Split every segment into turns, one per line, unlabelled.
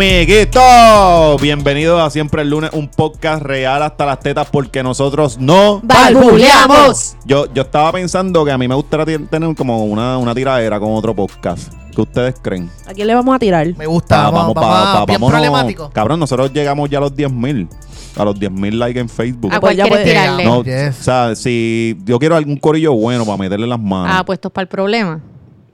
Amiguito, bienvenidos a Siempre el Lunes, un podcast real hasta las tetas porque nosotros no
¡Balbuleamos!
Yo, yo estaba pensando que a mí me gustaría ti- tener como una, una tiradera con otro podcast. ¿Qué ustedes creen?
¿A quién le vamos a tirar?
Me gusta,
Ah,
vamos, vamos,
pa- pa-
bien
vámonos.
problemático.
Cabrón, nosotros llegamos ya a los 10.000. A los 10.000 likes en Facebook.
Ah,
¿A
pues
cuál
ya
quieres
puede-
tirarle?
No,
Yes.
O sea, si yo quiero algún corillo bueno para meterle las manos.
Ah, puestos para el problema.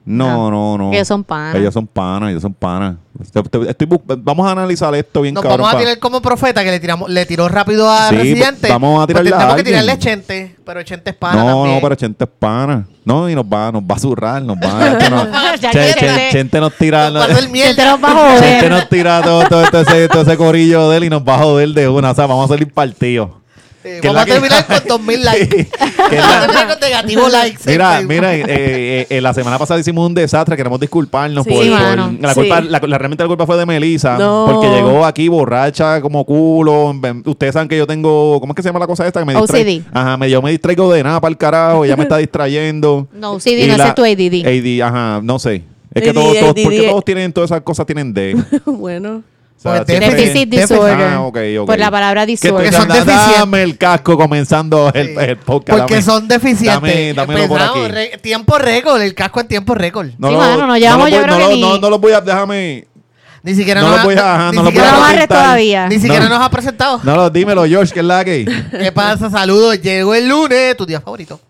no,
ah,
no, no.
ellos son panas.
Ellos son panas, ellos son panas. Te- te- estoy bu- vamos a analizar esto bien
Nos
cabrón.
vamos a
pa-
tirar como profeta que le tiramos, le tiró rápido a
Sí,
Residente.
vamos a tirarle a
tenemos que
alguien.
tirarle a Chente, pero Chente es pana
no,
también.
no, pero Chente es pana. No, y nos va, nos va a zurrar, nos va a... no.
Ya
Che-
que
Che-
te-
Chente nos tira...
Nos pasó el mierda.
Chente nos tira todo, todo, todo ese, todo ese corillo de él y nos va a joder de una. O sea, vamos a salir partidos.
Sí,
que
vamos a
la que-
terminar con 2000 likes.
Que es
vamos a
la-
terminar con negativo likes. en
Mira,
Facebook.
mira, eh, eh, eh, la semana pasada hicimos un desastre, queremos disculparnos
Sí,
por, por-
mano,
la culpa,
sí.
la, la- realmente la culpa fue de Melissa,
No.
porque llegó aquí borracha como culo. en vez- Ustedes saben que yo tengo, ¿cómo es que se llama la cosa esta? Que me distrae-
OCD.
Ajá, me, yo me distraigo de nada para el carajo, ella me está distrayendo.
No, OCD,
Y
no, ese
la-
es tu ADD.
AD, ajá, no sé. Es que
ADD,
todos, todos,
ADD.
porque todos tienen todas esas cosas tienen D. O
bueno.
sea,
Pues
siempre-
Deficit
Deficit-
disorder.
Ah, ok, ok.
Por la palabra
Que tú-
disorder.
son
da- dame
deficientes.
el casco comenzando el, el podcast.
Porque
dame.
son
Dame,
deficientes.
dámelo por
Empezamos,
aquí.
re- tiempo récord, el casco en tiempo récord.
Sí, mano, nos llevamos,
lo voy-
yo creo
no
que
lo-
ni-
no- no lo voy a, déjame.
Ni siquiera
No
nos
lo
ha-
voy a- ajá,
ni
no lo voy
siquiera
a
no
nos
lo
ha-
barres
presentar.
todavía.
Ni siquiera
No.
nos ha presentado.
No lo, dímelo, George, que es la que.
¿Qué pasa? Saludos. Llegó el lunes, tu día favorito.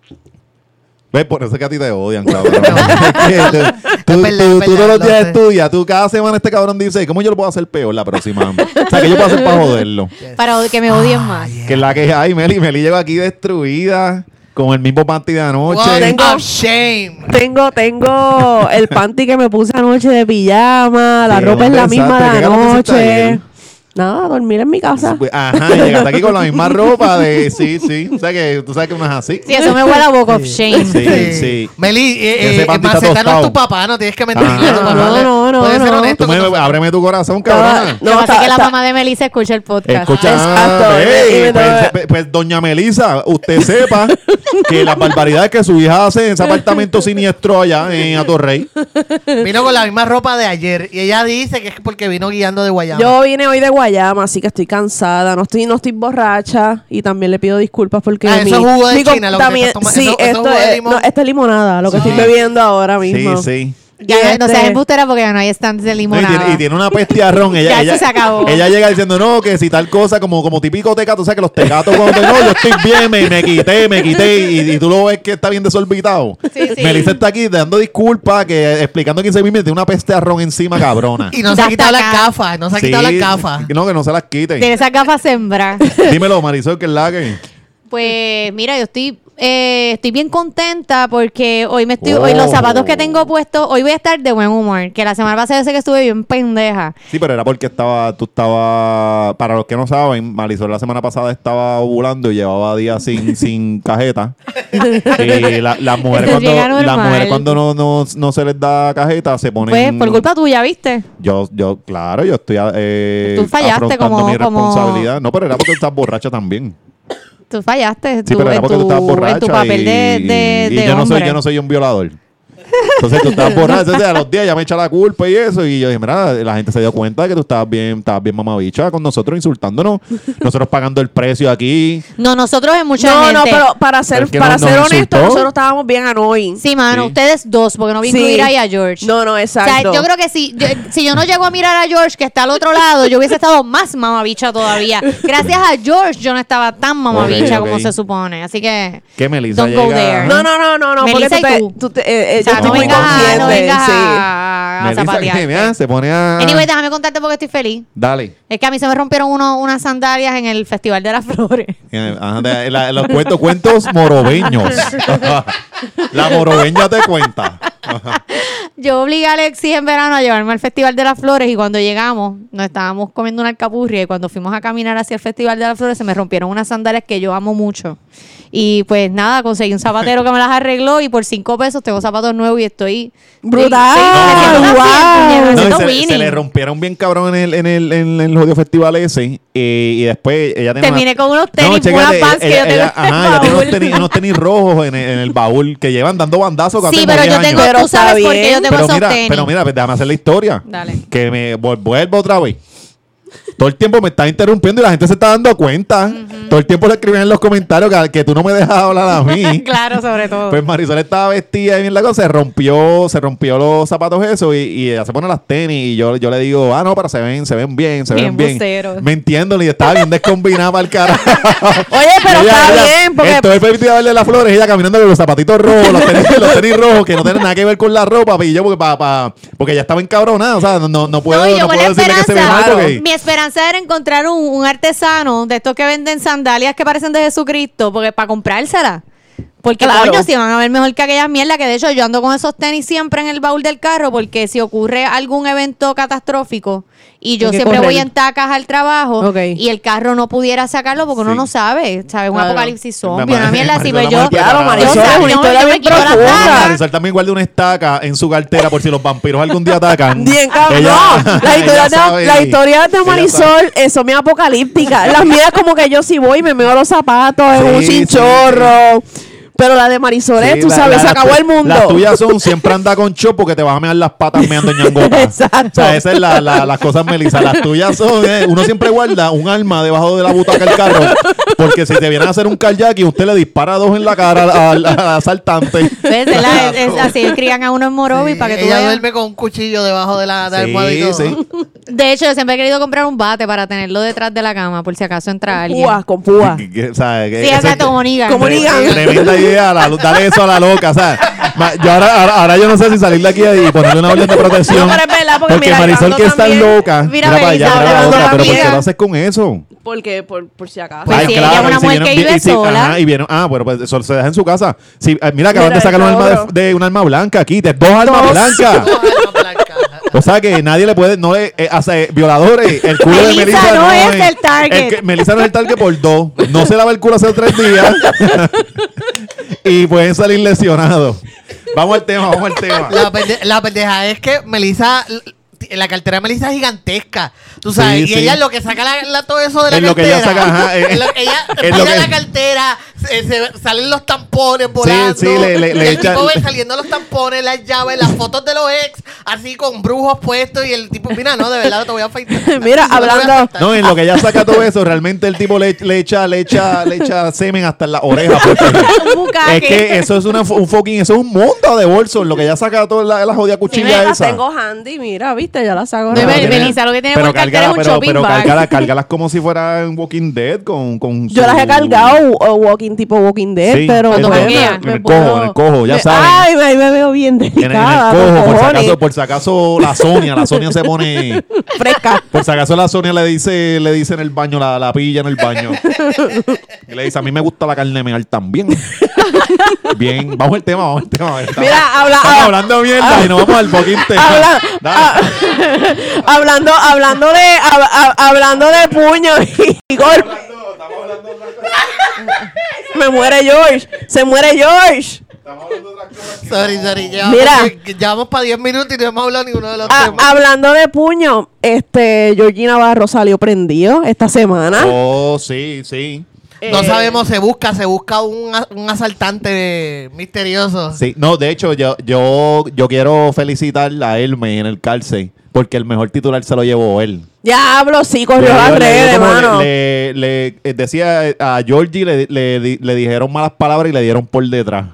Ves, por eso es que a ti te odian, cabrón. Es que tú, tú-
Es verdad,
tú-
es
tú todos los días
verdad, lo sé.
estudias, tú cada semana este cabrón dice, ¿cómo yo lo puedo hacer peor la próxima? o sea, que yo puedo hacer para joderlo?
Para que me
Ah,
odien más.
Que es la que hay, Meli. Meli lleva aquí destruida, con el mismo panty de anoche.
What
tengo-
a Ah, shame.
Tengo, tengo el panty que me puse anoche de pijama, la
Sí,
ropa es la
un
misma de
desastre. ¿Qué carajo te hiciste ayer?
anoche. Nada, dormir en mi casa.
Pues, Ajá, y llegaste aquí con la misma ropa de... Sí, sí. O sea, que tú sabes que uno es así.
Sí, eso me huele a Book of Shame.
Sí, sí.
Meli, eh,
Ese
eh,
papi está
Maceta no
tostado.
es tu papá, no tienes que mentirle
Ajá.
a tu papá.
No,
¿vale?
no, no,
Puedes ser
no.
honesto.
Tú me,
con nosotros.
ábreme tu corazón, cabrona.
Lo que
No,
pasa
está-
es que la
está-
mamá de Melissa escucha el podcast.
Escucha,
Exacto,
ah,
eh,
ve,
eh,
pues,
no,
pues, pues, doña Melisa, usted sepa que las barbaridades que su hija hace en ese apartamento siniestro allá en Atorrey.
Vino con la misma ropa de ayer y ella dice que es porque vino guiando de Guayama.
Yo vine hoy de Guayama, así que estoy cansada, no estoy, no estoy borracha y también le pido disculpas porque
Ah,
mi-
eso es jugo de
mi com-
China, lo que te
también,
estás tomando.
sí,
Eso- eso es
esto
jugo de
es,
limón.
no, esto es limonada, lo que
Sí.
estoy bebiendo ahora
Sí,
mismo.
sí.
Ya no- no
Este-
seas embustera porque ya no hay stands de
No, y,
limonada.
tiene, y tiene una peste a ron. Ella,
Ya,
ella-
eso se acabó.
ella llega diciendo, no, que si tal cosa, como, como típico tecato, o sea, que los tecatos cuando no, yo estoy bien, me, me quité, me quité, y, y tú lo ves que está bien desorbitado.
Sí, sí.
Melissa está aquí dando disculpas, que eh, explicando que se mismo tiene una peste a ron encima, cabrona.
Y no se
Ya
ha quitado
está
las
acá.
gafas, no se ha
Sí,
quitado las gafas.
que No, que no se las quiten.
Tiene esas gafas sembra.
Dímelo, Marisol, que es la que.
Pues mira, yo estoy, eh, estoy bien contenta porque hoy me estoy, hoy
Oh.
los zapatos que tengo puestos, hoy voy a estar de buen humor. Que la semana pasada yo sé que estuve bien pendeja.
Sí, pero era porque estaba, tú estaba, para los que no saben, Marisol la semana pasada estaba ovulando y llevaba días sin, sin cajeta. y la- las mujeres
Eso
cuando,
llega
las
normal.
mujeres cuando no, no, no se les da cajeta se ponen...
Pues por culpa tuya, ¿viste?
Yo, yo, claro, yo estoy eh,
Tú fallaste
afrontando
como-
mi
como-
responsabilidad. No, pero era porque estás borracha también.
Tú fallaste.
Sí,
tú-
pero era
en
porque tú
tu-
estabas
En
borracha
tu papel
y,
de, de,
y
de
yo, no soy,
hombre.
yo no soy un violador. Entonces tú estabas borracha, entonces a los días ya me echa la culpa y eso. Y yo dije, mira, la gente se dio cuenta de que tú estabas bien, estabas bien mamabicha con nosotros insultándonos, nosotros pagando el precio aquí.
No, nosotros en mucha
No,
gente.
no, pero para ser,
Es que
para
nos- nos
ser honesto,
insultó.
nosotros estábamos bien anoy.
Sí, mano,
Sí.
ustedes dos, porque no voy a
Sí.
incluir ahí a George.
No, no,
O sea,
exacto.
yo creo que si yo, si yo no llego a mirar a George, que está al otro lado, yo hubiese estado más mamabicha todavía. Gracias a George, yo no estaba tan mamabicha
Ok, ok.
como se supone. Así que.
¿Qué, Melissa?
Don't go
Llega-
there.
No, no, no, no, no, porque
Melissa
tú te,
y tú.
tú te- eh, eh,
O sea,
yo
no
estoy muy
vengas, a- no
consciente,
vengas
sí.
a, a
Melissa,
zapatear.
que, mira, se pone a...
Ah, Anyway, déjame contarte porque estoy feliz.
Dale.
Es que a mí se me rompieron uno- unas sandalias en el Festival de las Flores.
Eh, ajá, de- la- los cuentos, cuentos morobeños. la morobeña te cuenta.
Yo obligué a Alexis en verano a llevarme al Festival de las Flores y cuando llegamos, nos estábamos comiendo una alcapurria y cuando fuimos a caminar hacia el Festival de las Flores se me rompieron unas sandalias que yo amo mucho. Y pues nada, conseguí un zapatero que me las arregló y por cinco pesos tengo zapatos nuevos y estoy...
Brutal,
estoy- me siento una fiel,
wow.
puñeta, me
No, y
siento
se,
winning.
se le rompieron bien cabrón en el, en el, en el jodido festival ese. eh, y después ella tenía.
Terminé
una-
con unos tenis,
chécate,
unas pants que yo tengo en el
ajá, ella tiene unos
baúl.
tenis, unos tenis rojos en el, en el baúl que llevan dando bandazos. que
Sí,
hacen
pero
diez
yo tengo,
años.
Pero
tú sabes
está
por qué yo
bien,
tengo esos
mira,
tenis.
pero mira, pues déjame hacer la historia.
Dale.
Que me vol- vuelvo otra vez. Todo el tiempo me estás interrumpiendo y la gente se está dando cuenta. Todo el tiempo le escriben en los comentarios que, que tú no me dejas hablar a mí.
claro, sobre todo.
Pues Marisol estaba vestida y bien la cosa, se rompió, se rompió los zapatos eso y, y ella se pone las tenis y yo, yo le digo, ah no, pero se ven, se ven bien, se
Bien
ven
vocero.
bien. Me entiendo, y estaba bien descombinada para el carajo.
Oye, pero
Ella-
está
ella-
bien, porque
Estoy permitido darle las flores, ella caminando con los zapatitos rojos, los tenis, los tenis rojos, que no tienen nada que ver con la ropa, y yo porque pa, pa- porque ella estaba encabronada, o sea, no, no, no puedo,
no, y yo
no
con
puedo
la
decirle que se ve mal
esperanza.
porque
Mi esperanza era encontrar un, un artesano de estos que venden sandalias que parecen de Jesucristo, porque para comprársela. Porque
Claro.
coño, si van a ver mejor que aquellas mierdas, que de hecho yo ando con esos tenis siempre en el baúl del carro, porque si ocurre algún evento catastrófico y yo
Hay que
siempre
correr.
voy en tacas al trabajo
Ok.
y el carro no pudiera sacarlo porque uno
Sí.
no sabe, ¿sabes? Un
Claro.
apocalipsis zombie,
Mamá,
una mierda así,
Marisol, la mal
pues yo.
preparada.
Marisol,
yo
es una
sab- yo-
historia
yo me
bien
quito las
profunda.
tacas.
Marisol también guarda una estaca en su cartera por si los vampiros algún día atacan.
Bien, cabrón.
Ella-
No,
ella
las historias de,
sabe-
las historias de
ella sabe.
Marisol eh, son bien apocalípticas. Las mías como que yo sí voy, me meo los zapatos en un
Sí, sí,
chinchorro. Pero la de Marisol es,
Sí,
¿eh? tú
la-
sabes,
la-
se
las
acabó
tu-
el mundo.
Las tuyas son siempre anda con chopo que te vas a mear las patas meando en ñangota.
Exacto.
O sea, esas son la, la- las cosas, Melissa. Las tuyas son, eh, uno siempre guarda un arma debajo de la butaca del carro. Porque si te vienen a hacer un kayak y usted le dispara dos en la cara al, al- al asaltante.
¿Ves? Es la- es- es así crían a uno en Morovi
Sí,
para que tú
ella
veas.
duerme con un cuchillo debajo de la, de la almohada y
Sí,
todo.
sí.
De hecho, yo siempre he querido comprar un bate para tenerlo detrás de la cama, por si acaso entra alguien.
Púa,
Eh,
con púa.
Que- que- o sea, que-
Sí,
eso-
exacto, como Negan.
Como
Tre-
Negan.
Tremenda idea, la- dale eso a la loca, ¿sabes? Ma- Yo ahora, ahora, ahora yo no sé si salir de aquí y ponerle una orden de protección.
No, pero es verdad, porque mira,
Marisol
grabando
que está
también-
loca.
mira,
para allá,
Melissa,
mira la
grabando
otra, pero ¿por qué
también.
lo haces con eso?
Porque, por, por si acaso.
Pues
Ay,
sí, ella es una
y si
mujer que
vienen-
vive
y si-
sola.
Ajá, y vieron, ah, bueno, pues eso se deja en su casa. Sí, eh, mira, acaban
Mira,
de sacar un
el
arma
cabrón.
de, de un arma blanca aquí, de dos armas
Dos.
blancas.
Vamos a ver, Blanca.
O sea que nadie le puede, no le, eh, hace- eh, violadores, el culo de
Melissa
Melissa
no es el target.
que- Melissa no es el target por dos. No se lava el culo hace tres días. y pueden salir lesionados. Vamos al tema, vamos al tema.
La, pende- la pendeja es que Melissa, la cartera de Melissa es gigantesca. Tú sabes,
Sí,
y
sí.
ella lo que saca la, la- todo eso de la
En lo que
cartera.
ella saca, ajá, eh,
en lo que ella
en
tira
lo que-
la cartera, se- se- salen los tampones volando.
sí, le- le- le
el
echa-
tipo ve saliendo los tampones, las llaves, las fotos de los ex, así con brujos puestos. Y el tipo, mira, no, de verdad no te voy a afeitar.
Mira,
No te voy a
hablando-
afeitar.
No, en lo que ella saca todo eso, realmente el tipo le, le echa, le echa, le echa semen hasta en la oreja. porque-
Un bucaque.
Es que eso es una, fo- un fucking, eso es un monto de bolso, en lo que ella saca toda la, la jodida cuchilla
Mira, la
esa.
tengo handy, mira, viste, ya la saco.
No,
Pero
Bel-
tiene-
Melissa lo que tiene
pero
por cartera es un
pero,
shopping
pero
bag.
cárgala- cárgalas como si fuera un Walking Dead con, con
Yo
su-
las he cargado o walking tipo Walking Dead,
Sí,
pero
eso,
pues,
en el-
me-
en
me
el
puedo-
cojo, en el cojo, ya
me-
saben.
Ay, me- ahí me veo bien
en, en el
delicada.
cojo, por si
con cojones.
acaso, por si acaso la Sonia, la Sonia se pone,
Fresca.
por si acaso la Sonia le dice, le dice en el baño, la, la pilla en el baño. Y le dice, a mí me gusta la carne de meal también. Bien, vamos al tema, vamos al tema. Estamos-
Mira, habla-
estamos
habla-
hablando mierda y nos vamos al fucking tema.
Habla-
Dale.
ah, hablando, hablando de, hab- hab- hablando de puño y, y golpe. Me muere George, se muere George.
Sorry, sorry. Llevamos,
Mira.
llevamos para 10 minutos y no hemos hablado ninguno de los
Ah,
temas.
hablando de puño, este Georgina Barro salió prendido esta semana.
Oh, sí, sí.
no
eh.
sabemos, se busca, se busca un, a- un asaltante misterioso.
Sí, no, de hecho, yo, yo, yo quiero felicitar a Elme en el cárcel, porque el mejor titular se lo llevó él.
Ya hablo, sí, corrió
Le-
las
le-
redes,
como le-
hermano.
Le, le- eh, decía eh, a Georgie, le, le, di- le dijeron malas palabras y le dieron por detrás.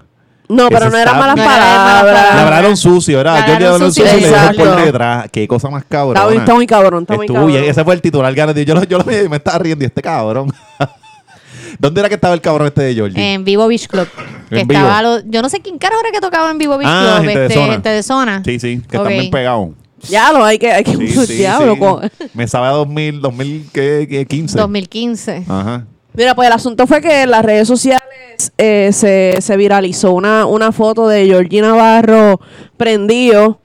No,
que
pero
se
no eran
está-
malas
No era de malas
Le
palabras.
palabras.
hablaron sucio, era
Le
Georgie le
hablaron
hablaron sucio
sucio.
y le dieron por
Exacto.
detrás. Qué cosa más
Está muy-
cabrona.
Está muy cabrón, está muy
Estuvo bien,
cabrón.
ese fue el titular garantizado. Yo, lo- yo lo- me estaba riendo y este cabrón. ¿Dónde era que estaba el cabrón este de Georgie?
Eh,
En Vivo Beach Club. Que
En vivo.
estaba lo- yo no sé quién caro era que tocaba en Vivo Beach
Ah,
Club.
gente de
este,
zona.
gente de zona.
Sí, sí, que
Ok.
están bien pegados.
Ya lo hay que, hay que
Sí, sí,
diablo,
sí.
co-
Me sabe a 2000, 2015.
2015.
Ajá.
Mira, pues el asunto fue que en las redes sociales eh, se, se viralizó una, una foto de Georgie Navarro prendido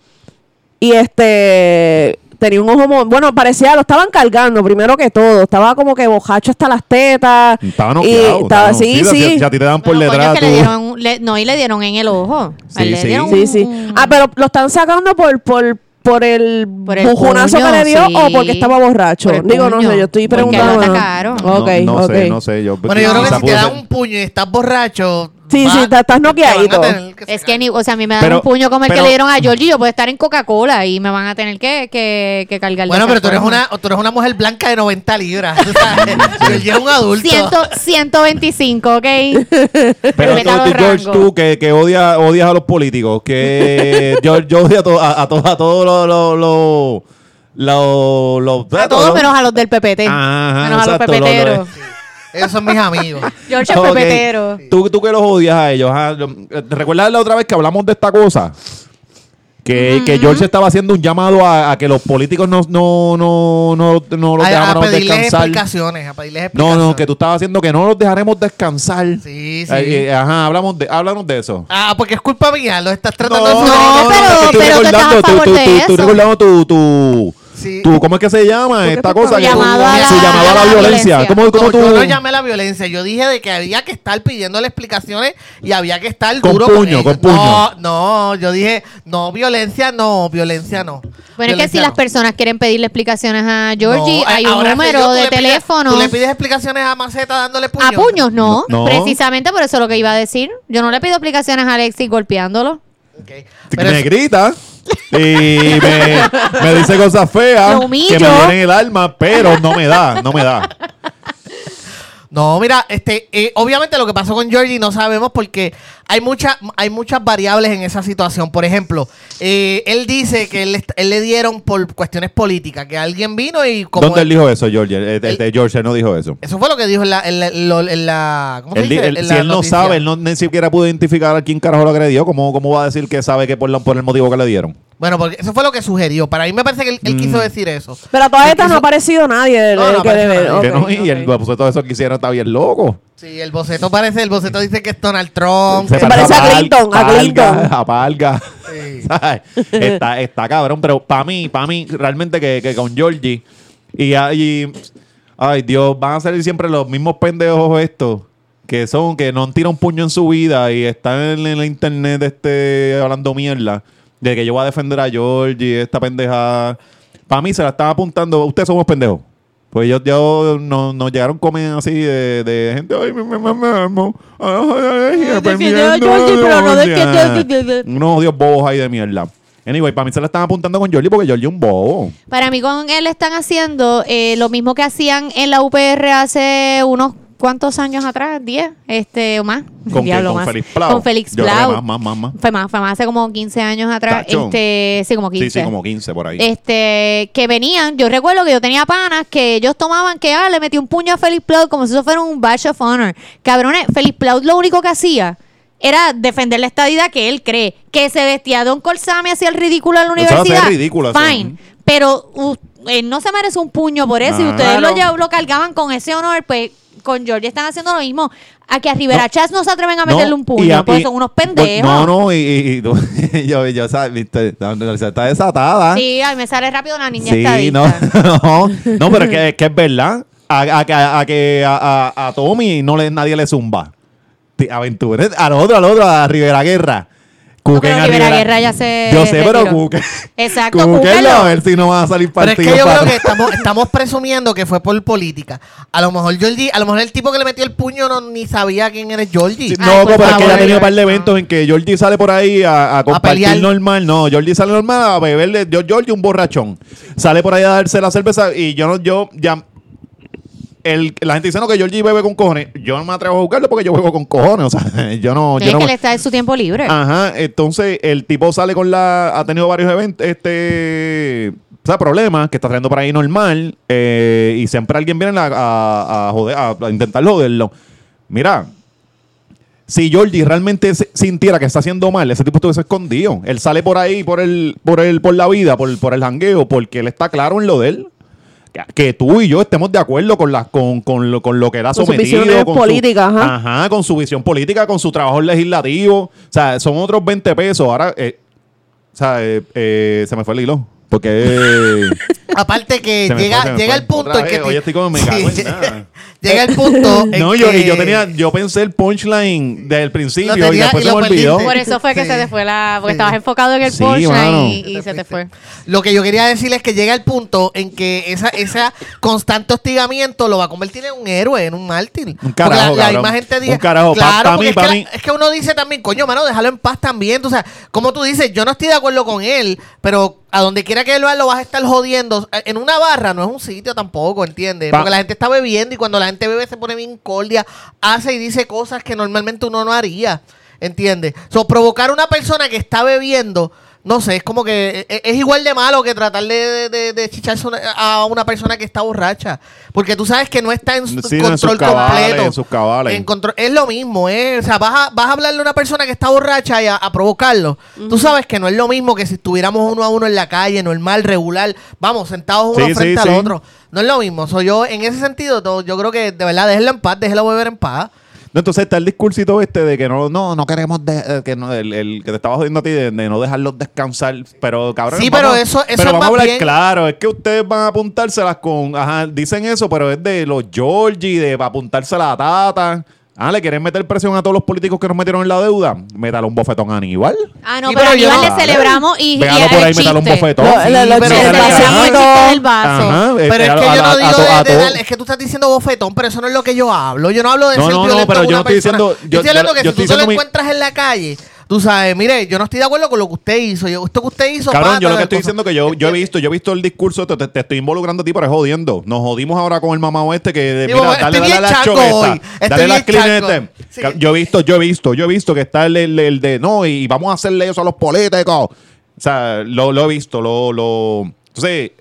y este tenía un ojo, mo- bueno, parecía, lo estaban cargando primero que todo, estaba como que bojacho hasta las tetas.
Estaba
y
noqueado.
Eh, estaba,
estaba
sí,
noqueado. Si a-
sí.
Si a ti te dan por
Bueno, coño,
detrás,
que le
tú-
dieron un- le- no, y le dieron en el ojo.
Sí,
Le
sí.
dieron
Sí,
un-
sí.
un-
Ah, pero lo están sacando por, por, por el
Por el
bujonazo
puño,
que le dio
sí.
o porque estaba borracho.
Por el
Digo, no
puño.
sé, yo estoy
Porque lo
preguntando.
atacaron.
No,
Ok,
no
ok.
sé, no sé. Yo,
Bueno, yo creo que
quizás
si te
pudo
dan
ser-
un puño y estás borracho,
Sí,
va-
sí, está- estás
te van a
noqueadito.
tener
Es
sacar.
que ni, o sea, a mí me dan
Pero-
un puño como el
pero-
que le dieron a Georgie, yo puedo estar en Coca-Cola y me van a tener que, que, que cargar. de
Bueno,
esa
pero tú eres,
forma.
una, tú eres una mujer blanca de 90 libras. tú sabes. Georgie es un adulto.
Ciento- 125, ¿ok?
Pero tú, tú,
Respeta los
George,
rangos.
tú que, que odia- odias a los políticos, que yo, yo odio a, to- a, a to- a todos los... los- los- los- los-
A todos menos a los del PPT.
Pues Ajá,
menos a los
exacto, lo- lo-
pepeteros.
Esos son mis amigos.
George es
Ok.
pepetero.
¿Tú, tú que los odias a ellos. ah, lo- ¿Te recuerdas la otra vez que hablamos de esta cosa? Que, que George estaba haciendo un llamado a, a que los políticos no, no, no, no, no los
A, a
dejáramos
pedirles
descansar.
explicaciones, a pedirles
No,
explicaciones.
no, que tú estabas haciendo que no los dejaremos descansar.
Sí, sí.
Ay, eh, ajá, hablamos de, háblanos de eso.
Ah, porque es culpa mía, lo estás tratando
No,
de...
no, pero-
es que estoy
pero tú
recordando,
estabas a
tú,
favor
tú,
de
tú, tú
eso.
recordando tu, tu,
Sí.
tu- ¿cómo es que se llama
qué
esta
tú
cosa?
estabas-
que tú-
Llamado
a la-
su llamado a la
a la
violencia.
violencia.
¿Cómo, cómo
No,
tú?
Yo no llamé a la violencia, yo dije de que había que estar pidiéndole explicaciones y había que estar
Con
duro
puño,
ellos.
con puño.
No, no, yo dije, no, violencia no, violencia no.
Bueno, es que si
Violencia
las
no.
personas quieren pedirle explicaciones a Georgie,
No,
hay
eh,
un
ahora soy
número
yo, tú
de
le pides-
teléfono.
¿Tú le pides explicaciones a Maceta dándole puños?
a puños, no.
No.
Precisamente por eso lo que iba a decir. Yo no le pido explicaciones a Alexis golpeándolo.
Ok.
Que
Pero
me
es-
grita y me, me dice cosas feas
Lo humillo.
que me duelen el alma, pero no me da, no me da.
No, mira, este, eh, obviamente lo que pasó con Georgie no sabemos porque hay, mucha, hay muchas variables en esa situación. Por ejemplo, eh, él dice que él, est- él le dieron por cuestiones políticas, que alguien vino y como...
¿Dónde él dijo eso, George? Eh, eh, eh, George él no dijo eso.
Eso fue lo que dijo en la... en la- en lo- en la- ¿cómo se
Él di-
dice?
él-
En
si
la
él no
noticia.
sabe, él no ni siquiera pudo identificar a quién carajo lo agredió, ¿cómo, cómo va a decir que sabe que por, la- por el motivo que le dieron?
Bueno, porque eso fue lo que sugirió. Para mí me parece que él, él
Mm.
quiso decir eso.
Pero a todas
Él
estas no ha
quiso-
aparecido nadie de-
No, no
de-
ha
que
aparecido
debe.
nadie.
ok,
Que no, y el,
ok.
pues, todo eso que hicieron está bien loco.
Sí, el boceto parece... El boceto dice que es Donald Trump.
Se
que-
parece a
pal-
Clinton, a
palga,
Clinton.
a palga.
Sí.
¿Sabes? está, está cabrón, pero para mí, para mí, realmente que, que con Georgie y, a- y- ay Dios, van a salir siempre los mismos pendejos estos que son, que no han tirado un puño en su vida y están en, el internet este, hablando mierda de que yo voy a defender a Georgie, esta pendejada. Para mí se la están apuntando, ustedes somos pendejos. Pues ellos ya nos, nos llegaron comen así de, de gente, ay, mi mamá me amo.
Ay, defiende a Georgie, pero no defiende-
Unos odios Ah. bobos ahí de mierda. Anyway, para mí se la están apuntando con Jordi porque Jordi es un bobo.
Para mí con él están haciendo eh, lo mismo que hacían en la UPR hace unos cuantos años atrás, 10, este o más.
¿Con qué?
Diablo,
Con
más.
Félix Plau.
Con Félix
Yo creo que
Plau.
más, más, más, más.
Fue más, fue más hace como 15 años atrás,
Tacho.
este, sí, como 15.
Sí, sí, como 15 por ahí.
Este, que venían, yo recuerdo que yo tenía panas que ellos tomaban que ah, le metí un puño a Félix Plaut como si eso fuera un badge of honor. Cabrones, Félix Plaut lo único que hacía era defender la estadidad que él cree, que se vestía de un colsame hacía el ridículo en la
Eso hace
universidad.
ridículo, eso.
Fine. Pero u- él no se merece un puño por eso y
Nah.
ustedes lo,
Claro.
ya- lo cargaban con ese honor, pues con George están haciendo lo mismo. A que a Rivera
No.
Chats no se atreven a
No,
meterle un
y
puño,
a-
porque
y-
son unos
pues,
pendejos.
No, no, y, y- y tú- yo, yo, sa- viste, la universidad está desatada.
Sí, ahí me sale rápido la niña
ah. Sí, no,
estadista.
no, no, pero es que, es que es verdad. A, a, que- a, que a, a- a Tommy no le, nadie le zumba. Ti- Aventuras. Al otro, al otro, a Rivera Guerra. Cuquen
pero
a
Rivera Guerra ya se
Yo sé, pero
retiró.
Cuquen.
Exacto,
Cuquenlo,
cúquenlo.
a ver si no va a salir
Pero
partido.
es que yo
para-
creo que estamos, estamos presumiendo que fue por política. A lo mejor Georgie, a lo mejor el tipo que le metió el puño no ni sabía quién era Ah, Georgie.
Sí, no,
Ay, por
pero es que
favor,
ya ha tenido un par de
Georgie,
eventos en que Jordi sale por ahí a, a compartir
pelear.
normal. No, Jordi sale normal a beberle. Yo, Jordi, un borrachón. Sale por ahí a darse la cerveza y yo no, yo ya. el- la gente dice no, que Jordi bebe con cojones. Yo no me atrevo a jugarlo porque yo bebo con cojones. O sea, yo no.
es
Yo no me- Ah,
que él está en su tiempo libre.
Ajá, entonces el tipo sale con la. Ha tenido varios eventos, este. O sea, problemas que está trayendo por ahí normal. eh, y siempre alguien viene a, a, a joder, a, a intentar joderlo. Mira, si Jordi realmente se- sintiera que está haciendo mal, ese tipo estuviese escondido. Él sale por ahí, por el, por el, por la vida, por, por el jangueo, porque él está claro en lo de él. Que- Que tú y yo estemos de acuerdo con, las con, con lo, con lo que él ha
Con sus
sometido.
visiones
su-
políticas, ajá.
Ajá, con su visión política, con su trabajo legislativo. O sea, son otros 20 pesos. Ahora, eh, o sea, eh, eh, se me fue el hilo. Porque. eh,
Aparte que
se me
llega,
fue, se me
llega
fue.
el punto
Otra
en que...
vez,
te-
hoy estoy como me cago en
Sí.
nada.
Llega el punto. en
No, yo, y yo
que-
tenía, yo pensé el punchline desde el principio
Lo
y
tenía
después
y
se
lo
me olvidó.
perdiste.
Por eso fue que
Sí.
se te fue la. Porque
Sí.
estabas enfocado en el
Sí,
Porsche
mano.
y, y se te fue.
Lo que yo quería decirles es que llega el punto en que esa, esa constante hostigamiento lo va a convertir en un héroe, en un mártir.
Un
Porque
carajo,
la, la
cabrón.
imagen te dice,
Un carajo, pa-
claro,
pa'
porque
mí,
es,
pa'
que la-
mí.
es que uno dice también, coño, mano, déjalo en paz también. O sea, como tú dices, yo no estoy de acuerdo con él, pero a donde quiera que él va, lo vas a estar jodiendo. En una barra no es un sitio tampoco, ¿entiendes?
Pa-
Porque la gente está bebiendo y cuando la gente bebe se pone bien cordia, hace y dice cosas que normalmente uno no haría. ¿Entiendes? So, provocar a una persona que está bebiendo, no sé, es como que e- e- es, igual de malo que tratar de, de- de chicharse una- a una persona que está borracha. Porque tú sabes que no está en su
Sí, en
control
sus cabales,
completo.
en sus cabales.
En control- es lo mismo, ¿eh? O sea, vas a, vas a hablarle a una persona que está borracha y a, a provocarlo. Tú sabes que no es lo mismo que si estuviéramos uno a uno en la calle, normal, regular, vamos, sentados uno
Sí,
frente
sí,
al
sí.
otro. No es lo mismo. So, yo, en ese sentido, to- yo creo que de verdad, déjelo en paz, déjelo beber en paz.
No, entonces está el discursito este de que no, no, no queremos de- eh, que no, el, el que te estaba jodiendo a ti de, de no dejarlos descansar. Pero cabrón,
Sí,
vamos
pero
a-
eso- eso
pero
es
vamos a
más
hablar
bien-
claro. Es que ustedes van a apuntárselas con, ajá, dicen eso, pero es de los Georgie, de apuntárselas a Tata. Ah, le quieren meter presión a todos los políticos que nos metieron en la deuda. Métale un bofetón a Aníbal.
Ah, no,
Sí,
pero,
pero yo
Aníbal
no-
le celebramos y.
Véalo
y
por ahí,
el
métale un
chiste.
bofetón.
Lo-
Sí,
lo- lo-
pero-
Le
chiste,
celebramos el chiste del vaso.
Ajá, eh,
Pero es que
a-
yo
a-
no
a-
digo
a-
de-
a-
de
todo.
dar- es que tú estás diciendo bofetón, pero eso no es lo que yo hablo. Yo no hablo de
No,
ser
no, no,
violento
pero
con
yo
una
no estoy
persona.
diciendo-
Yo
yo-
estoy hablando
yo- yo
que si
estoy
tú te lo
diciendo mi-
encuentras en la calle, tú sabes, mire, yo no estoy de acuerdo con lo que usted hizo. Yo, esto que usted hizo.
Cabrón,
pata,
yo lo
tal
que estoy
cosa.
diciendo que yo, yo he visto, yo he visto el discurso, te, te- te estoy involucrando a ti, pero es jodiendo. Nos jodimos ahora con el mamá este que de-
Sí,
mira,
mamá,
dale,
estoy
dale
bien
las
chango
choquetas,
hoy. Estoy
dale las
bien chango.
clinetes.
Sí.
Ca- Yo he visto, yo he visto, yo he visto que está el, el- el de no, y vamos a hacerle eso a los políticos. O sea, lo, lo he visto, lo, lo. Entonces,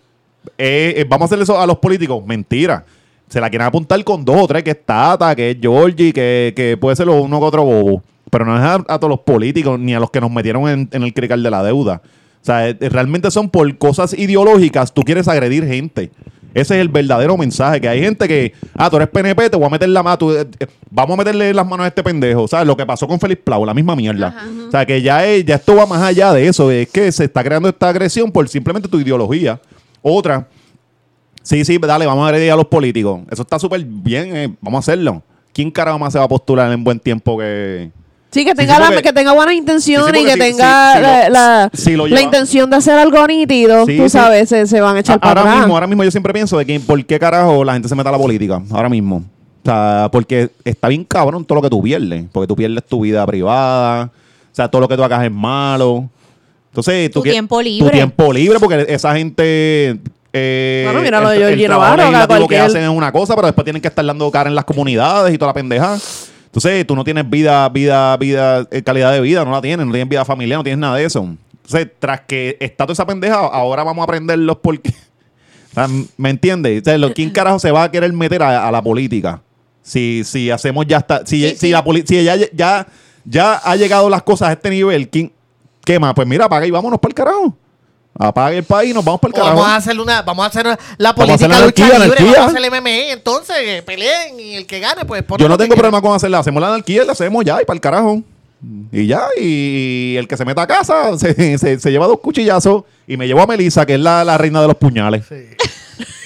eh, eh, vamos a hacerle eso a los políticos. Mentira. Se la quieren apuntar con dos o tres, que es Tata, que es Georgie, que, que puede ser uno que otro bobo. Pero no es a, a todos los políticos ni a los que nos metieron en, en el crical de la deuda. O sea, eh, realmente son por cosas ideológicas. Tú quieres agredir gente. Ese es el verdadero mensaje. Que hay gente que, ah, tú eres PNP, te voy a meter la mano. tú, eh, eh, Vamos a meterle las manos a este pendejo. O sea, lo que pasó con Félix Plau, la misma mierda. O sea, que ya, es- ya esto va más allá de eso. Es que se está creando esta agresión por simplemente tu ideología. Otra, Sí, sí, dale, vamos a agredir a los políticos. Eso está súper bien, eh, vamos a hacerlo. ¿Quién carajo más se va a postular en buen tiempo que...?
Sí, que
Sí,
tenga,
sí,
la-
porque-
que tenga buenas intenciones
sí,
y que
porque si-
tenga
si- si
la,
lo-
la-
si lo
la
lleva-
intención de hacer algo nítido,
Sí,
tú
sí.
sabes, se, se van a echar
A- ahora
para atrás.
mismo, ahora mismo yo siempre pienso de que por qué carajo la gente se mete a la política, ahora mismo. O sea, porque está bien cabrón todo lo que tú pierdes, porque tú pierdes tu vida privada, o sea, todo lo que tú hagas es malo. Entonces, tú
Tu
quie-
tiempo
Tu
libre.
tiempo libre, porque esa gente... Eh,
Bueno, mira lo de
el- el
Georgie
trabajo
Navarro, que
legislativo que
cualquier-
hacen es una cosa, pero después tienen que estar dando cara en las comunidades y toda la pendeja. Entonces, tú no tienes vida, vida, vida, eh, calidad de vida, no la tienes, no tienes vida familiar, no tienes nada de eso. Entonces, tras que está toda esa pendeja, ahora vamos a aprenderlos porque. O sea, ¿Me entiendes? O sea, lo- ¿Quién carajo se va a querer meter a, a la política? Si, si hacemos ya hasta. Si,
Sí,
si
sí.
la poli- si ya, ya, ya ha llegado las cosas a este nivel, ¿quién, ¿qué más? Pues mira, apaga y vámonos para el carajo. Apaga el país y nos vamos para el
O
carajo.
vamos a hacer una, vamos a hacer una- la
Vamos a hacer
política
la
lucha
anarquía,
libre,
anarquía.
vamos a hacer MMA, entonces eh, peleen y el que gane, pues ponle
Yo no
lo que
tengo
quiera.
problema con hacerla. Hacemos la anarquía, y la hacemos ya y para el carajo. Y ya, y el que se meta a casa se, se- se lleva dos cuchillazos y me llevo a Melissa, que es la, la reina de los puñales.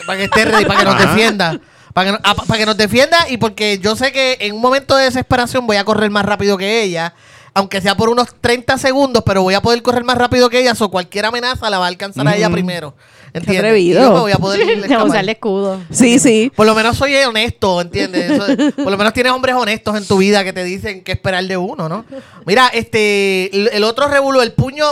Para que esté ready, para que nos
Ajá.
defienda. Para que, no- ah, pa- para que nos defienda y porque yo sé que en un momento de desesperación voy a correr más rápido que ella. Aunque sea por unos 30 segundos, pero voy a poder correr más rápido que ella. O cualquier amenaza la va a alcanzar a ella primero. ¿Entiendes?
atrevido.
Y yo me voy a poder
Te
escapar.
voy a usar el escudo.
Sí, sí.
Por lo menos soy honesto, ¿entiendes? Eso- por lo menos tienes hombres honestos en tu vida que te dicen qué esperar de uno, ¿no? Mira, este, el, el otro revuelo, el puño,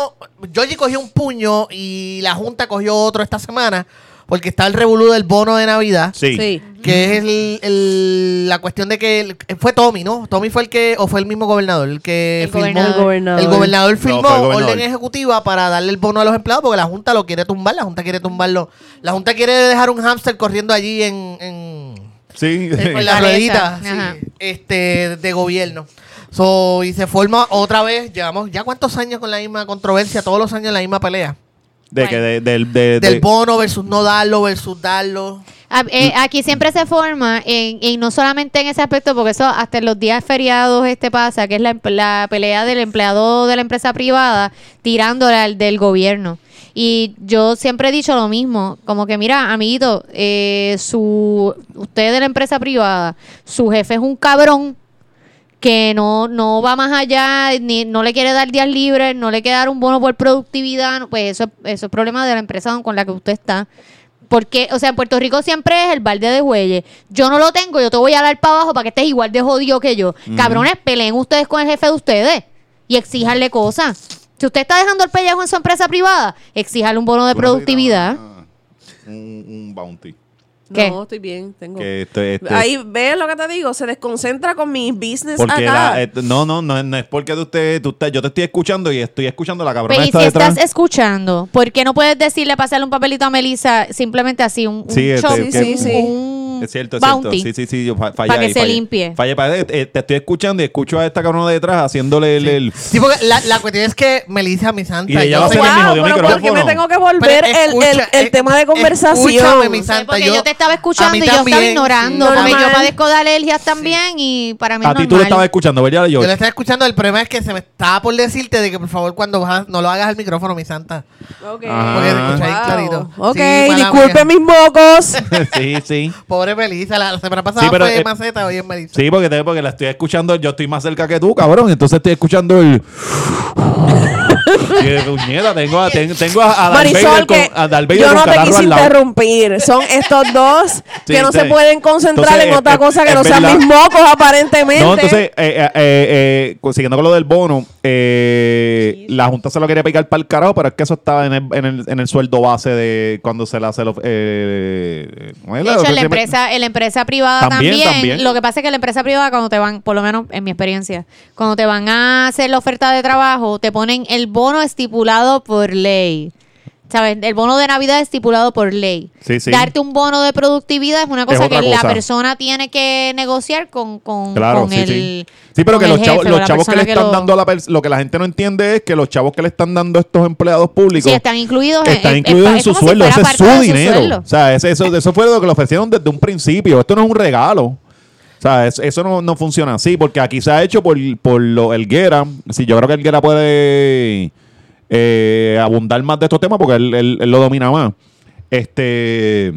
Georgie cogió un puño y la Junta cogió otro esta semana porque está el revolú del bono de Navidad.
Sí.
Que es el- el- la cuestión de que el- fue Tommy, ¿no? Tommy fue el que, o fue el mismo gobernador, el que
El
firmó.
gobernador.
El gobernador.
El gobernador firmó
fue el gobernador.
orden ejecutiva para darle el bono a los empleados porque la Junta lo quiere tumbar, la Junta quiere tumbarlo. La Junta quiere dejar un hámster corriendo allí en, en,
Sí.
en la
Ajá.
ruedita sí,
Ajá.
este, de gobierno. So, y se forma otra vez, llevamos ya cuántos años con la misma controversia, todos los años la misma pelea.
De que de- del, de-
Del
de-
bono versus no darlo versus darlo.
A- eh, aquí siempre se forma, en, en no solamente en ese aspecto, porque eso hasta en los días feriados este pasa, que es la, em- la pelea del empleado de la empresa privada tirándole al del gobierno. Y yo siempre he dicho lo mismo, como que mira, amiguito, eh, su, usted de la empresa privada, su jefe es un cabrón que no, no va más allá, ni, no le quiere dar días libres, no le quiere dar un bono por productividad, no, pues eso, eso es problema de la empresa con la que usted está. Porque, o sea, en Puerto Rico siempre es el balde de güeyes. Yo no lo tengo, yo te voy a dar para abajo para que estés igual de jodido que yo. Cabrones, peleen ustedes con el jefe de ustedes y exíjanle cosas. Si usted está dejando el pellejo en su empresa privada, exíjale un bono de
Tú necesitas
productividad.
una- ah, Un, un bounty.
¿Qué?
No, estoy bien, tengo.
Que este- este-
Ahí ves lo que te digo, se desconcentra con mis business
porque
acá.
la- eh, no, no, no, no es porque de usted, tú estás- yo te estoy escuchando y estoy escuchando la cabrona
Pero y
está
si
detrás.
estás escuchando, ¿por qué no puedes decirle, pasarle un papelito a Melissa simplemente así, un, un
Sí, este,
chop,
que-
Sí, sí,
un
Es cierto, es cierto.
bounty?
Sí, sí, sí. yo fa- fallé
Para que
ahí,
se
fallé.
limpie.
Fallé, para- eh, eh, te estoy escuchando y escucho a esta cabrona de detrás haciéndole el. el-
Sí, porque la, la cuestión es que Melissa, mi santa.
Y ella
yo
va a
sé
hacer
que-
el mismo
wow,
jodido
pero ¿por qué me
micrófono.
tengo que volver
Pero
el, el,
escucha,
el
eh,
tema de
escúchame, mi
conversación?
Sí,
santa.
porque yo, te estaba
a
escuchando
mí
y yo estaba
también,
ignorando.
sí.
porque yo
Normal.
padezco de alergias también y para mí es
A ti tú lo
normal.
estabas escuchando, ¿verdad,
Yo
George?
le estaba escuchando, el problema es que se me estaba por decirte de que por favor cuando vas no lo hagas al micrófono, mi santa.
Ok,
Ah.
Porque se escucha
Wow.
ahí clarito.
Ok,
Sí, mala
disculpe
mía.
mis mocos.
sí, sí.
Pobre Melissa, la, la semana pasada
Sí, pero,
fue
eh,
Maceta, hoy es Melissa.
Sí, porque, te- porque la estoy escuchando, yo estoy más cerca que tú, cabrón. Entonces estoy escuchando el. Qué puñeta, tengo a, ten- tengo a, a Darth Vader
Marisol,
con,
que
a Darth Vader
yo
con
no te
catarro
quise
al lado.
interrumpir. Son estos dos que no
sí.
se pueden concentrar
Entonces,
en
es-
otra
es-
cosa que
es
no sean
verdad.
mis mocos, aparentemente.
No, entonces, eh, eh, eh, eh, siguiendo con lo del bono, eh, la Junta se lo quería picar para el carajo, pero es que eso estaba en el, en el, en el sueldo base de cuando se le hace el... of- Eh, ¿cómo es
De
la-
hecho, en la
ofrecimiento?
empresa, en la empresa privada
También,
también,
también.
Lo que pasa es que en la empresa privada, cuando te van, por lo menos en mi experiencia, cuando te van a hacer la oferta de trabajo, te ponen el bono estipulado por ley. ¿Sabes? El bono de Navidad estipulado por ley.
Sí, sí.
Darte un bono de productividad es una cosa
otra
que la
cosa.
persona tiene que negociar con, con,
Claro,
con
sí,
el.
sí. Sí, pero
con
que
el
los chavos,
jefe o
los
la
chavos que le
persona
están
lo-
dando a la persona, lo que la gente no entiende es que los chavos que le están dando a estos empleados públicos
Sí, están incluidos en,
están
en-
incluidos
es
en su
como si
sueldo,
fuera
ese es
parte
su
de
dinero.
sueldo.
O sea, ese- eso, eso fue lo que le ofrecieron desde un principio. Esto no es un regalo. O sea, es- eso no, no funciona así, porque aquí se ha hecho por, por lo Elguera. Sí, yo creo que Elguera puede eh, abundar más de estos temas porque él, él- él lo domina más. Este.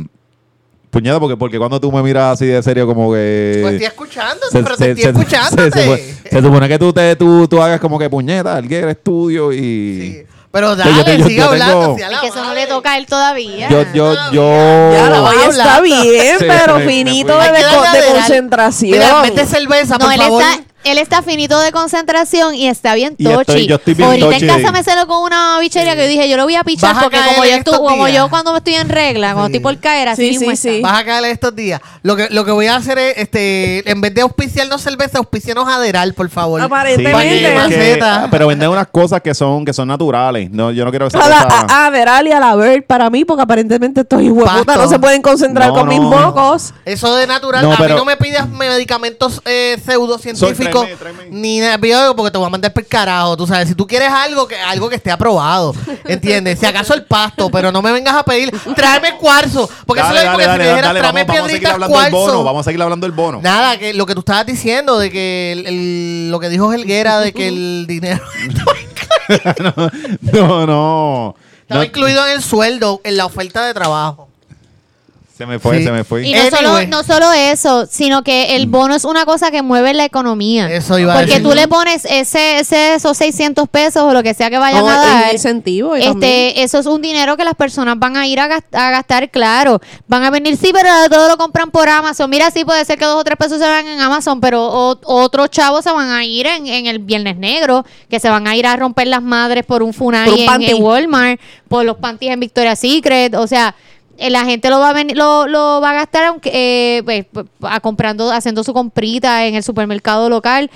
Puñada, porque, porque cuando tú me miras así de serio, como que.
Pues estoy escuchándote,
Se-
pero
se-
te estoy
se-
escuchándote.
Se, se- se supone que tú, te, tú, tú hagas como que puñeta, alguien estudio y.
Sí. Pero dale,
yo- yo
sigue
tengo-
hablando. si a
Es
la
que eso no le
madre.
toca a él todavía.
Yo, yo, yo.
Ya, la olla está
hablando.
bien,
Sí,
pero
me- me
finito
fui.
de,
Hay que
de-
darle
de
a dar-
concentración.
Mira, mete cerveza,
No,
Ah, por
él
favor.
está, él está finito de concentración y está bien
Y estoy-
tochi.
yo estoy bien
Ahorita
tochi.
en casa me celo con una bichería que dije, yo lo voy a pichar
Vas a
porque
caer
como
en
yo,
estos
estu- como
días.
yo cuando estoy en regla, cuando
Sí.
estoy por caer, así
Sí,
mismo
sí,
está.
sí.
Vas a caer estos días. Lo que, lo que voy a hacer es, este, en vez de auspiciarnos cerveza, auspiciarnos Aderal, por favor.
Sí,
Aparentemente.
Vende.
porque-
Maceta.
ah, pero venden unas cosas que son que son naturales. No, yo no quiero que sea
A, la-
ah,
cosa-
a, a Veral y a la Bird para mí, porque aparentemente estos hueputas
Pasto.
no se pueden concentrar
No,
con mis
no.
mocos.
Eso de natural,
No,
a
pero-
mí no me pidas medicamentos eh, pseudocientíficos
Soy- tráeme, tráeme.
ni de biólogo porque te voy a mandar por carajo, tú sabes, si tú quieres algo que algo que esté aprobado, ¿entiendes? Si acaso el pasto, pero no me vengas a pedir, tráeme cuarzo, porque
Dale,
eso es lo mismo
dale, dale,
que si me dijeras,
dale,
tráeme
vamos, vamos a seguir
piedritas
hablando del bono.
cuarzo.
Vamos a seguir hablando del bono.
Nada, que lo que tú estabas diciendo de que el- el- lo que dijo Helguera de que el dinero estaba
no, no. No,
incluido en el sueldo, en la oferta de trabajo.
se me fue,
Sí.
se me fue.
Y no,
Anyway.
solo, no solo eso, sino que el bono es una cosa que mueve la economía.
Mm. Eso iba a
Porque
decir.
tú le pones ese, ese, esos 600 pesos o lo que sea que vayan
No,
a
el
dar.
incentivo y también.
este, eso es un dinero que las personas van a ir a, gas- a gastar, claro. Van a venir, sí, pero todo lo compran por Amazon. Mira, sí, puede ser que dos o tres pesos se van en Amazon, pero o- otros chavos se van a ir en, en el Viernes Negro, que se van a ir a romper las madres por un Funai
Por un
en- en,
panty.
Walmart, por los panties en Victoria's Secret. O sea, eh, la gente lo va a venir, lo, lo va a gastar aunque, eh, pues, a comprando, haciendo su comprita en el supermercado local.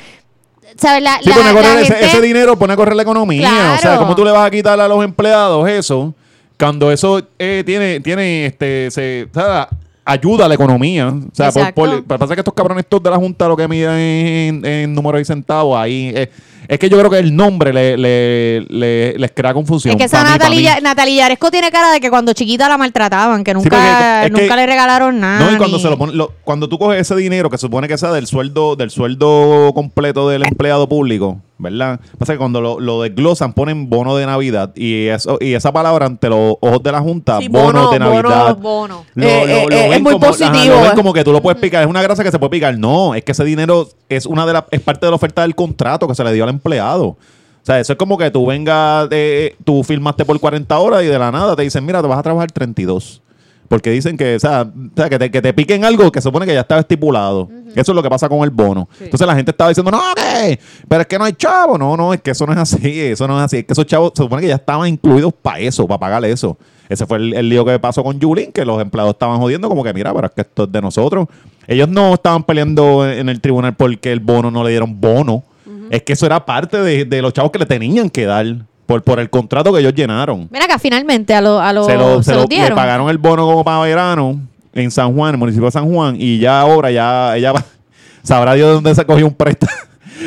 ¿Sabes? La,
Sí, pues
la-
pone a
la
correr ese,
gente-
ese dinero pone a correr la economía. O sea,
Claro.
¿cómo tú le vas a quitar a los empleados eso? Cuando eso eh, tiene, tiene, este, se, o sea, ayuda a la economía. O sea, por,
Exacto.
por- pasa que estos cabrones todos de la Junta lo que miden en, en números y centavos ahí. eh, Es que yo creo que el nombre le, le- le- les crea confusión.
Es que
Pa'
esa
mí, pa' mí.
Natalia, Natalia Yaresco tiene cara de que cuando chiquita la maltrataban, que nunca,
porque es que-
nunca le regalaron nada.
No, y cuando
ni-
se lo pone- lo- cuando tú coges ese dinero que se supone que sea del sueldo, del sueldo completo del empleado público, ¿verdad? Pasa que cuando lo, lo desglosan, ponen bono de Navidad. Y eso, y esa palabra ante los ojos de la
Ah,
Junta,
Sí,
bono,
bono,
de
bono,
Navidad.
Bono.
Lo-
Eh,
lo-
eh,
lo
eh,
ven
es muy
como- ajá,
positivo,
lo ven
eh.
como que tú lo puedes picar, es una grasa que se puede picar. No, es que ese dinero es una de las es parte de la oferta del contrato que se le dio al empleado. O sea, eso es como que tú vengas, eh, tú firmaste por 40 horas y de la nada te dicen, mira, te vas a trabajar 32. Porque dicen que, o sea, o sea, que, te, que te piquen algo que se supone que ya estaba estipulado. Eso es lo que pasa con el bono. Entonces la gente estaba diciendo, no, ¿qué? Pero es que no hay chavo. No, no, es que eso no es así. Eso no es así. Es que esos chavos se supone que ya estaban incluidos para eso, para pagar eso. Ese fue el, el lío que pasó con Yulín, que los empleados estaban jodiendo como que, mira, pero es que esto es de nosotros. Ellos no estaban peleando en el tribunal porque el bono no le dieron bono. Es que eso era parte de, de los chavos que le tenían que dar por, por el contrato que ellos llenaron
Mira acá, finalmente a los a lo,
se lo, se lo-
los dieron.
le pagaron el bono como para verano en San Juan, en el municipio de San Juan, y ya ahora ya ella va- sabrá Dios de dónde se cogió un préstamo.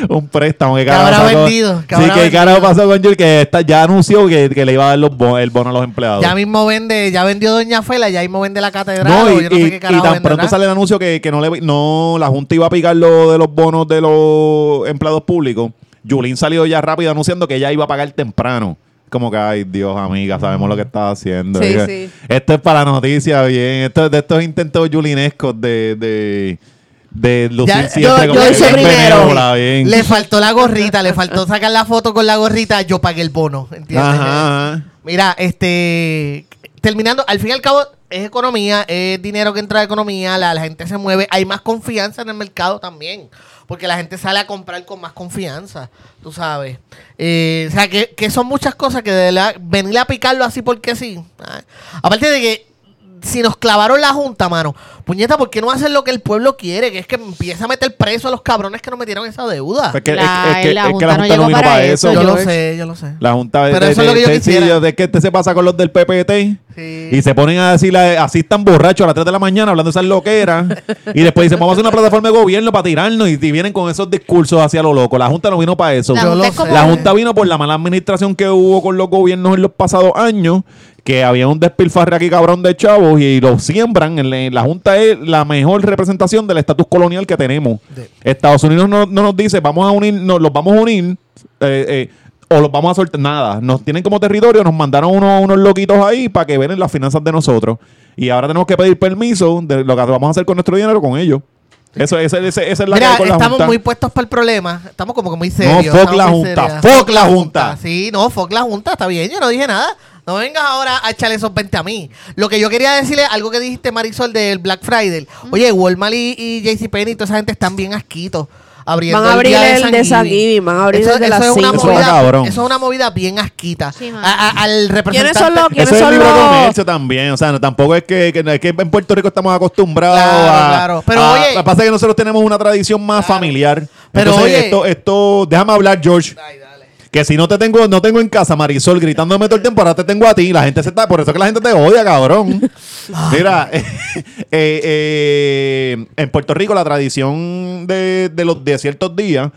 Un préstamo que, carajo
habrá
pasó con-
vendido, que
sí,
habrá
que
vendido.
carajo pasó con Yul, que esta ya anunció que, que le iba a dar los bon- el bono a los empleados.
Ya mismo vende, ya vendió Doña Fela, ya mismo vende la catedral.
No,
o
y,
yo no sé
y-
qué
y
carajo
tan
venderá.
pronto sale el anuncio que, que no le no la Junta iba a picar lo de los bonos de los empleados públicos. Yulín salió ya rápido anunciando que ella iba a pagar temprano. Como que, ay, Dios, amiga, sabemos lo que estás haciendo.
Sí,
Dije,
sí.
Esto es para la noticia, bien. Esto es de estos intentos yulinescos de, de, de lucir
Ya,
siempre
yo-
como
yo
que
hice
bien
primero.
benévola, bien.
Le faltó la gorrita, le faltó sacar la foto con la gorrita. Yo pagué el bono, ¿entiendes?
Ajá, ajá.
Mira, este. Terminando, al fin y al cabo, es economía, es dinero que entra a economía, la, la gente se mueve, hay más confianza en el mercado también, porque la gente sale a comprar con más confianza, tú sabes. Eh, o sea, que, que son muchas cosas que de la, venir a picarlo así porque sí. ay. Aparte de que si nos clavaron la junta, mano, puñeta, ¿por qué no hacen lo que el pueblo quiere? Que es que empieza a meter preso a los cabrones que nos metieron esa deuda.
Es Pues que, es
La-
que- es que
la
la
Junta
Junta
no
no
llegó
vino
para
para
eso,
eso.
yo lo
George.
sé, yo lo sé.
La Junta de,
Pero eso es lo que yo
de-
quisiera.
sí, de que este se pasa con los del PPT
Sí.
y se ponen a decir la- así están borrachos a las 3 de la mañana hablando de esas loqueras y después dicen vamos a hacer una plataforma de gobierno para tirarnos y, y vienen con esos discursos hacia lo loco. La Junta no vino para eso.
La
Yo
Junta
lo
es como-
sé.
La Junta vino por la mala administración que hubo con los gobiernos en los pasados años, que había un despilfarre aquí cabrón de chavos y, los siembran. En la, en la Junta es la mejor representación del estatus colonial que tenemos.
De-
Estados Unidos no, no nos dice, vamos a unir, no, los vamos a unir eh, eh, o los vamos a soltar. Nada, nos tienen como territorio, nos mandaron unos, unos loquitos ahí para que venen las finanzas de nosotros. Y ahora tenemos que pedir permiso de lo que vamos a hacer con nuestro dinero con ellos. Eso, esa, esa- esa es la
Mira,
que hay con la
estamos
Junta.
muy puestos para el problema. Estamos como que muy serios.
fuck
estamos
la
muy
junta,
serias.
fuck la junta.
Sí, no, fuck la junta, está bien, yo no dije nada. No vengas ahora a echarle esos 20 a mí. Lo que yo quería decirle, algo que dijiste, Marisol, del Black Friday. Oye, Walmart y, y JCPenney y toda esa gente están bien asquitos. Abriendo
Van a
el día
abrir el
San
de
Giving.
San Giving, van a abrir el de las
es una
Eso
cinco.
está
movida,
cabrón.
eso es una movida bien asquita.
Sí, mano.
A- a- al representante.
son los-
Eso
¿Quiénes
es
son
libre
los-
comercio también. O sea, no, tampoco es que, que- es que en Puerto Rico estamos acostumbrados
Claro,
a.
claro. Pero,
a-
oye-
Lo que pasa es que nosotros tenemos una tradición más familiar.
Pero,
Pero
oye-
esto, esto, déjame hablar, George. Que si no te tengo, no tengo en casa, Marisol, gritándome todo el tiempo, ahora te tengo a ti. La gente se está, por eso que la gente te odia, cabrón. Mira, eh, eh, en Puerto Rico la tradición de, de los de ciertos días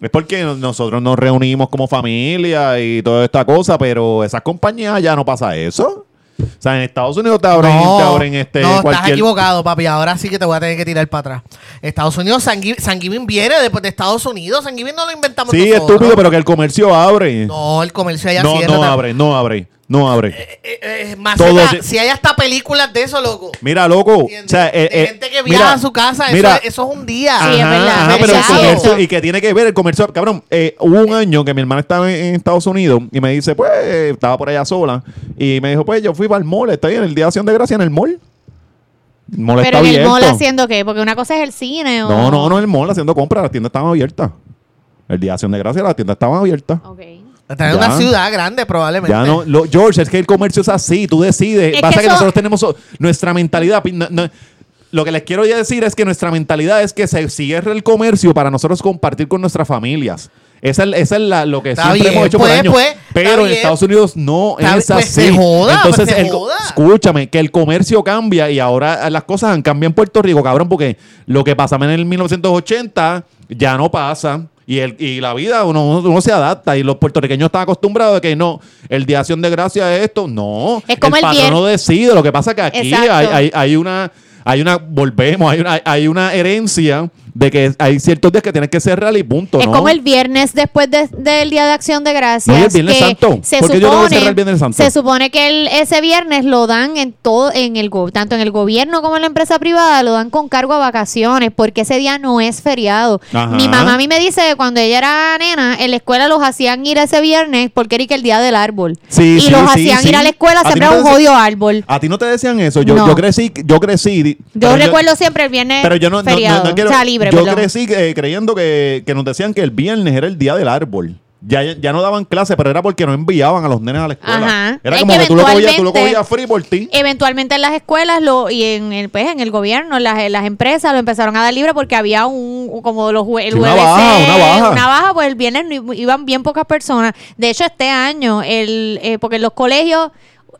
es porque nosotros nos reunimos como familia y toda esta cosa, pero esas compañías ya no pasa eso. O sea, en Estados Unidos te abren, te abren este
no, estás
cualquier.
equivocado, papi. Ahora sí que te voy a tener que tirar para atrás. Estados Unidos, San Giving, viene después de Estados Unidos. San Giving no lo inventamos
sí,
nosotros.
estúpido, pero que el comercio abre. No,
No, el comercio allá
no,
cierra. tam-
abre, no abre, no abre.
Eh, eh, Maceta,
Todo se-
si hay hasta películas de eso, loco.
Mira, loco. O
¿Entiendes?
sea, eh,
de
eh,
gente que viaja
mira,
a su casa, eso-
mira,
eso, es un día.
Sí, es
Ajá,
verdad,
ajá, pero el
exacto.
comercio- y que tiene que ver el comercio, cabrón. eh, hubo un año que mi hermana estaba en, en Estados Unidos y me dice, pues, eh, estaba por allá sola y me dijo, pues, yo fui para el mall, estoy en el día de acción de gracia en el mall. El mall está
Pero en el mall
abierto.
haciendo qué? Porque una cosa es el cine o...
No, no, no, en el mall haciendo compras, las tiendas estaban abiertas. El día de acción de gracia las tiendas estaban abiertas.
Ok.
Está en una
Ya.
ciudad grande, probablemente.
Ya no, lo- George, es que el comercio es así, tú decides.
Es
Pasa
que
que,
eso-
nosotros tenemos o- nuestra mentalidad. pi- no- no- lo que les quiero ya decir es que nuestra mentalidad es que se cierre el comercio para nosotros compartir con nuestras familias. Esa es, esa es la- lo que
Está
siempre
bien,
hemos hecho por
pues,
años.
pues, está
pero en
bien.
Estados Unidos no
Está
es
bien, pues,
así.
se joda,
Entonces,
pues, se
el co-
joda.
escúchame, que el comercio cambia y ahora las cosas han cambiado en Puerto Rico, cabrón, porque lo que pasaba en el 1980 ya no pasa. Y, el, y la vida, uno, uno, uno se adapta. Y los puertorriqueños están acostumbrados de que no, el día de acción de gracia es esto. No.
Es como el
patrono decide. Lo que pasa es que aquí
Exacto.
hay, hay- hay una. Hay una, volvemos, hay una, hay una herencia de que hay ciertos días que tienes que cerrar y punto.
Es
¿no?
como el viernes después de- del Día de Acción de Gracias.
No, y el Viernes
que
Santo.
Se
¿Por qué
supone,
yo tengo que cerrar el Viernes Santo?
Se supone que el- ese viernes lo dan en todo, en el go- tanto en el gobierno como en la empresa privada, lo dan con cargo a vacaciones, porque ese día no es feriado.
Ajá.
Mi mamá a mí me dice que cuando ella era nena, en la escuela los hacían ir ese viernes porque era que el Día del Árbol.
Sí,
y
sí,
los
sí,
hacían
sí.
ir a la escuela
¿A
a
ti
sembrar
no te
un
hace-
jodido árbol.
A ti no te decían eso. Yo,
No.
yo crecí, yo crecí.
Yo
pero
recuerdo siempre el viernes
Pero yo no, no-
feriado.
no- no quiero.
o sea, libre,
yo
perdón.
crecí eh, creyendo que, que nos decían que el viernes era el día del árbol. Ya, ya no daban clase, pero era porque no enviaban a los nenes a la escuela.
Ajá.
Era
Es
como que,
que
tú lo cogías, tú lo
eventualmente- Eh,
cogías free por ti.
Eventualmente en las escuelas lo, y en el, pues, en el gobierno, las, las empresas lo empezaron a dar libre porque había un, un- como los jue- el
Sí, una
jueves,
baja,
eh,
una baja.
pues el viernes no i- iban bien pocas personas. De hecho, este año, el, eh, porque en los colegios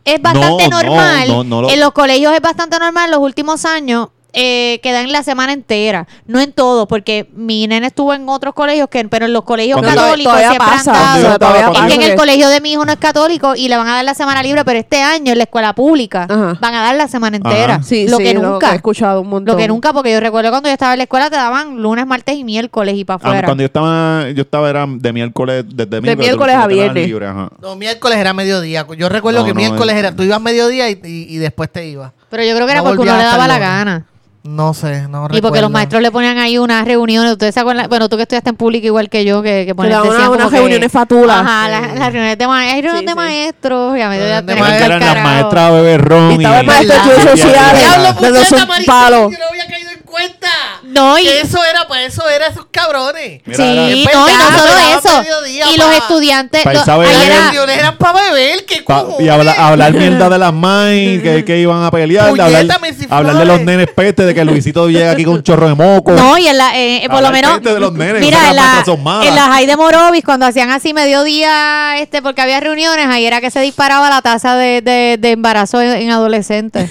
es bastante
No, no,
normal,
no, no lo-
en los colegios es bastante normal en los últimos años. Eh, que dan la semana entera, no en todo, porque mi nena estuvo en otros colegios, que, pero en los colegios
Cuando-
católicos
Todavía
siempre
pasa,
han dado.
Cuando yo
todavía
estaba-
Es
pasa
que en
que-
el colegio de mi hijo no es católico y le van a dar la semana libre, pero este año en la escuela pública
Ajá.
van a dar la semana
Ajá.
entera.
Sí,
lo
sí,
que
Lo
nunca.
he escuchado un montón.
Lo que nunca, porque yo recuerdo cuando yo estaba en la escuela te daban lunes, martes y miércoles y para
Ah,
afuera.
Cuando yo estaba, yo estaba era de miércoles, desde miércoles,
miércoles
tú- tú
a
te dabas
viernes.
libre, ajá.
No, miércoles era mediodía. Yo recuerdo
No, eh.
que
no,
miércoles
es-
era. Tú ibas mediodía y, y- y después te ibas.
Pero yo creo que era
No
porque
volví
uno le
hasta
daba
el
la
lunes.
gana.
No sé, no recuerdo.
Y porque los maestros le ponían ahí unas reuniones. Ustedes se acuerdan, bueno, tú que estudiaste en público igual que yo, que, que ponían-
daban
decían
unas
como que-
reuniones fatulas.
Ajá,
Sí.
las, las reuniones de maestros. Hay reuniones
Sí,
de
sí.
maestros. Y a
Reuniones
medio
de
de
Eran que eran las
maestros.
maestras bebé Ron
Y estaba el
y-
maestro
y-
de
y-
estudios sociales.
Diablo,
Le dos un palo.
Yo no había caído en cuenta.
No, y-
Que Eso era, para eso era esos cabrones.
Mira, era-
sí,
Es
Pues
no, y
verdad,
no
me
solo
daban
eso.
mediodía
Y
pa-
los estudiantes.
pa
lo-
irse a beber.
ahí
Era-
Las reuniones eran para beber, que
Pa-
como.
y habla- hablar mierda de las mains que, que iban a pelear, de hablar,
Puñeta, Messi
hablar de los
Flores.
nenes peste, de que Luisito llega aquí con un chorro de moco.
No, y en la, eh, eh, por lo
Hablar
menos.
peste de los nenes, o sea,
mira, en
las
la,
maestras son malas.
en la high de Morovis, cuando hacían así mediodía, este, porque había reuniones, ahí era que se disparaba la tasa de, de, de embarazo en, en adolescentes.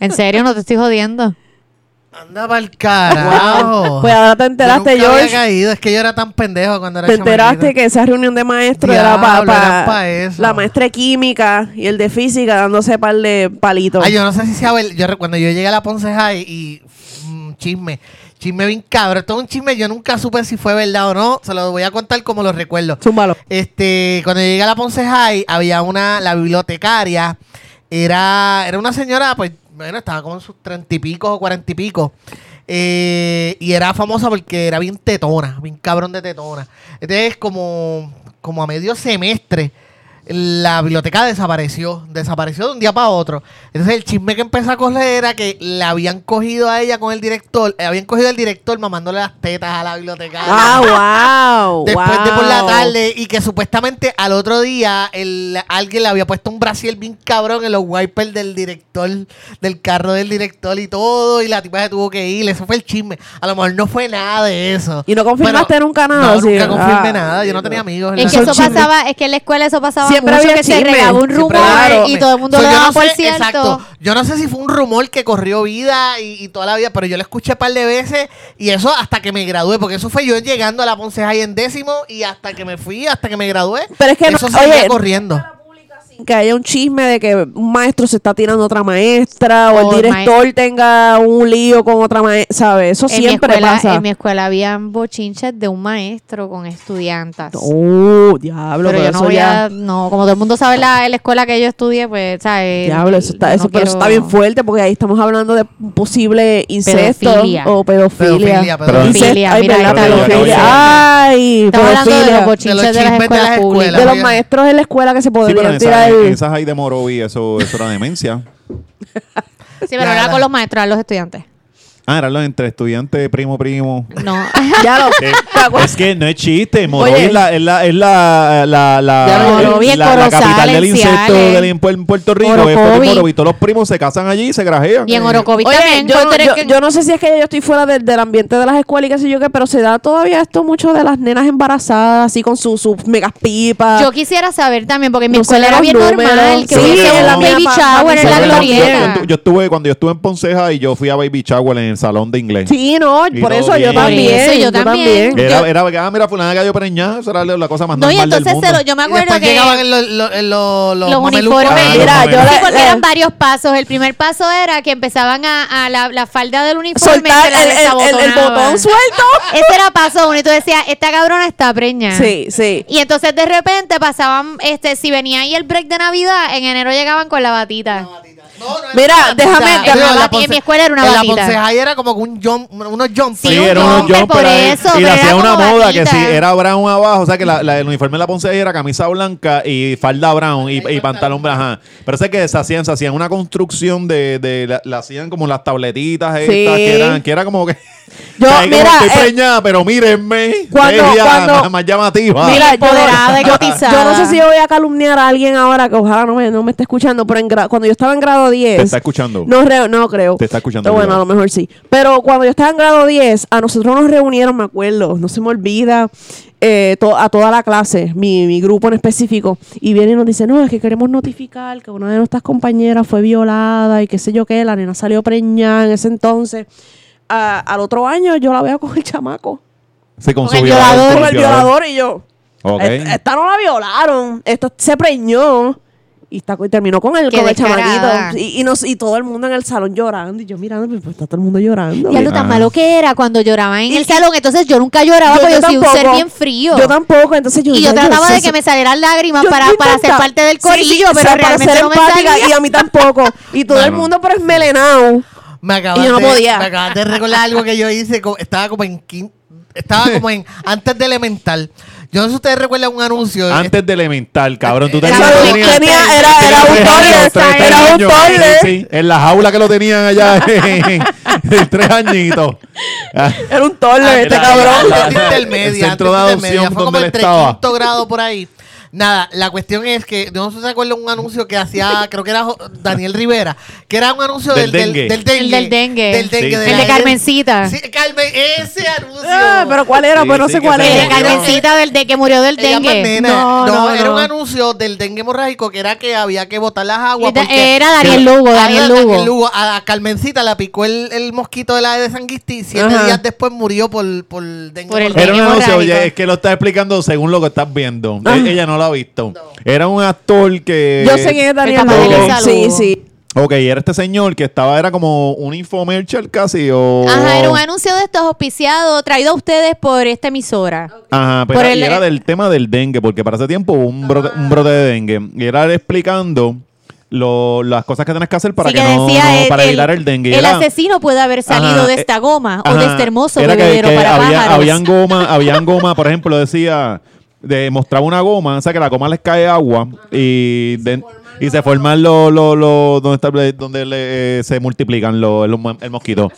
En serio, no te estoy jodiendo.
Anda pa'l carajo.
Pues ahora te enteraste,
yo nunca había
George.
caído, es que yo era tan pendejo cuando era
Te enteraste
chamaquito.
que esa reunión de maestros era para
Diablo, era pa' eso.
la maestra de química y el de física dándose par de palitos.
Ay, Ah, yo no sé si sea verdad. Yo, re- cuando yo llegué a la Ponce High y. mm, chisme. Chisme bien cabrón. Todo un chisme. Yo nunca supe si fue verdad o no. Se lo voy a contar como lo recuerdo.
Zúmbalo.
Este, cuando llegué a la Ponce High, había una, la bibliotecaria, era, era una señora, pues, bueno, estaba como en sus treinta y pico o cuarenta y pico. eh, y era famosa porque era bien tetona, bien cabrón de tetona. Entonces, como, como a medio semestre, la biblioteca desapareció, desapareció de un día para otro. Entonces el chisme que empezó a correr era que la habían cogido a ella con el director, eh, habían cogido al director mamándole las tetas a la bibliotecaria
Ah, wow.
después de por la
wow.
tarde y que supuestamente al otro día el, alguien le había puesto un brasil bien cabrón en los wipers del director, del carro del director y todo, y la tipa se tuvo que ir, eso fue el chisme. A lo mejor no fue nada de eso.
¿Y no confirmaste nunca nada,
No,
sí?
nunca confirmé
Ah,
nada, yo
sí,
no
no.
tenía amigos. en
Es
la-
que eso
chismes.
pasaba, es que en la escuela eso pasaba
Siempre
mucho,
había
que se
chisme.
regaba un rumor
Siempre había
y
chisme.
todo el mundo
So,
le
yo
daba
no
por
sé-
cierto.
Exacto. Yo no sé si fue un rumor que corrió vida y, y toda la vida, pero yo lo escuché un par de veces y eso hasta que me gradué, porque eso fue yo llegando a la Ponce High en décimo y hasta que me fui, hasta que me gradué.
Pero es que no-
eso seguía
oye,
corriendo.
que haya un chisme de que un maestro se está tirando a otra maestra o
O
el
el
director tenga un lío con otra maestra, ¿sabes? Eso
en, mi
siempre
escuela,
pasa.
en mi escuela habían bochinches de un maestro con estudiantas.
Oh, diablo,
pero yo no
eso
voy
ya.
a, no, como todo el mundo sabe la, en la escuela que yo estudié, pues, ¿sabes?
Diablo, eso está,
Yo
eso,
no
pero eso está
quiero-
bien fuerte porque ahí estamos hablando de un posible incesto
Pedofilia.
o pedofilia.
Pedofilia, pedofilia.
Incesto, ay,
Mira, ahí
¿verdad?
está lo que
Pedofilia.
dice.
Ay,
Estamos hablando de los
pedofilia.
bochinches de,
De los
las
chismes de
escuelas
las
públicas.
escuelas.
De los maestros de la escuela que se
Sí, pero en
podrían
esas
tirar
en
el...
esas hay de Morovi, eso, eso era demencia.
Sí, pero no era con los maestros, eran los estudiantes.
Ah, eran los entre estudiantes, primo, primo.
No.
Ya lo... ¿te acuerdas?
Es que no es chiste, Morovi
Oye.
es la, es la, es la, la, la-
Ya, Morovi es
la- la capital
Corozal,
del incesto
Enciales.
del, en Puer- Puerto Rico.
Orocovi.
Es por Morovi. Todos los primos se casan allí y se grajean.
y en Orocovis
Oye,
también.
yo, no,
porque
yo-
que-
yo no sé si es que yo estoy fuera del- del ambiente de las escuelas y qué sé yo qué, pero se da todavía esto mucho de las nenas embarazadas, así con sus sus megas pipas.
yo quisiera saber también, porque en mi
No sé
escuela era
ah. los
bien
números.
normal que
Sí,
hubiese
en la
un baby
mía, pa-
shower en
Yo-
la
pa-
yo-
glorieta.
Yo, yo estuve cuando yo estuve en Ponceja y yo fui a Baby Shower en salón de inglés.
Sí, no,
Y
por
todo
eso yo
bien. Por
también.
eso yo
tú
también.
Era,
yo-
era, ah, mira, fulana cayó preñada, eso era la cosa más
No, y
normal del
entonces
mundo.
se lo- yo me
Y
acuerdo
después
que
llegaban en lo- lo- en lo- los
los
mamelucos.
uniformes.
Ah, Mira, los yo mamelucos.
Sí,
la-
porque
la-
eran varios pasos. El primer paso era que empezaban a, a la, la falda del uniforme.
Soltar
se la
el, el- el- el
desabotonaban.
botón suelto.
Ese era paso uno. Y tú decías, esta cabrona está preña.
Sí, sí.
Y entonces de repente pasaban, este, si venía ahí el break de Navidad, en enero llegaban con la batita.
No, no,
Mira,
era una
déjame-
batita.
déjame-
Era la
en mi
Ponce-
escuela era una
en
batita.
La Poncejay era como que un jump, unos jumps.
Sí,
era
un
unos
hombre,
jumpers
por
ahí.
eso,
Y
pero
le
era
hacía una
como
moda que
vaquita.
sí, era brown abajo. O sea, que la, la- el uniforme de la Ponce era camisa blanca y falda brown y, y pantalón blanco. Pero sé que se hacían, se hacían una construcción de. de la, la hacían como las tabletitas estas,
Sí.
que, eran, que era como que. que
Yo,
ahí como
mira,
estoy
eh,
preñada, pero mírenme.
cuando-
ella,
cuando-
más, más llamativa.
Mira, yo,
Empoderada y
yo-
cotizada.
yo no sé si yo voy a calumniar a alguien ahora que ojalá no me, no me esté escuchando, pero en gra- cuando yo estaba en grado 10.
Te está escuchando.
No, creo- no creo.
Te está escuchando,
Pero bueno, a
cuidado.
lo mejor sí. Pero cuando yo estaba en grado 10, a nosotros nos reunieron, me acuerdo, no se me olvida, eh, to- a toda la clase, mi, mi grupo en específico. Y viene y nos dice: No, es que queremos notificar que una de nuestras compañeras fue violada y qué sé yo qué, la nena salió preñada en ese entonces. A- al otro año yo la veo con el chamaco.
Sí, con
con
su
el
violador.
violador.
con
Con el violador Eh, y yo.
Ok.
Esta, esta no la violaron. Esta se preñó. Y, está, y terminó con el,
Qué
con el
descarada.
chamaquito. Y, y nos, y todo el mundo en el salón llorando. Y yo mirando, pues está todo el mundo llorando.
Ya lo tan
Ah.
malo que era cuando lloraba en
Y-
el salón. Entonces yo nunca lloraba porque pues, yo soy un ser bien frío.
Yo tampoco. Entonces yo
y yo
ya,
trataba
sé-
de que me salieran lágrimas
yo-
para,
yo
para ser
intenta-
parte del
sí,
corillo,
sí, o
pero
sea,
realmente
para ser
no me
empática,
salía.
Y a mí tampoco. Y todo el
Claro.
mundo pero es melenado.
Me acabas
Y yo no
de-
podía.
Me acabas de recordar algo que yo hice. co- Estaba como en quin- Estaba como en. Antes de Elemental. Yo no sé si ustedes recuerdan un anuncio.
Antes de elemental, cabrón.
eh,
Tú
Era
tenías.
un-
tú tenías-
tenía- era-
tenías
era un
tres años,
toddler,
tres- tres
era un
años.
toddler.
Sí, sí, en la jaula que lo tenían allá. en- en tres añitos. Ah.
Era un toddler este
era-
cabrón.
era-
Antes de intermedia,
El centro
antes
de
intermedia,
adopción
Fue como
donde él
entre
estaba.
quinto grado por ahí. Nada, la cuestión es que, no sé si se acuerdan un anuncio que hacía, creo que era Jo- Daniel Rivera, que era un anuncio
Del
del,
dengue.
del, del dengue.
El del dengue.
Del dengue,
Sí,
de
sí.
El
la-
de Carmencita.
Sí, Carmen, ese anuncio.
Ah, pero ¿cuál era?
Sí,
pues no
sí,
sé
que
cuál
se
El
era.
de Carmencita del de que murió del
Ella más
dengue.
nena.
No,
No,
no,
era
no.
un anuncio del dengue hemorrágico que era que había que botar las aguas.
Era-
porque-
era Daniel
Ah,
Lugo,
era
Daniel Lugo.
A a Carmencita la picó el, el mosquito de la de Sanguisti y siete
Ajá.
días después murió por, por dengue.
Por el
hemorrágico.
Era un anuncio,
hemorrágico.
oye, es que lo está explicando según lo que estás viendo.
Ah.
E- Ella no lo ha visto. Era un actor que.
Yo sé quién es Daniel
capaz
de
Lugo.
que
Sí,
saludo.
sí.
Ok, era este señor que estaba, era como un infomercial casi. O...
Ajá,
Oh.
era un anuncio de estos auspiciado, traído a ustedes por esta emisora.
Ajá, pero
Por
y
el-
e-
era del tema del dengue, porque para ese tiempo hubo un brote, un brote de dengue. Y era explicando lo- las cosas que tienes que hacer para
Así
que, no, no-
eh,
para evitar el dengue. Y
El
era-
asesino puede haber salido
Ajá,
de
eh,
esta goma o
ajá,
de este hermoso
era que-
bebedero
que
para
había-
pájaros.
Habían goma, habían goma, por ejemplo, decía, de, mostraba una goma, o sea que la goma les cae agua y, de- y se forman los, los, los- donde, está- donde le- eh, se multiplican los, los mo- el mosquito.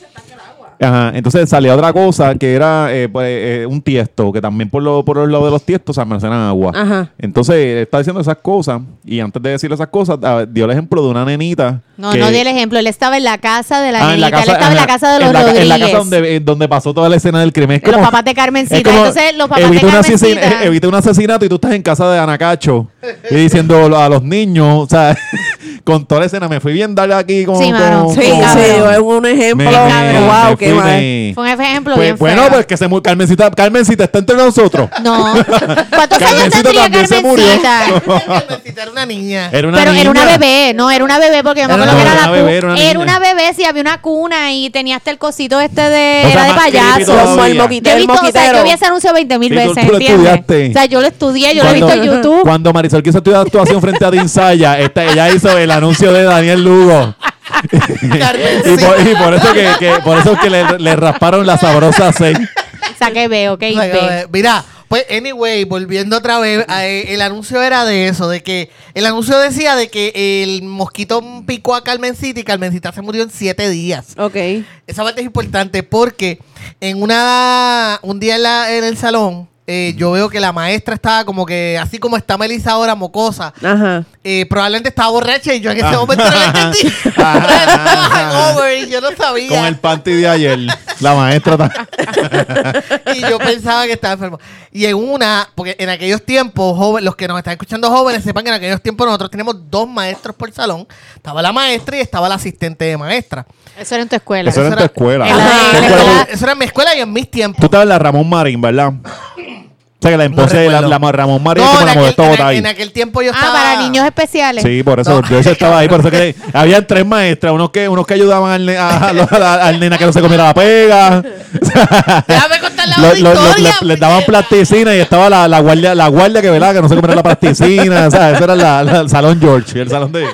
Ajá, entonces salía otra cosa que era eh, pues, eh, un tiesto, que también por, lo, por el lado de los tiestos se almacenan agua.
Ajá.
Entonces, él está diciendo esas cosas, y antes de decir esas cosas, ah, dio el ejemplo de una nenita.
No,
que-
no di el ejemplo. Él estaba en la casa de la
Ah,
nenita. él estaba en
ajá,
la casa de los
en la, ca-
Rodríguez.
en la casa donde, eh, donde pasó toda la escena del crimen. Es
Los
como-
papás de Carmencita.
es como,
Entonces, los papás
evita
de
un
Carmencita.
asesina- eh, evita un asesinato y tú estás en casa de Anacacho y diciendo a los niños, o sea, con toda la escena me fui bien darle aquí con...
Sí, mano.
con-
Sí,
con-
sí,
cabrón.
es un ejemplo.
me- me-
wow,
me
qué
fui,
mal.
me-
Fue un ejemplo
Pues,
bien
bueno,
feo.
pues que se murió Carmencita, Carmencita está entre nosotros.
No. ¿Cuántos años
Carmencita
tendría
también se murió.
Carmencita?
Carmencita era una niña.
Era una
Pero era una
niña.
bebé, no, era una bebé porque yo me
Era
acuerdo que
una-
era la
era una
cu-
bebé, era una
era
niña.
una bebé, sí, había una cuna y tenía hasta el cosito este
O
de.
sea,
era de
más creepy
payaso.
todavía.
Como el moquito.
Yo he
el
visto, o sea,
moquitero.
yo vi ese anuncio 20 mil
Sí, tú-
veces,
tú lo
¿entiendes?
estudiaste.
O sea, yo lo estudié, yo lo he visto
Cuando-
en YouTube.
Cuando Marisol quiso estudiar actuación frente a Din Saya, esta, ella hizo el anuncio de Daniel Lugo. y, por, y por eso que, que- por eso que le, le rasparon la sabrosa C.
O sea, que veo, que
Ay,
hice.
ay, Mira, pues anyway, volviendo otra vez, a- eh, el anuncio era de eso, de que el anuncio decía de que el mosquito picó a Carmencita y Carmencita se murió en siete días.
Ok.
Esa parte es importante porque en una un día en, la- en el salón eh, yo veo que la maestra estaba como que así como está Melissa ahora mocosa.
Ajá.
eh, probablemente estaba borracha y yo en ese
Ah.
momento no la entendí.
Ah.
Estaba hangover y yo no sabía.
Con el panty de ayer. La maestra ta-
y yo pensaba que estaba enfermo. Y en una, porque en aquellos tiempos, joven, los que nos están escuchando jóvenes sepan que en aquellos tiempos nosotros teníamos dos maestros por salón. Estaba la maestra y estaba la asistente de maestra.
Eso era en tu escuela.
Eso era en tu escuela.
en
¿Qué
la- en la-
escuela
escuela-
Eso era en mi escuela y en mis
Tú
tiempos.
estabas en la Ramón Marín, ¿verdad? O sea, que la impuse la,
recuerdo.
la, Ramón Marín
No,
como
en
la
aquel,
molestó
en-
botar ahí.
en aquel tiempo yo
Ah,
estaba...
para niños especiales.
Sí, por eso,
No.
yo estaba ahí, por eso que había tres maestras, unos que, unos que ayudaban al, ne- a- a los- a la- al nena que no se comiera la pega,
Déjame contar la
Lo-
otra
lo- lo-
historia.
les, les daban plasticina y estaba la, la guardia, la guardia que velaba que no se comiera la plasticina, o sea, eso era la- la- el salón George, el salón de...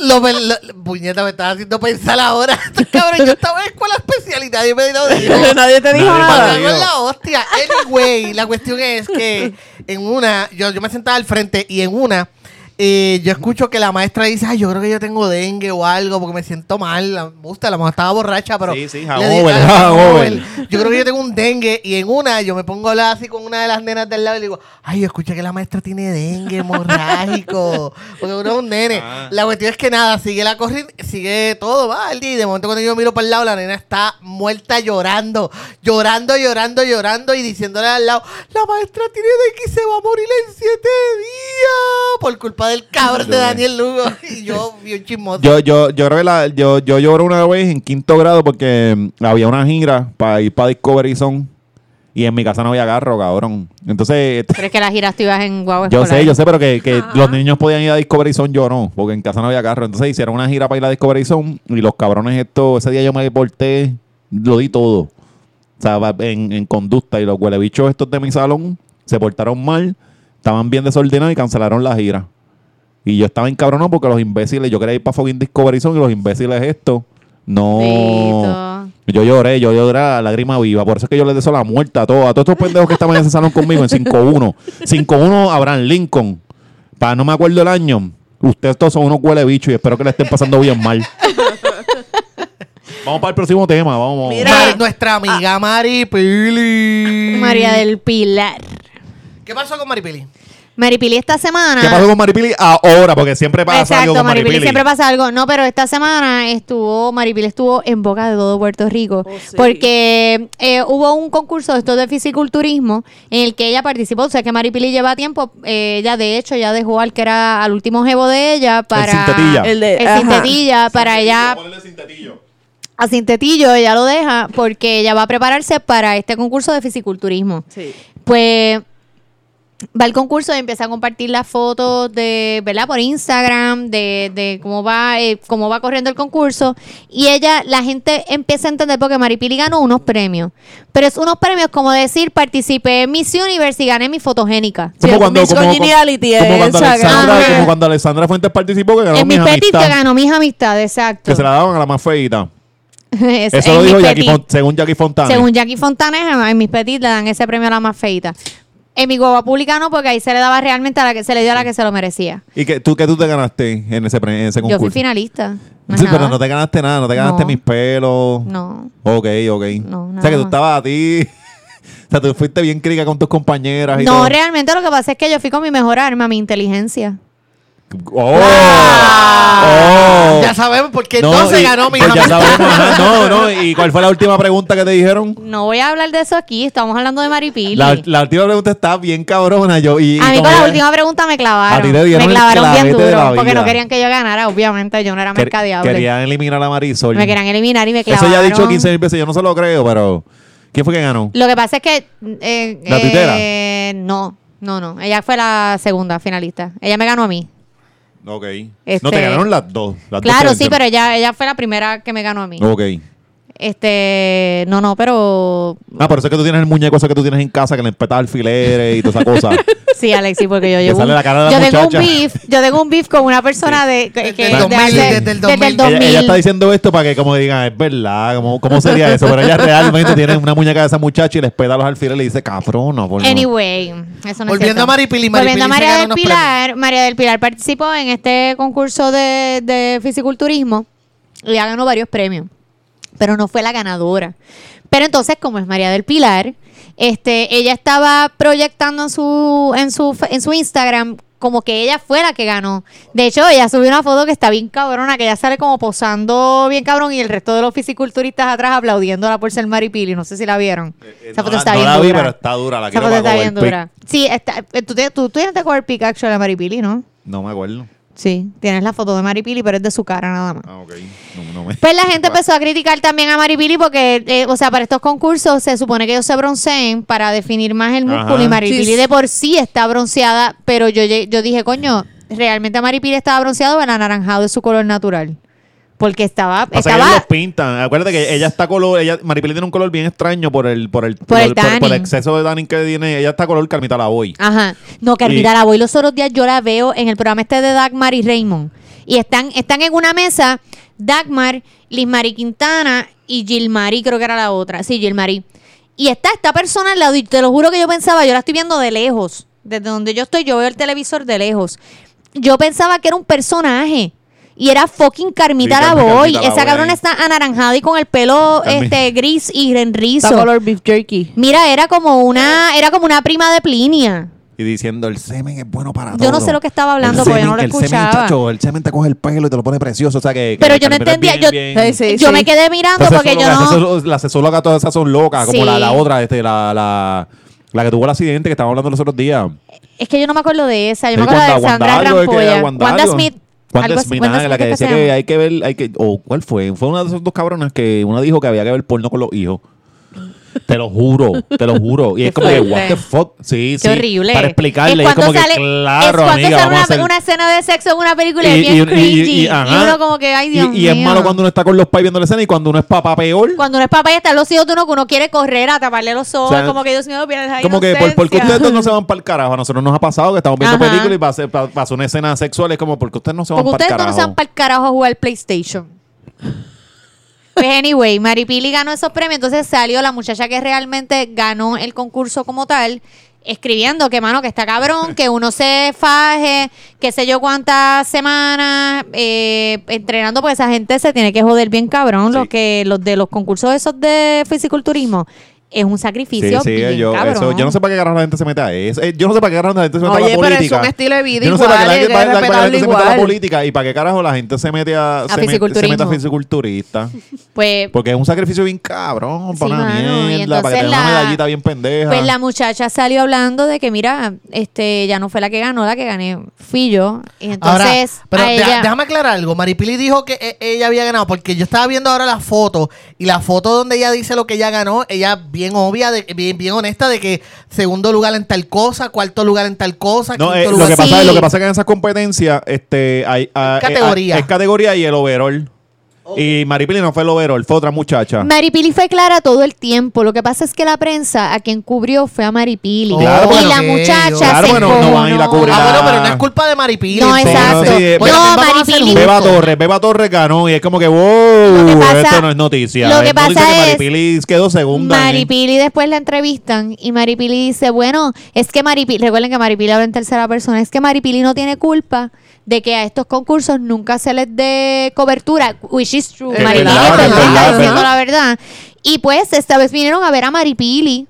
Lo, me- lo- puñeta, me estaba haciendo pensar ahora. Cabrón, yo estaba en escuela especial y nadie me dijo de
Nadie te dijo
Nadie
nada.
me
Pasaron la hostia. Anyway, la cuestión es que en una, yo, yo me sentaba al frente y en una, eh, yo escucho que la maestra dice, ay, yo creo que yo tengo dengue o algo porque me siento mal. La, gusta, la mamá estaba borracha, pero...
Sí, sí,
le
hangover,
dije, "Ah,
hangover".
hangover. Yo creo que yo tengo un dengue y en una yo me pongo a hablar así con una de las nenas del lado y le digo, ay, yo escuché que la maestra tiene dengue hemorrágico. Porque uno es un nene. La cuestión es que nada, sigue la corriente, sigue todo, va al día. Y de momento cuando yo miro para el lado, la nena está muerta llorando, llorando, llorando, llorando y diciéndole al lado, la maestra tiene dengue y se va a morir en siete días por culpa del cabrón de Daniel Lugo. Y yo, bien chismoso.
Yo, yo, yo creo que la- yo, yo lloré una vez en quinto grado porque mm, había una gira para ir para Discovery Zone y en mi casa no había garro, cabrón. Entonces, este,
Pero es que las giras tú ibas en guagua
yo
escolar.
sé, yo sé, pero que, que los niños podían ir a Discovery Zone, yo no, porque en casa no había carro. Entonces hicieron una gira para ir a Discovery Zone y los cabrones esto, ese día yo me deporté, lo di todo. O sea, va- en, en conducta y los huelebichos estos de mi salón se portaron mal, estaban bien desordenados y cancelaron la gira. Y yo estaba encabronado porque los imbéciles, yo quería ir para fucking Discovery Zone y los imbéciles esto, no...
Bendito.
Yo lloré, yo lloré a lágrima viva. Por eso es que yo les deseo la muerte a todos. A todos estos pendejos que estaban en ese salón conmigo en 5-1. 5-1 Abraham Lincoln. Para no me acuerdo el año. Ustedes todos son unos huele bichos y espero que le estén pasando bien mal. vamos para el próximo tema. Vamos.
Mira.
Mari- nuestra amiga Mari Pili.
María del Pilar.
¿Qué pasó con Mari Pili?
Maripili esta semana.
¿Qué pasó con Maripili ahora? Porque siempre pasa
Exacto,
algo con
Maripili,
Maripili.
siempre pasa algo. No, pero esta semana estuvo, Maripili estuvo en boca de todo Puerto Rico.
Oh, sí.
Porque eh, hubo un concurso de esto de fisiculturismo en el que ella participó. O sea que Maripili lleva tiempo, eh, ella de hecho ya dejó al que era al último jevo de ella para.
Sintetilla.
El de-
el
ajá.
Sintetilla, para ella a Sintetillo, ella lo deja porque ella va a prepararse para este concurso de fisiculturismo.
Sí.
Pues va al concurso y empieza a compartir las fotos de, ¿verdad? Por Instagram, de, de cómo va, eh, cómo va corriendo el concurso. Y ella, la gente empieza a entender porque Maripili ganó unos premios. Pero es unos premios como decir, participé en Miss Universe y gané mi fotogénica.
Sí,
Como cuando,
Miss
como, como-
Congeniality,
como cuando
esa
Alexandra,
gran-
como cuando Alexandra Fuentes participó, que ganó
en
mis
mis petit que
amistades,
ganó mis amistades, exacto.
que se la daban a la más feita.
Es-
Eso
en
lo
Miss
dijo Jackie
Petit.
Fon- según Jackie Fontana.
Según Jackie Fontanes, en mis petit le dan ese premio a la más feita. En mi guagua pública no, porque ahí se le daba realmente a la que se le dio a la que se lo merecía.
¿Y que tú, que tú te ganaste en ese, pre- en ese
Yo
concurso?
fui finalista. más
Sí,
nada.
pero no te ganaste nada, no te ganaste
No.
mis pelos.
No.
Ok, ok.
No,
o
nada
sea, que tú
más.
estabas a ti. o sea, tú fuiste bien crítica con tus compañeras y
No,
todo.
realmente lo que pasa es que yo fui con mi mejor arma, mi inteligencia.
¡Oh!
Ah.
¡Oh!
Ah, Ya sabemos porque
No,
entonces
y-
ganó mi
pues ya
amistad.
sabemos, ajá. No, no. ¿Y cuál fue la última pregunta que te dijeron?
No voy a hablar de eso aquí, estamos hablando de Maripili.
La, la última pregunta está bien cabrona. Yo, y, y
a mí
como
con la
que-
última pregunta me clavaron.
A ti te dieron
me
el
clavaron bien
clavete de la
duro, porque
vida.
no querían que yo ganara, obviamente, yo no era
quer-
mercadeable.
querían eliminar a Marisol.
Me querían eliminar y me
Eso
clavaron.
ya ha dicho 15 mil veces. Yo no se lo creo, pero... ¿Quién fue que ganó?
Lo que pasa es que. eh,
¿La
eh,
tuitera?
No, no, no. Ella fue la segunda finalista. Ella me ganó a mí.
Ok. No, te
Este-
ganaron las dos. las dos
Claro,
que
sí, pero
vencieron.
ella, ella fue la primera que me ganó a mí.
Ok.
Este. No, no, pero.
Ah, por eso es que tú tienes el muñeco ese que tú tienes en casa que le peta alfileres y toda esa cosa.
Sí, Alexi, porque yo
Le
llevo.
sale
un-
la cara de la
yo tengo un
muchacha.
beef. Yo tengo un beef con una persona de. Que,
Desde
que-
el
de
2000,
hace-
desde el 2000.
ella, ella está diciendo esto para que como digan, es verdad, ¿cómo, cómo sería eso? Pero ella realmente tiene una muñeca de esa muchacha y le peta los alfileres y le dice, cabrón, no, por no".
Anyway, eso no es
Volviendo
cierto.
a Maripili, Maripili
Volviendo
se
a María
ganó
del
unos
Pilar. María del Pilar participó en este concurso de, de fisiculturismo y ya ganó varios premios, pero no fue la ganadora. Pero entonces, como es María del Pilar, este, ella estaba proyectando en su, en su, en su Instagram como que ella fue la que ganó. De hecho, ella subió una foto que está bien cabrona, que ella sale como posando bien cabrón y el resto de los fisiculturistas atrás aplaudiéndola por ser Maripili. No sé si la vieron. Esa foto
Eh, no,
está
no
bien
la vi,
dura.
pero está dura. La
Esa
quiero
foto
para
está bien
Cover Pick.
dura. Sí, está, eh, tú, te- tú, tú tienes de cover pic actual a Maripili, ¿no?
No me acuerdo.
Sí, tienes la foto de Maripili, pero es de su cara nada más.
Ah, ok. No, no me...
Pues la gente empezó a criticar también a Maripili porque, eh, o sea, para estos concursos se supone que ellos se bronceen para definir más el músculo
Ajá.
y Maripili
Sí.
de por sí está bronceada, pero yo, lle- yo dije, coño, realmente Maripili estaba bronceada o el anaranjado de su color natural. Porque estaba,
Pasa que
estaba
ellos los pintan. Acuérdate que ella está color, ella, Maripili tiene un color bien extraño por el, por el,
Por el
por el
tanning.
exceso de tanning que tiene. Ella está color carmita la hoy.
Ajá. No, que
Y-
mira, la voy los otros días, yo la veo en el programa este de Dagmar y Raymond. Y están, están en una mesa, Dagmar, Lismari Quintana y Gilmari, creo que era la otra. Sí, Gilmari. Y está esta persona al lado, y te lo juro que yo pensaba, yo la estoy viendo de lejos. Desde donde yo estoy, yo veo el televisor de lejos. Yo pensaba que era un personaje. Y era fucking Carmita
Sí,
la
Carmen
Lavoy.
Carmita
Esa
Lavoy.
cabrona está anaranjada y con el pelo
Carmen.
este gris y en rizo.
Está color beef jerky.
Mira, era como una, era como una prima de Plinia.
Y diciendo, el semen es bueno para
Yo no sé lo que estaba hablando, porque yo no lo
El semen,
escuchaba.
chacho, el semen te coge el pelo y te lo pone precioso. O sea que. que
Pero yo no
Carmita es
entendía,
bien,
yo-
bien-
Sí, sí,
yo
sí.
me quedé mirando
Las
porque yo
sexólogas,
no.
esas- Las sexólogas todas esas son locas, como
Sí.
la, la otra, este, la, la, la que tuvo el accidente que estábamos hablando los otros días.
Es que yo no me acuerdo de esa. Yo
Sí,
me acuerdo
Wanda-
de Sandra
Wanda algo, es que era
Rampolla.
Wanda
Wanda,
algo.
Smith.
Wanda
algo así,
Smith,
Wanda
ajá, la que
es
decía
se
que
llama.
hay que ver, hay que, o ¿cuál fue? Fue una de esas dos cabronas que una dijo que había que ver porno con los hijos. Te lo juro, te lo juro. Y es
Qué
como que,
fuerte.
what the fuck. Sí, sí.
Qué horrible.
Para explicarle. y
Es
Es como
cuando
que,
sale, es
claro,
cuando
amiga,
sale
vamos a
una,
hacer...
una escena de sexo en una película y,
y,
es bien
y- y-
cringy. Y,
y- ajá.
uno como que, ay,
Y-
Dios
y, es
mío.
malo cuando uno está con los pais viendo la escena y cuando uno es papá peor.
Cuando uno es papá y están los hijos de uno que uno quiere correr a taparle los ojos.
sea,
como que Dios mío, pierdes la
Como que por, porque
inocencia.
ustedes dos no se van para el carajo. A nosotros nos ha pasado que estamos viendo
Ajá.
películas y pasa- pa- pasó una escena sexual. Es como porque ustedes no se van
Porque
para el
ustedes
carajo.
no se van para el carajo a jugar PlayStation. Pues anyway, Maripili ganó esos premios, entonces salió la muchacha que realmente ganó el concurso como tal, escribiendo que mano, que está cabrón, que uno se faje, que sé yo cuántas semanas, eh, entrenando, porque esa gente se tiene que joder bien cabrón,
Sí.
los que, los de los concursos esos de fisiculturismo, es un sacrificio bien
yo,
cabrón.
eso- yo no sé para qué carajo la gente se mete a eso. Eh, Yo no sé para qué carajo la gente se mete a
Oye,
la
pero es
política.
un estilo de vida
Yo no sé para qué la
igual,
gente,
hay que
para- para qué la gente se mete a la
respetarlo
política y para qué carajo la gente se mete a, se, met- se mete a
fisiculturismo.
fisiculturista.
Pues
Porque es un sacrificio bien cabrón,
Sí,
para una
mano, y
mierda, para que te
entonces
den una
la-
medallita bien pendeja.
Pues la muchacha salió hablando de que, mira, este, ya no fue la que ganó, la que gané fui yo. Y
Ahora,
entonces,
pero
a
de-
ella-
déjame aclarar algo. Maripili dijo que e- ella había ganado porque yo estaba viendo ahora la foto y la foto donde ella dice lo que ella ganó, ella bien obvia, de, bien, bien honesta de que segundo lugar en tal cosa, cuarto lugar en tal cosa,
No,
quinto
eh, lo,
lugar.
que pasa,
Sí.
lo que pasa es que en esas competencias este, hay, ah, eh,
Categoría.
ah, es categoría y el overall. Y Maripili no fue el overall, fue otra muchacha.
Maripili fue clara todo el tiempo. Lo que pasa es que la prensa a quien cubrió fue a Maripili.
Claro,
y
bueno,
la
sí,
muchacha
claro,
se
bueno, no van a ir a
encojonó.
cubrir
Ah, bueno,
la-
pero no es culpa de Maripili.
No,
entonces.
exacto.
sí, eh,
Bueno,
No,
vamos a hacer
Maripili.
justo.
Beba Torres, Beba Torres ganó y es como que, wow,
Lo que pasa-
esto no es noticia.
lo que
es noticia
pasa
que
es-
Maripili quedó segunda. en-
Maripili después la entrevistan y Maripili dice, bueno, es que Maripili, recuerden que Maripili habla en tercera persona, es que Maripili no tiene culpa de que a estos concursos nunca se les dé cobertura, which is true.
Es
Maripili
verdad,
está
es verdad, es
diciendo
verdad.
la verdad. Y pues esta vez vinieron a ver a Maripili.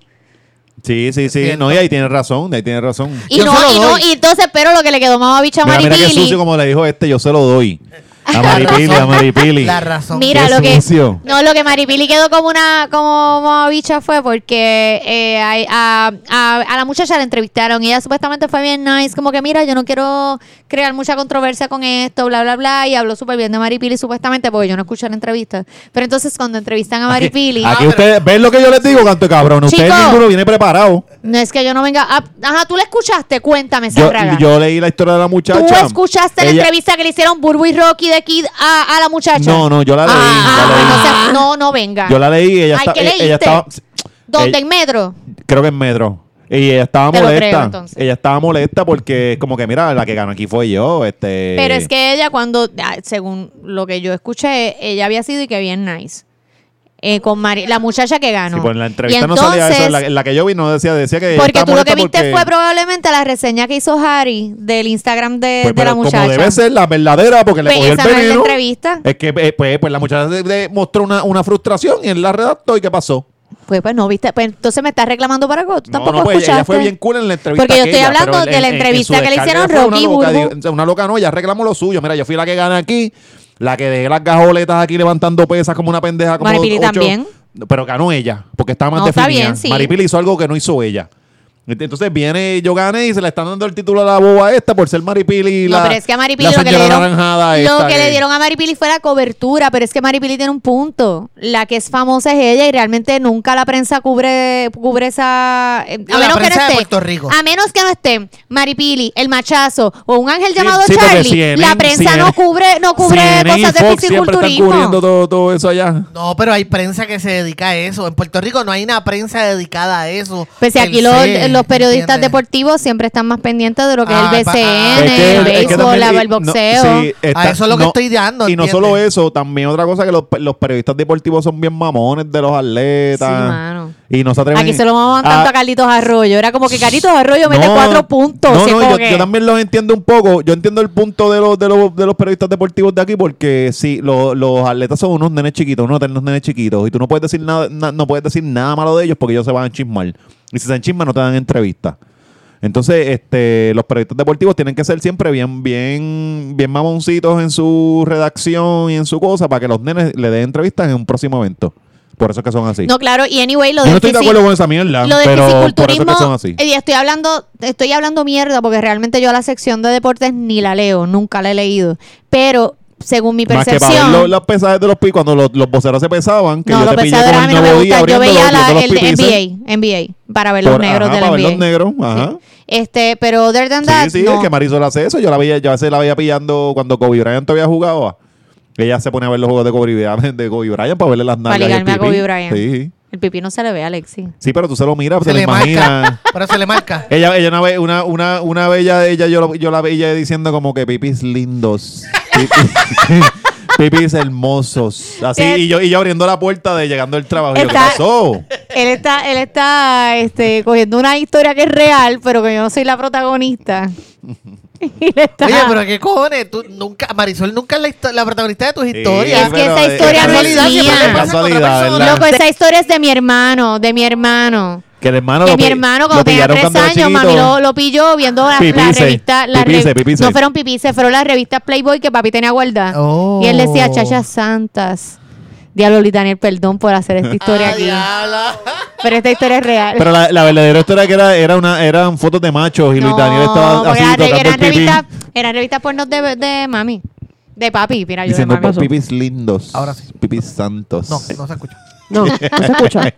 Sí, sí, sí.
Siento.
No, y ahí tienes razón, ahí tienes razón.
Y
Yo
no,
se lo
y no,
doy.
y entonces, pero lo que le quedó más bicho a
Mira, mira qué
Maripili.
sucio como le dijo este, yo se lo doy. A Maripili, a Maripili.
La razón.
Mira,
Qué
lo que,
sucio.
no, lo que Maripili quedó como una como una bicha fue porque eh, a, a- a- a la muchacha la entrevistaron y ella supuestamente fue bien nice, como que mira, yo no quiero crear mucha controversia con esto, bla, bla, bla, y habló súper bien de Maripili supuestamente porque yo no escuché la entrevista. Pero entonces cuando entrevistan a Maripili...
Aquí ustedes, ¿ven lo que yo les digo, canto de cabrón? Ustedes
Chico.
ninguno viene preparado.
No es que yo no venga... ah, ajá, tú la escuchaste, cuéntame,
Yo,
Zárraga.
yo leí la historia de la muchacha.
¿Tú escuchaste la
Ella-
entrevista que le hicieron Burbu y Rocky de Kid a, a la muchacha?
No, no, yo la leí.
Ah,
la
pues
leí.
no, sea- no, no venga.
Yo la leí y ella,
Ay,
está-
¿qué
ella-
leíste?
ella estaba.
¿Dónde?
ella-
¿En metro?
creo que en metro. Y ella estaba
Te lo creo,
molesta.
entonces.
ella estaba molesta porque es como que, mira, la que ganó aquí fue yo. Este...
Pero es que ella cuando, ah, según lo que yo escuché, ella había sido y que bien nice. Eh, con Mari- la muchacha que ganó.
Sí, pues en la entrevista
Y
no salía eso. En la,
entonces-
en la que yo vi no decía, decía que. ella
Porque
estaba
tú lo
molesta
que viste
porque- pues,
fue probablemente la reseña que hizo Harry del Instagram eh, de,
Pues,
de la
pero
muchacha.
Como debe ser la verdadera, porque le
Pues
cogió el
esa no es la
veneno.
entrevista.
Es que eh, pues, pues la muchacha de- de- mostró una, una frustración y él la redactó. ¿Y qué pasó?
Pues, pues no viste. Pues entonces me estás reclamando para algo. Tú
No,
tampoco
no, pues ella
escuchaste.
fue bien cool en la entrevista.
Porque yo estoy
aquella,
hablando
pero en-
de la
en- en
entrevista
su
que le
descarga
hicieron
fue una
Rocky
loca,
Burbu.
di- Una loca no, ella reclamó lo suyo. Mira, yo fui la que gané aquí, la que dejé las gajoletas aquí levantando pesas como una pendeja. Como
Maripili
ocho-
también.
Pero ganó ella, porque estaba más
No, está
definida.
bien, sí.
Maripili hizo algo que no hizo ella. Entonces viene yo gané y se le están dando el título a la boba esta por ser Maripili.
No,
la,
pero es que a Maripili
la
lo que le
señora
dieron,
naranjada
lo
esta
que le dieron a Maripili fue la cobertura, pero es que Maripili tiene un punto. La que es famosa es ella y realmente nunca la prensa cubre cubre esa eh,
Digo, la prensa de Puerto Rico.
A menos que no esté Maripili, el machazo o un ángel llamado
sí, porque
Charlie,
CNN,
la prensa no cubre no cubre
CNN y
cosas de
Fox siempre están cubriendo
fisiculturismo.
todo, todo eso allá.
No, pero hay prensa que se dedica a eso. En Puerto Rico no hay una prensa dedicada a eso.
Pues si aquí los,
Per se,
los periodistas
¿entiendes?
deportivos siempre están más pendientes de lo que
Ah,
es el
pa- ah.
BCN,
Es que-
el
es que
béisbol,
también-
la-
y-
el
no,
boxeo.
sí, está-
eso es lo que estoy dando,
Y no
¿entiendes?
solo eso, también otra cosa que los, los periodistas deportivos son bien mamones de los atletas.
Sí, mano.
Y no se atreven.
Aquí se lo mamaban tanto a Carlitos Arroyo. Era como que Carlitos Arroyo mete
Ah, No,
cuatro puntos.
No,
Sí,
no,
como
yo,
que-
yo también los entiendo un poco. Yo entiendo el punto de los, de los, de los periodistas deportivos de aquí porque sí, lo- los atletas son unos nenes chiquitos, unos eternos nenes chiquitos. Y tú no puedes decir nada, na- no puedes decir nada malo de ellos porque ellos se van a chismar. Y si se enchisman no te dan entrevista. Entonces, este, los periodistas deportivos tienen que ser siempre bien, bien, bien mamoncitos en su redacción y en su cosa para que los nenes le den entrevistas en un próximo evento. Por eso es que son así.
No, claro. Y anyway, lo
Yo no
del
estoy de
fisi-
acuerdo con esa mierda,
Lo del
pero por eso es
fisiculturismo,
que son así.
eh, y estoy hablando, estoy hablando mierda porque realmente yo la sección de deportes ni la leo, nunca la he leído. Pero según mi
Más que
percepción,
para ver los, los pesajes de los pis, cuando los, los voceros se pesaban, que
no,
yo
los
te pillé con
pesaderos a
el
mí no me
nuevo día
gustan. Yo
abriendo
veía
los-
la,
los
el de
pipicel
NBA, NBA, para ver los
por-
negros
ajá,
de la
para ver
NBA.
los negros, ajá.
Este, pero other than that,
Sí, sí,
no.
es que Marisol hace eso. Yo la veía, yo a veces la veía pillando cuando Kobe Bryant todavía jugaba. Ella se pone a ver los juegos de Kobe Bryant, de Kobe Bryant para verle las nalgas. y el
ligarme a
pipí.
Kobe Bryant.
Sí.
El pipí no se le ve a Alexi.
sí, pero tú se lo miras,
Se
se lo
le
imaginas.
marca. Pero se le marca.
Ella, ella una vez, una, una, una vez ella, ella yo, lo- yo la veía diciendo como que pipis lindos. Pipis, pipis hermosos. Así, y yo, y yo abriendo la puerta de llegando el trabajo. Y yo, ¿Qué
Está-
pasó?
Él está, él está este, cogiendo una historia que es real, pero que yo no soy la protagonista. y le está...
Oye, pero qué cojones, tú nunca, Marisol nunca es la, histo- la protagonista de tus
es
historias.
que esa historia
no es
casualidad,
mía.
siempre le pasa con otra
Casualidad,
persona.
¿verdad?
Loco, esa historia es de mi hermano, de mi hermano.
Que el hermano
que
lo
mi
pi-
hermano
lo
cuando tenía
pillaron
tres
cuando era
años, mami
chiquito.
lo, lo pilló viendo las la
Pipice,
revistas. la
pipice,
revi-
pipice.
No fueron pipices, fueron las revistas Playboy que papi tenía guardadas.
Oh.
Y él decía, chachas santas. Diablo, Luis Daniel, perdón por hacer esta historia
Ah,
aquí.
diabla.
Pero esta historia es real.
Pero la, la verdadera historia que era, era una, eran fotos de machos y Luis
No,
Daniel estaba
porque
así
eran-
tocando el
eran
pipí.
revistas, eran revistas pornos de, de mami. De papi, mira, yo de
Diciendo
mami.
"Por pipis lindos.
Ahora sí.
Pipis santos.
No, no se escucha.
No, no se escucha.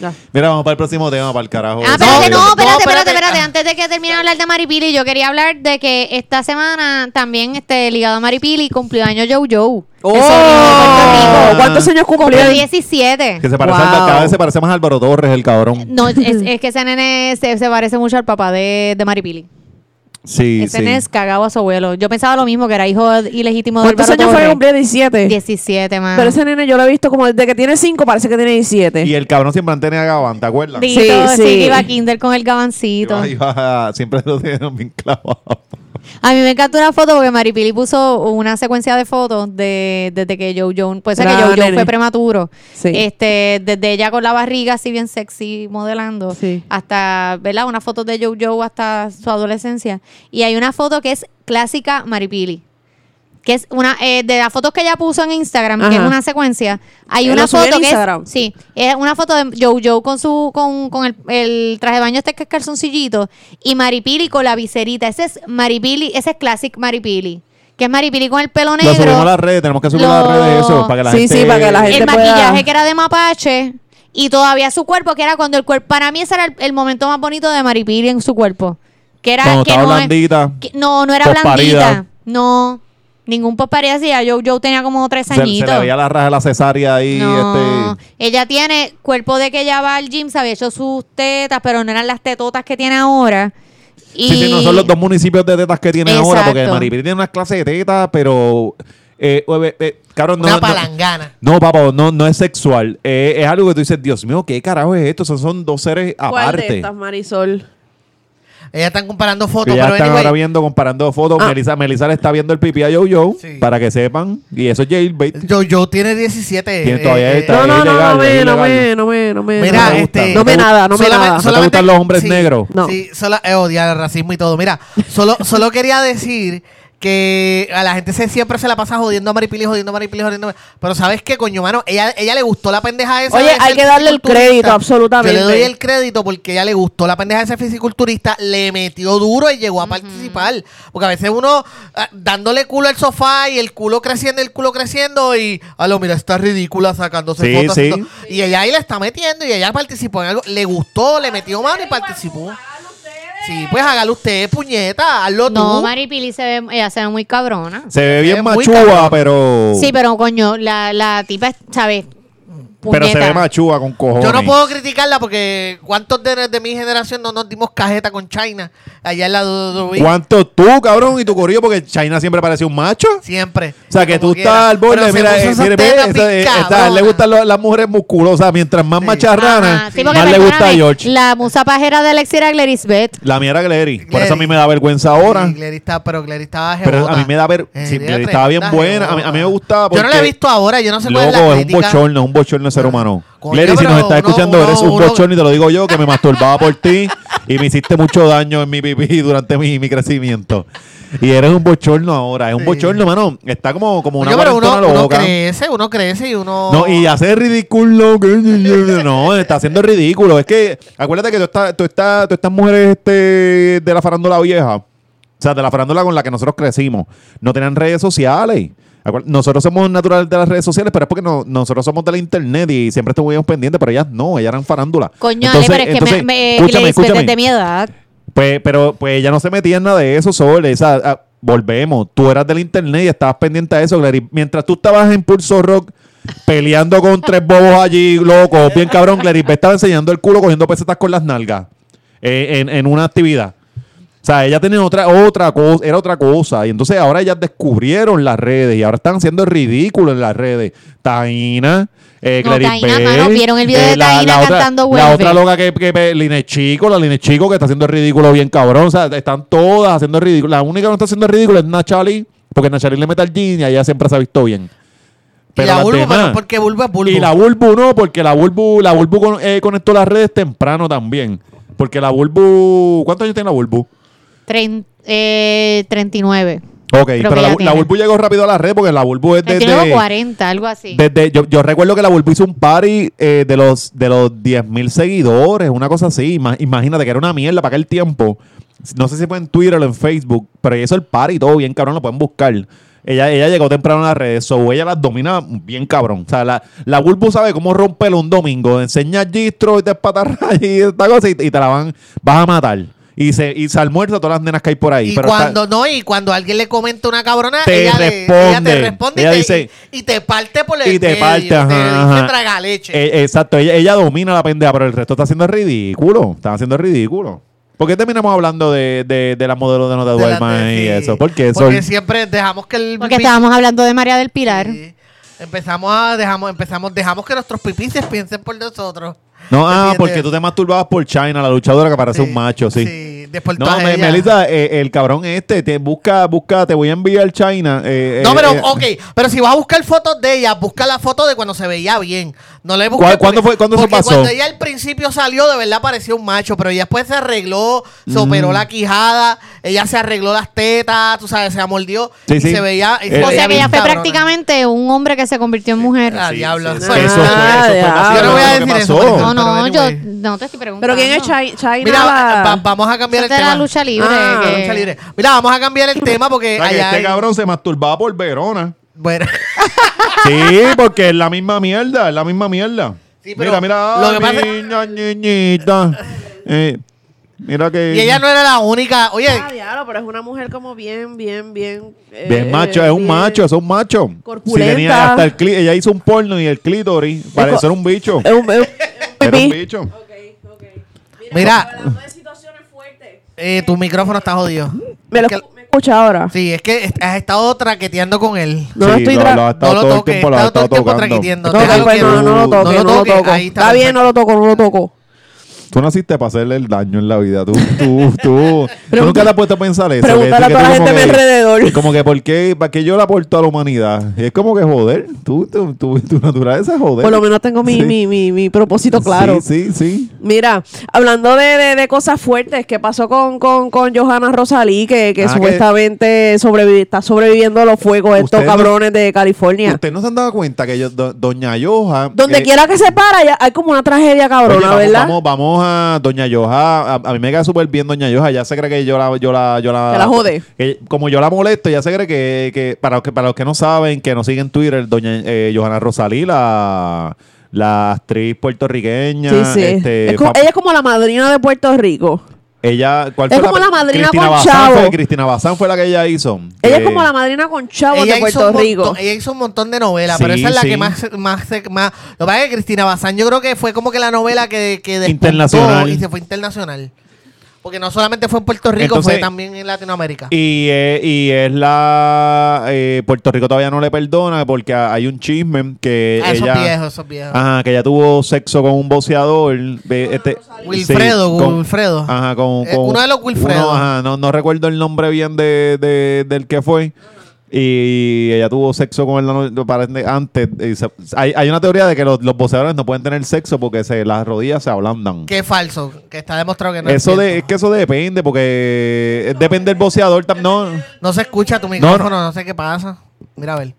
Ya.
Mira, vamos para el próximo tema, para el carajo.
Ah, espérate,
No, no,
no, espérate, espérate,
espérate.
espérate.
Ah.
Antes de que termine de hablar de Maripili, yo quería hablar de que esta semana también, este, ligado a Maripili, cumplió año Joe Joe.
¡Oh!
El sobrino de Puerto Rico.
¿Cuántos años cumplió?
Cumplió
Ah, Que
17.
se parece
Wow.
al- cada vez se parece más a Álvaro Torres, el cabrón.
No, es, es que ese nene se, se parece mucho al papá de, de Maripili.
Sí,
ese
sí.
nene es cagado a su abuelo. Yo pensaba lo mismo, que era hijo ilegítimo de
¿Cuántos
Álvaro
años fue que
Torres.
cumplió? 17.
17, mano.
Pero ese nene yo lo he visto como desde que tiene 5, parece que tiene 17.
Y el cabrón siempre tenía gabán, ¿te acuerdas?
Dito,
Sí,
sí,
sí.
que iba a kinder con el gabancito.
Iba- iba- siempre lo tenían bien clavado.
A mí me encanta una foto porque Maripili puso una secuencia de fotos de desde que Joe Jones, pues sé que
Bravo,
Joe Jones
nene.
fue prematuro.
Sí.
Este, desde ella con la barriga así bien sexy modelando
Sí.
hasta, ¿verdad? Una foto de Joe Joe hasta su adolescencia y hay una foto que es clásica Maripili. Que es una eh, de las fotos que ella puso en Instagram, que es
Ajá.
una secuencia. Hay
Ella
una
lo subió en
foto que es,
Instagram.
sí, es una foto de Joe Joe con su con, con el, el traje de baño este que es calzoncillito y Maripili con la viserita. Ese es Maripili, ese es classic Maripili, que es Maripili con el pelo negro.
Lo subimos a las redes, tenemos que subir a las
Lo-
redes eso, para que la
Sí,
gente...
sí, para que la gente-
el
pueda-
maquillaje que era de mapache y todavía su cuerpo que era cuando el cuerpo para mí ese era el, el momento más bonito de Maripili en su cuerpo, que era
Cuando
que
estaba
no es-
blandita.
que- no, no era
Posparida.
blandita. No, ningún posparida sí, ya Joe Joe tenía como tres
Se, se
añitos.
le veía la raja de la cesárea ahí,
No,
este...
ella tiene cuerpo de que ella va al gym, se había hecho sus tetas, pero no eran las tetotas que tiene ahora. Y
Sí, sí, no son los dos municipios de tetas que tiene ahora, porque
Exacto.
Maripiri tiene unas clases de tetas, pero... Eh, eh, eh, cabrón, no,
Una
no-
palangana.
No, papá, no, no es sexual. Eh, es algo que tú dices, Dios mío, ¿qué carajo es esto? Son, son dos seres
¿Cuál de
aparte.
estas, Marisol?
Ellas están comparando
Que
fotos,
ya
pero
están
anyway,
ahora viendo, comparando fotos.
Ah.
Melissa, Melissa le está viendo el pipí a Yo-Yo,
Sí.
para que sepan. Y eso es jailbait.
Yo, yo tiene eh, 17.
Tiene- todavía está-
No,
es
no, no,
ilegal,
no me,
es
no me,
ilegal.
no me, no me.
Mira,
no me gusta.
este,
No me nada, no me
solamente-
nada.
te
solamente-
gustan los hombres negros?
No.
Sí, sola- eh, odia el racismo y todo. Mira, solo, solo quería decir que a la gente se, siempre se la pasa jodiendo a Maripili, jodiendo a Maripili, jodiendo a Maripili. Pero ¿sabes qué, coño, mano? Ella, ella le gustó la pendeja esa.
Oye,
de
hay
ser
que darle el
fisiculturista.
crédito, absolutamente.
Yo le doy el crédito porque ella le gustó la pendeja de ese fisiculturista, le metió duro y llegó a participar. Porque a veces uno ah, dándole culo al sofá y el culo creciendo, el culo creciendo y, aló, mira, está ridícula sacándose
Sí,
fotos.
sí.
haciendo- Y ella ahí le está metiendo y ella participó en algo. Le gustó, le metió mano y participó. Sí, pues hágalo usted, puñeta, hazlo
No,
tú.
Maripili se ve, ella se ve muy cabrona.
Se ve bien
ve muy
machúa,
cabrón.
pero.
Sí, pero coño, la, la tipa, es, ¿sabes?
pero se
Puñeta.
ve machúa con cojones.
Yo no puedo criticarla porque ¿cuántos de, de mi generación no nos dimos cajeta con China? Allá en la E. WWE.
¿Cuánto tú, cabrón? Y tu corrido, porque China siempre parece un macho.
Siempre.
O sea, que
Como
tú
quiera.
estás al borde,
Pero se
mira,
puso
eh,
esas
mira, ve,
tetas
esta-
bien
esta- le
cabronas.
gustan lo- las mujeres musculosas. Mientras más
Sí.
macharrana,
Ajá, sí, porque
más le gusta a
perdóname,
George. La,
La musa pajera de Alexis era Glerisbet.
mía era Glary. Por
Glary.
eso a mí me da vergüenza ahora.
Sí, Glary está- pero Glary estaba
Pero
jebota.
a mí me da ver-
Eh,
sí,
Glary
Glary
era
estaba bien
tremenda
buena. A mí- a mí me
jebota.
gustaba
Yo no la he
porque-
visto ahora, yo no sé cuál es
Loco,
la
es un
crítica. Ah,
bochorno, es un bochorno de ser humano.
Coño,
Glary, si
pero
nos estás
uno-
escuchando, eres
uno-
un
uno-
bochorno y te lo digo yo, que me masturbaba por ti y me hiciste mucho daño en mi pipí durante mi, mi crecimiento. Y eres un bochorno ahora, es un
Sí.
bochorno, mano. Está como, como una
Coño, pero uno,
cuarentona
uno
loca.
crece, uno crece y uno...
No, y hacer ridículo. que- No, está haciendo ridículo. Es que, acuérdate que tú estás, tú estás, tú estas mujeres este, de la farándula vieja, o sea, de la farándula con la que nosotros crecimos, no tenían redes sociales. Acuérdate, Nosotros somos naturales de las redes sociales, pero es porque no- nosotros somos de la internet y siempre estuvimos pendientes, pero ellas no, ellas eran farándula.
Coño,
Entonces-
Ale, pero es que
entonces,
me, me,
escúchame,
Gladys Beth
escúchame.
es de mi edad.
Pues, pero pues ella no se metía en nada de eso, Sol. Esa, ah, volvemos. Tú eras del internet y estabas pendiente a eso, Glary. Mientras tú estabas en Pulso Rock peleando con tres bobos allí, loco, bien cabrón, Glary Beth estaba enseñando el culo cogiendo pesetas con las nalgas eh, en, en una actividad. O sea, ella tenía otra, otra cosa, era otra cosa. Y entonces ahora ellas descubrieron las redes y ahora están siendo ridículos en las redes. Taina, eh,
No,
Clarice
Taina,
Bell,
mano, vieron el video de Taina
otra-
cantando
La
Vuelve.
otra loca que, que, que- Line Chico, la Line Chico que está haciendo el ridículo bien cabrón. O sea, están todas haciendo el ridículo. La única que no está haciendo el ridículo es Nachali, porque Nachali le mete al jean y a ella siempre se ha visto bien.
Y la
las
vulva,
demás-
pero porque vulva es vulva.
y la Bulbu no, porque la Bulbu, la Bulbu con- eh, conectó las redes temprano también. Porque la Bulbu. ¿Cuántos años tiene la Bulbu?
Trein- eh, 39.
Ok,
Creo
pero la,
que ya
Bu- la
tiene.
Bulbu llegó rápido a las redes porque la Bulbu es desde.
39 o 40, algo así.
desde yo, yo recuerdo que la Bulbu hizo un party eh, de los de los 10.000 seguidores, una cosa así. Ima- imagínate que era una mierda para aquel tiempo. No sé si fue en Twitter o en Facebook, pero ella hizo el party y todo bien cabrón, lo pueden buscar. Ella, ella llegó temprano a las redes, so ella las domina bien cabrón. O sea, la, la Bulbu sabe cómo romperlo un domingo. Enseña gistro y te espatarra y esta cosa y, y te la van, vas a matar. Y se, y se almuerza a todas las nenas que hay por ahí.
Y
pero está-
cuando no, y cuando alguien le comenta una cabrona,
Te
ella, Le, ella te
responde.
responde
Ella
y, te,
dice-
y- y te parte por el
y te
medio,
parte,
te
ajá,
dice
ajá.
traga leche.
Eh, exacto, ella, ella domina la pendeja, pero el resto está haciendo el ridículo. Están haciendo el ridículo. ¿Por qué terminamos hablando de, de, de la modelo de No te duermas y eso? ¿Por qué?
Porque
Sol?
siempre dejamos que el
Porque
pipí-
estábamos hablando de María del Pilar.
Sí. Empezamos a dejamos empezamos dejamos que nuestros pipices piensen por nosotros.
No, ah,
¿Entiendes?
porque tú te masturbabas por China, la luchadora que parece un macho, sí.
después
No,
todas
me-
ellas.
Melissa, eh, el cabrón este, te busca, busca, te voy a enviar China. eh,
No,
eh,
pero
eh,
ok, pero si vas a buscar fotos de ella, busca la foto de cuando se veía bien. No le
¿Cuál-
busques
cuándo
porque-
fue- cuándo eso
porque
pasó?
Cuando ella al principio salió, de verdad parecía un macho, pero ella después se arregló, se operó
Mm.
la quijada, ella se arregló las tetas, tú sabes, se amoldió
Sí,
y
sí.
se veía. y se
Eh,
o
eh,
veía
sea que ella
bien
fue
cabrona.
prácticamente un hombre que se convirtió en mujer.
Ah, diablo.
eso
Bueno,
fue- eso fue
Ah,
casi
yo no voy a
lo que
decir eso,
pasó.
pero-
no, no,
pero
yo
anyway.
no te estoy
Pero
preguntando.
¿quién es Chai- China?
Mira,
la-
va- vamos a cambiar
Esa
el
era
tema.
la lucha libre.
Ah,
que-
La lucha libre. Mira, vamos a cambiar el tema porque
o sea, que
allá
este
hay-
cabrón se masturbaba por Verona.
Bueno.
Sí, porque es la misma mierda, es la misma mierda.
Sí, pero
mira, mira,
lo que pasa-
niña, niñita. Eh, mira que...
Y ella no era la única. Oye,
Ah, diablo, pero es una mujer como bien, bien, bien. eh,
Bien macho, es un
bien-
macho, es un macho.
Corpulenta.
Sí, tenía hasta el cli- ella hizo un porno y el clítoris pareció un bicho.
Es un, es un-
Era un
pipí.
bicho.
Ok, ok.
Mira.
hablando de situaciones fuertes.
eh, tu micrófono está jodido.
Me lo
Es que-
escu- me escucha ahora.
Sí, es que est- has estado traqueteando con él.
No lo
Sí,
estoy
lo,
tra-
lo ha estado
No lo
todo
toque,
el tiempo, lo ha
está
estado
todo el tiempo
tocando.
traquiteando.
No,
Déjalo
pues,
que-
no, no lo
no
toque,
lo
no lo
toque,
toque.
ahí está
Está bien,
perfecto.
no lo toco, no lo toco.
Tú naciste para hacerle el daño en la vida. Tú, tú, tú. tú nunca te has puesto a pensar eso. que- este
Preguntar a
que
toda
tú
la
como
gente a mi
que-
alrededor.
Como que, ¿por qué? ¿Para qué yo le aporto a la humanidad? Y es como que, joder, tú, tú, tú- tu naturaleza es joder.
Por lo menos tengo mi,
Sí.
mi, mi, mi propósito claro.
Sí, sí, sí.
Mira, hablando de, de- de cosas fuertes, ¿qué pasó con, con, con Johanna Rosalí? Que, que
Ah, que-
supuestamente sobrevi- está sobreviviendo a los fuegos estos
Ustedes no-
cabrones de California.
Ustedes no se han dado cuenta que yo, do- Doña Yoja.
Donde
eh,
quiera que se para, ya hay como una tragedia
oye,
cabrona,
vamos,
¿verdad?
Vamos, vamos a Doña Yoja. A, a mí me queda súper bien Doña Yoja. Ya se cree que yo la. Yo la, yo la
Que la jode.
que- como yo la molesto, ya se cree que. que para, los que para los que no saben, que nos siguen en Twitter, Doña eh, Johanna Rosalí, la, la actriz puertorriqueña.
Sí, sí.
este,
Es co-
pap-
ella es como la madrina de Puerto Rico.
Ella, ¿cuál
Es
fue
como la madrina
Cristina
con
Bazán
Chavo.
fue- Cristina Bazán fue la que ella hizo.
Ella es
Eh,
como la madrina con chavos
Ella
de
hizo,
Puerto
un
Rico.
montón, ella hizo un montón de novelas, pero
Sí,
esa es la
sí.
que más, más, se- más- Lo que pasa es que Cristina Bazán, yo creo que fue como que la novela que, que despuntó
Internacional.
y se fue internacional. Porque no solamente fue en Puerto Rico,
Entonces-
fue también en Latinoamérica.
Y, eh, y es la. eh, Puerto Rico todavía no le perdona porque ha- hay un chisme que.
Ah, esos
eh, ella, Ah,
viejos, esos viejos.
Ajá, que ella tuvo sexo con un boxeador. ve,
Ah,
este,
Wilfredo,
sí, con-
Wilfredo.
Ajá, con,
Eh,
con-
uno de los Wilfredo.
uno, ajá, no, no recuerdo el nombre bien de, de- del que fue. Y ella tuvo sexo con él la no- parece- antes. y se- hay, hay una teoría de que los, los boxeadores no pueden tener sexo porque se, las rodillas se ablandan.
Que es falso, que está demostrado que no
Eso
es
de, es
cierto.
que eso depende, porque eh, depende del boxeador tam- No.
No se escucha tu micrófono, no, sé qué pasa. Mira a ver.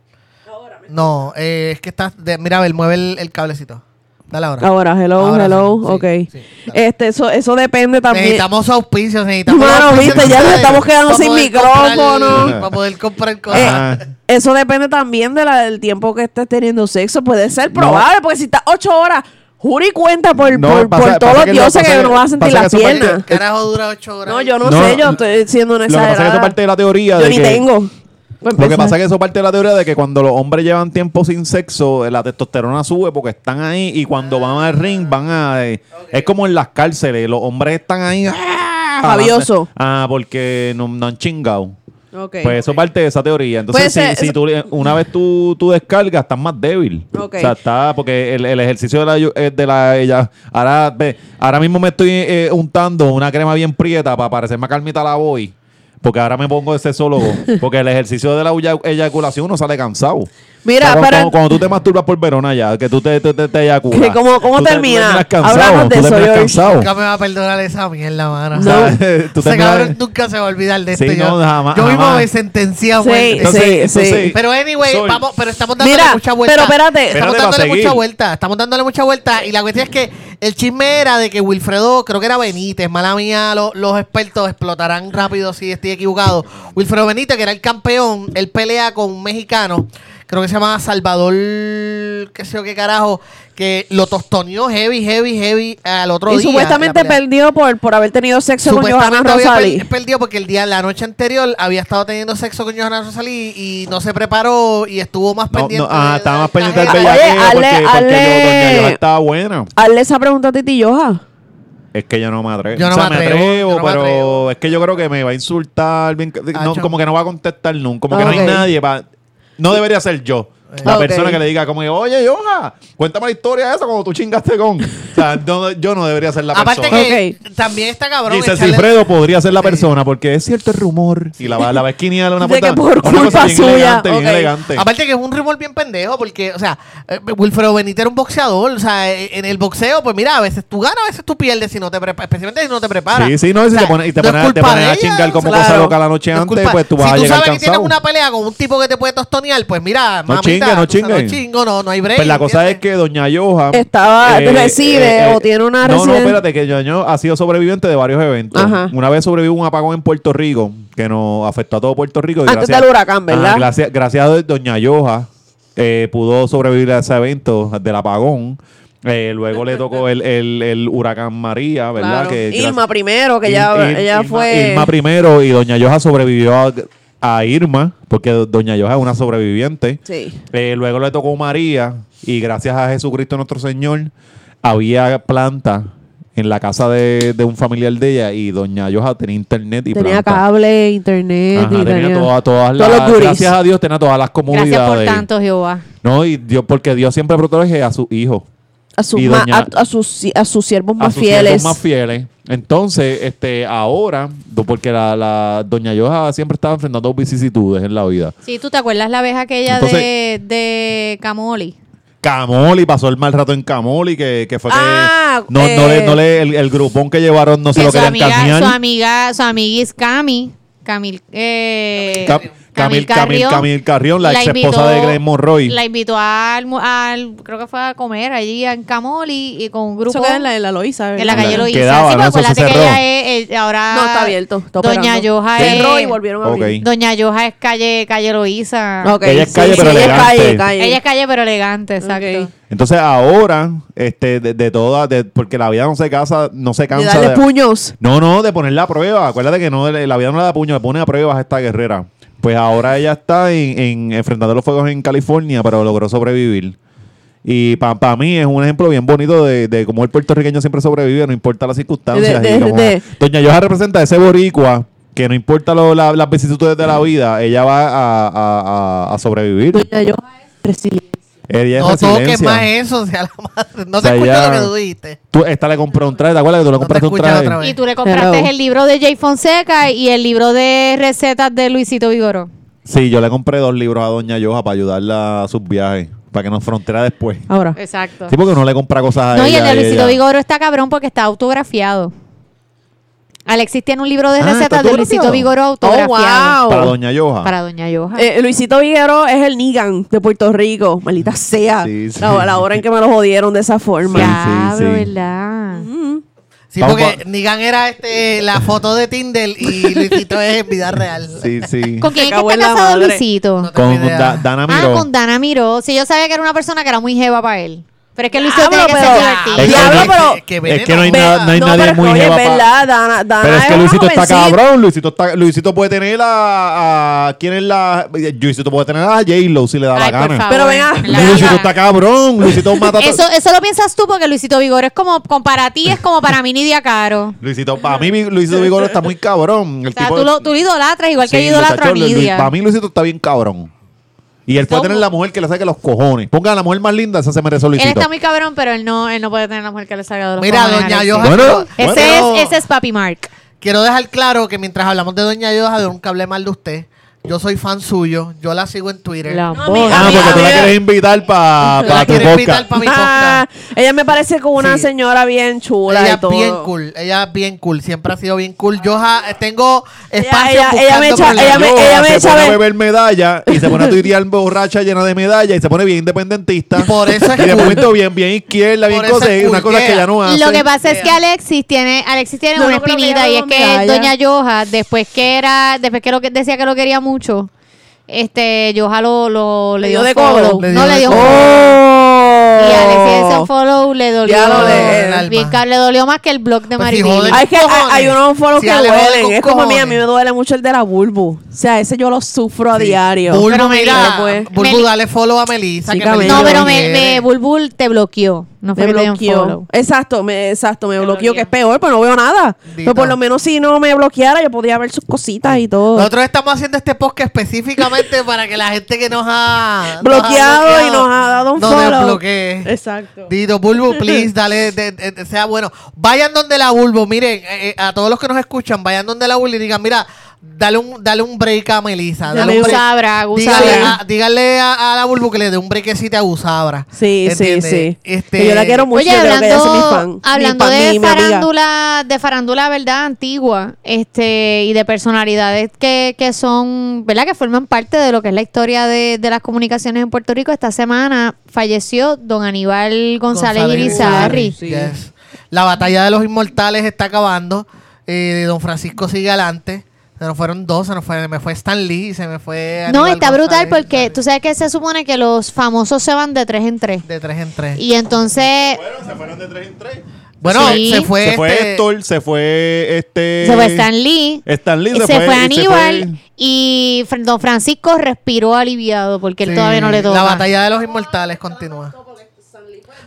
No, eh, es que estás... de- mira a ver, mueve el, el cablecito. Dale ahora.
Ahora, hello,
Ahora
hello,
sí, sí,
ok.
sí, dale.
este, eso, eso depende también.
Necesitamos auspicios, necesitamos.
Mano,
auspicios
viste, ya
para
nos estamos
poder-
quedando
para
sin
poder
micrófono. Eh, ah,
comprar- Para poder comprar cosas.
Ajá.
Eso depende también de la, del tiempo que estés teniendo sexo. Puede ser probable, porque si estás ocho horas, jura y cuenta por,
No,
por,
pasa-
por todos
pasa
los
que no-
dioses
pasa
que,
que-
no vas a sentir
pasa que
las
eso parte-
piernas.
Carajo, dura ocho horas.
No, yo no,
No,
sé, yo
lo-
estoy siendo una
Ah, Lo que pasa es que eso
exagerada.
parte de la teoría
pues Yo
de
ni
que,
tengo.
Lo que pasa es que eso parte de la teoría de que cuando los hombres llevan tiempo sin sexo, eh, la testosterona sube porque están ahí y cuando van al ring van a... eh, Es como en las cárceles, los hombres están ahí... ¡ah!
Rabioso.
Ah, porque no, no han chingado.
que...
Pues eso parte de esa teoría. Entonces,
Puede
si,
ser-
si tú, le- una vez tú, tú descargas, estás más débil.
Ok.
O sea, está, porque el, el ejercicio de la, yo- eh, de la ella. Ahora, ve, ahora mismo me estoy eh, untando una crema bien prieta para parecer más carmita la voy. Porque ahora me pongo de sexólogo. Porque el ejercicio de la uya- eyaculación uno sale cansado. O sea,
Mira,
cuando,
para-
cuando, cuando tú te masturbas por verona ya, que tú te, te, te, te eyaculas.
Que cómo- cómo
tú te- tú
termina.
terminas cansado,
Háblanos de
tú
eso,
terminas
George.
cansado.
Nunca me va a perdonar esa mierda, mano.
No.
O sea,
Tú
ese
terminas-
cabrón nunca se va a olvidar de
Sí,
esto. yo,
no, jamás,
yo mismo
jamás.
me sentencié a
Sí,
muerte.
sí.
Pero anyway,
Sol,
vamos, pero estamos dándole
Mira,
mucha vuelta.
pero espérate.
Espérate
Estamos
para
dándole
seguir.
mucha vuelta. Estamos dándole mucha vuelta. Y la cuestión es que el chisme era de que Wilfredo, creo que era Benítez, mala mía, lo- los expertos explotarán rápido si estoy equivocado. Wilfredo Benítez, que era el campeón, él pelea con un mexicano, creo que se llama Salvador, qué sé yo qué carajo, que lo tostoneó heavy, heavy, heavy al otro
y
día. en la
supuestamente
pelea.
perdió por, por haber tenido sexo con Johanna
Supuestamente había
Rosalí.
per- perdido porque el día, la noche anterior había estado teniendo sexo con Johanna Rosalí y no se preparó y estuvo más
No, no,
pendiente.
ajá,
de-
estaba más
de-
pendiente del
Oye,
bellaqueo porque,
Ale,
porque yo- doña
Ale.
Yola estaba buena.
Hazle esa pregunta a Titi Yoja.
Es que yo no me atrevo.
Yo no
o sea,
me
me
atrevo,
atrevo,
yo no me
pero
atrevo.
es que yo creo que me va a insultar. bien- no,
Acho.
como que no va a contestar nunca. Como que no
Ok.
hay nadie. pa- no debería ser yo. La
Ok.
persona que le diga como que, oye, Yoja, cuéntame la historia de eso cuando tú chingaste con. O sea, no- yo no debería ser la
Aparte
persona.
que también está cabrón.
Dice
echarle-
Cifredo podría ser la persona porque es cierto el rumor. Y la, va- la va a esquinear una
De que
puerta.
por
una cosa
culpa
bien
suya,
elegante, bien
ok.
elegante.
Aparte que es un rumor bien pendejo porque, o sea, eh, Wilfredo Benítez era un boxeador. O sea, eh, en el boxeo, pues mira, a veces tú ganas, a veces tú pierdes si no te preparas, especialmente si no te preparas.
Sí, sí, no, y si
O sea,
te pones y te
no es
pones- te
culpa
pones a
de ella,
chingar como
claro.
cosa loca la noche
No es
antes,
culpa-
pues tú vas
si
a
tú
llegar
sabes que tienes
cansado.
una pelea con un tipo que te puede tostonear, pues mira,
No
mamita,
chingue, no
o sea,
chingue.
no chingo, no, no hay break.
Pues la cosa es
¿entiendes?
que Doña Yoja
Estaba- reside o tiene una
eh, No, no,
residen-
espérate, que Doña Yoja ha sido sobreviviente de varios eventos.
Ajá.
Una vez sobrevivió un apagón en Puerto Rico que nos afectó a todo Puerto Rico. y
Antes del huracán, ¿verdad?
Ajá, gracias, gracias a Doña Yoja eh, pudo sobrevivir a ese evento del apagón. Eh, luego le tocó el, el- el huracán María, ¿verdad?
Claro.
Que gracias-
Irma primero, que ya,
Ir- Ir-
ella
Irma-
fue...
Irma primero y Doña Yoja sobrevivió a, a Irma, porque do- Doña Yoja es una sobreviviente.
Sí.
Eh, luego le tocó María y gracias a Jesucristo nuestro Señor había planta en la casa de, de un familiar de ella y Doña Yoja tenía internet y
Tenía
planta.
cable, internet,
Ajá,
y
tenía
tenía-
todas- todas las,
todos los goodies.
gracias a Dios tenía todas las
Gracias
comodidades.
por tanto, Jehová.
No, y Dios, porque Dios siempre protege a sus hijos.
a sus,
Y
ma-
doña-
a, a sus, a sus siervos
a
más
sus
fieles.
siervos más fieles. Entonces, este, ahora, do- porque la, la doña Yoja siempre estaba enfrentando vicisitudes en la vida.
Sí, tú te acuerdas la vez aquella de, de Camoli.
Camoli pasó el mal rato en Camoli, que, que fue que
Ah,
no,
eh.
no le, no le- el, el grupón que llevaron no se
Que
lo
su
querían
amiga, su
cambiar.
amiga, su amiguis Cami, Camil, eh,
Cam- Camil, Camil, Camil Carrión, la, ex esposa de Glenn Monroy.
La invitó al, mu- al- creo que fue a comer allí en Camoli y con un grupo
Eso queda en la, en la Loíza, ¿verdad?
en la calle
Claro.
lo hizo.
Quedaba,
Así
¿no?
que
Eso se
acuérdate que
cerró.
ella es, eh, ahora
No, está abierto. Está
Doña
operando.
Yoja
Sí.
es
Cerró y volvieron a abrir. Ah.
Ok.
Doña Yoja es calle calle Loíza.
Ok,
Ella es calle, pero
ella es
elegante.
calle, calle.
Ella es calle pero elegante, exacto.
Ok.
Entonces ahora, este, de, de toda, de- porque la vida no se casa, no se
Y
cansa.
darle
de-
puños.
No, no, de poner la prueba. Acuérdate que no, la vida no le da puño, le pone a pruebas a esta guerrera. Pues ahora ella está en, en- enfrentando los fuegos en California, pero logró sobrevivir. Y para mí es un ejemplo bien bonito de, de cómo el puertorriqueño siempre sobrevive, no importa las circunstancias.
De-
y
de-
como-
de-
Doña Yoja representa ese boricua que no importa lo- la- las vicisitudes de la
Mm.
vida, ella va a, a- a- a sobrevivir.
Doña Yoja es resiliente.
Ella es
No toques
resiliencia.
más eh. eso, o sea, la madre. No
O sea,
te escucho
ya-
lo que tú dijiste.
Tú, esta le compró un traje, ¿te acuerdas que tú le
No te
compraste un
escuchas
traje?
otra vez.
Y tú le compraste
Hello.
el libro de Jay Fonseca y el libro de recetas de Luisito Vigoro.
Sí, yo le compré dos libros a Doña Yoja para ayudarla a sus viajes, para que nos frontera después.
Ahora.
Exacto.
Sí, pues, porque no le compra cosas a
No, y
ella.
el de
y
Luisito
ella-
Vigoro está cabrón porque está autografiado. Alexis tiene un libro
Ah,
de
¿está
recetas de Luisito
autografiado?
Vigoro
Oh,
autografiado.
wow.
Para Doña Yoja.
Para Doña Yoja.
Eh, Luisito Viguero es el Nigan de Puerto Rico. Maldita sea.
Sí, sí.
La, la hora en que me lo jodieron de esa forma.
sí,
Diablo,
sí.
¿verdad?
Sí,
Vamos
porque
pa-
Nigan era este, la foto de Tinder y Luisito es en vida real.
Sí, sí.
¿Con quién es que
cago
está
en la
casado
madre.
Luisito?
No tengo
Con
idea.
Da- Dana
ah,
Miró.
con Dana Miró. Sí, yo sabía que era una persona que era muy jeva para él. Pero es que Luisito
Diablo,
tiene
pero-
que ser divertido.
Es que
Diablo,
no-
pero-
es que no hay
Ve-
nada- no hay nadie
pero
muy
oye,
jeva
es
pa-
verdad, Dana,
Pero es
Dana
Ah,
que
una
pues
Luisito está
jovencita.
cabrón. Luisito, está, Luisito puede tener a, a- ¿Quién es la...? Luisito puede tener a J-Lo si le da la
Ay, por
gana.
favor,
Pero ven acá.
en la
Luisito
vida.
está cabrón. Luisito mata... a to-
Eso, eso lo piensas tú porque Luisito Vigor es como, como para ti, es como para mí Nidia Caro.
Luisito, para mí mi- Luisito Vigoro está muy cabrón. El
O sea,
tipo
tú lo, tú lo idolatras igual que yo idolatro a Nidia.
Para mí Luisito está bien cabrón. Y él puede
Son-
tener la mujer que le saque los cojones. Ponga a la mujer más linda, esa se merece
él
Luisito.
está muy cabrón, pero él no, él no puede tener la mujer que le salga de los
Mira,
cojones,
doña
Alexis.
Yoja.
Bueno,
quiero-
Ese,
quiero-
es, ese es Papi Mark.
Quiero dejar claro que mientras hablamos de doña Yoja, yo nunca hablé mal de usted. Yo soy fan suyo. Yo la sigo en Twitter.
No,
La voz.
amiga,
Ah, porque tú la
Mira.
quieres invitar para
Yo la
tu
quiero invitar
podcast.
para mi
Ah,
podcast.
ella me parece como una
Sí.
señora bien chula
Ella
y todo.
es bien cool, ella es bien cool, siempre ha sido bien cool. Yo ja- tengo
Ella,
espacio
ella-
buscando
ella me echa,
problemas.
ella me,
Yoga
ella me
ah, se
echa
pone a
ver-
beber medalla y se pone a tuitear borracha llena de medallas y se pone bien independentista.
Por eso es
y de
cool.
momento bien, bien izquierda, bien
Por eso
cosa,
es cool,
una cosa que
yeah.
ya no hace.
Lo que pasa es que Alexis tiene, Alexis tiene
No,
una
no creo que
espinita
ella
y es
no
que
medalla.
Doña Yoja, después que era, después que lo que decía que lo quería mucho, este, Yoja lo, lo- le
Le
dio
dio de
follow.
codo.
Le
no
dio
le
de
dio
codo.
follow. Y Alexis ese
Oh.
follow le dolió.
Ya lo
de- el
bien
alma.
caro, le dolió más que el blog de
Pues
Maribel.
si jode-
Hay, que, hay,
cojones.
hay unos follows
Sí,
que
Ale, joder,
duelen.
con
Es como a mí, a mí
cojones.
me duele mucho el de la Bulbu. O sea, ese yo lo sufro a
Sí.
diario.
Bulbu,
Pero
mira,
mira, pues.
Bulbu,
Meli-
dale follow a Melissa.
Sí,
que
cabrón.
Melissa
no, pero me,
quiere.
me- Bulbul te bloqueó. No fue
me
que te dio un
bloqueó.
follow.
Exacto, me, exacto, me
Te
bloqueó, que es
bloquea.
peor, pues no veo nada. Pero por
Dito.
lo menos si no me bloqueara, yo podía ver sus cositas y todo.
Nosotros estamos haciendo este podcast específicamente para que la gente que nos ha nos ha
bloqueado, y nos ha dado un
no
follow.
desbloquee.
Exacto.
Dito, Bulbu, please, dale, de- de- de- sea bueno. Vayan donde la Bulbu, miren, eh, eh, a todos los que nos escuchan, vayan donde la Bulbu y digan, mira, dale un, dale un break a Melissa. Dale
Dale
un
un
break.
sabra, un
dígale
sabra.
a, dígale a- a la Bulbu que le dé un brequecito a Usabra.
Sí, sí,
¿Entiendes?
sí.
Este,
Que yo la quiero mucho.
Oye,
yo creo que ella es mi fan.
hablando,
Mi
hablando
fan,
de
mi- mi amiga.
farándula, de farándula, ¿verdad? Antigua, este, y de personalidades que, que son, ¿verdad? Que forman parte de lo que es la historia de, de las comunicaciones en Puerto Rico. Esta semana falleció don Aníbal González, Irizarry.
Irizarry, yes. La batalla de los inmortales está acabando. Eh, don Francisco sigue adelante. Se nos fueron dos, se nos fue, me fue Stan Lee y se me fue.
No,
Aníbal
está brutal
González.
porque tú sabes que se supone que los famosos se van de tres en tres.
De tres en tres.
Y entonces
se fueron de tres en tres.
bueno,
Sí.
se fue.
Se fue
este-
Héctor, se fue este.
Eh,
se fue Stan Lee.
Stan Lee
se,
se
fue,
fue- se fue-
Aníbal y Fr- don Francisco respiró aliviado porque él
Sí,
todavía no le toca.
La batalla de los inmortales continúa.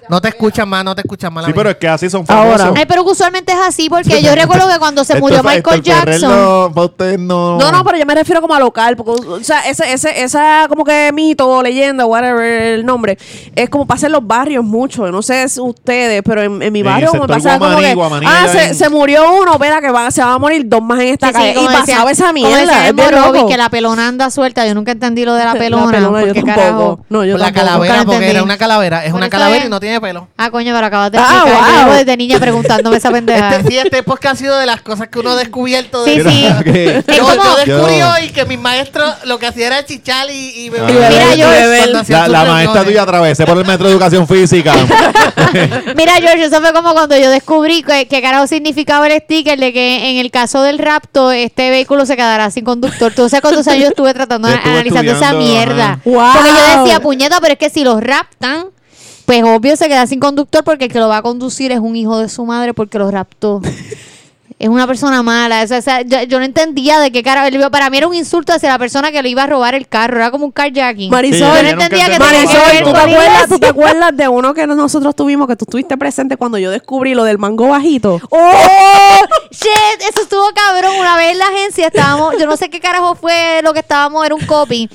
No te escuchan más, no te escuchan más. la
Sí, pero
mía.
es que así son
Ahora.
famosos.
Ay, pero que usualmente es así porque yo recuerdo que cuando se
Esto
murió
es-
Michael
esto es Ferrer,
Jackson.
No, para usted no.
No, no, pero yo me refiero como a local, porque, o sea, ese, ese, esa como que mito o leyenda, whatever el nombre, es como pasa en los barrios mucho, no sé si ustedes, pero en, en mi
En
barrio
el
como
sector
pasa como
Guamaní,
que,
Guamaní,
ah,
allá
se,
en-
se murió uno, vela que van, se van a morir dos más en esta
Sí, sí,
calle, y
como decía-
pasaba esa
como decía
mierda, es
Emma
bien
Robbie,
loco.
que la pelona anda suelta. Yo nunca entendí lo de la
La
pelona.
pelona, yo
porque
tampoco.
carajo.
No, yo
la
tampoco.
Nunca
calavera,
la
porque
entendí.
era una calavera. Es
Pero
una
está
calavera
bien.
y no tiene pelo.
Ah, coño, pero acabas de
Ah,
explicar. Yo
wow.
llevo desde niña preguntándome esa pendeja.
Este, sí, este podcast ha sido de las cosas que uno ha descubierto. De
Ah. Sí,
Mira,
sí.
que-
Es
Yo,
como-
yo descubrí
Yo-
hoy que mis maestros lo que hacían era chichar y, y beber.
Y beber, Mira,
yo-
beber.
Cuando hacían
Ah. La,
sus
la maestra
reuniones.
tuya atravesé por el metro de educación física.
Mira, George, eso fue como cuando yo descubrí que, que carajo significaba el sticker de que en el caso del rapto, este vehículo se quedará sin conductor. Tú sabes cuántos años yo estuve tratando,
Yo estuve
analizando esa
estudiando,
mierda.
ajá.
Wow.
Porque yo decía, puñeta, pero es que si los raptan, pues obvio se queda sin conductor porque el que lo va a conducir es un hijo de su madre porque lo raptó. Es una persona mala. O sea, o sea, yo, yo no entendía de qué cara. Para mí era un insulto hacia la persona que le iba a robar el carro. Era como un carjacking.
Marisol,
yo no
yo nunca
entendía que
entendí
tenía que
eso.
Marisol,
ver
¿tú te,
con
acuerdas, ¿tú te acuerdas de uno que nosotros tuvimos, que tú estuviste presente cuando yo descubrí lo del mango bajito?
¡Oh! ¡Shit! Eso estuvo cabrón. Una vez en la agencia estábamos, yo no sé qué carajo fue lo que estábamos, era un copy.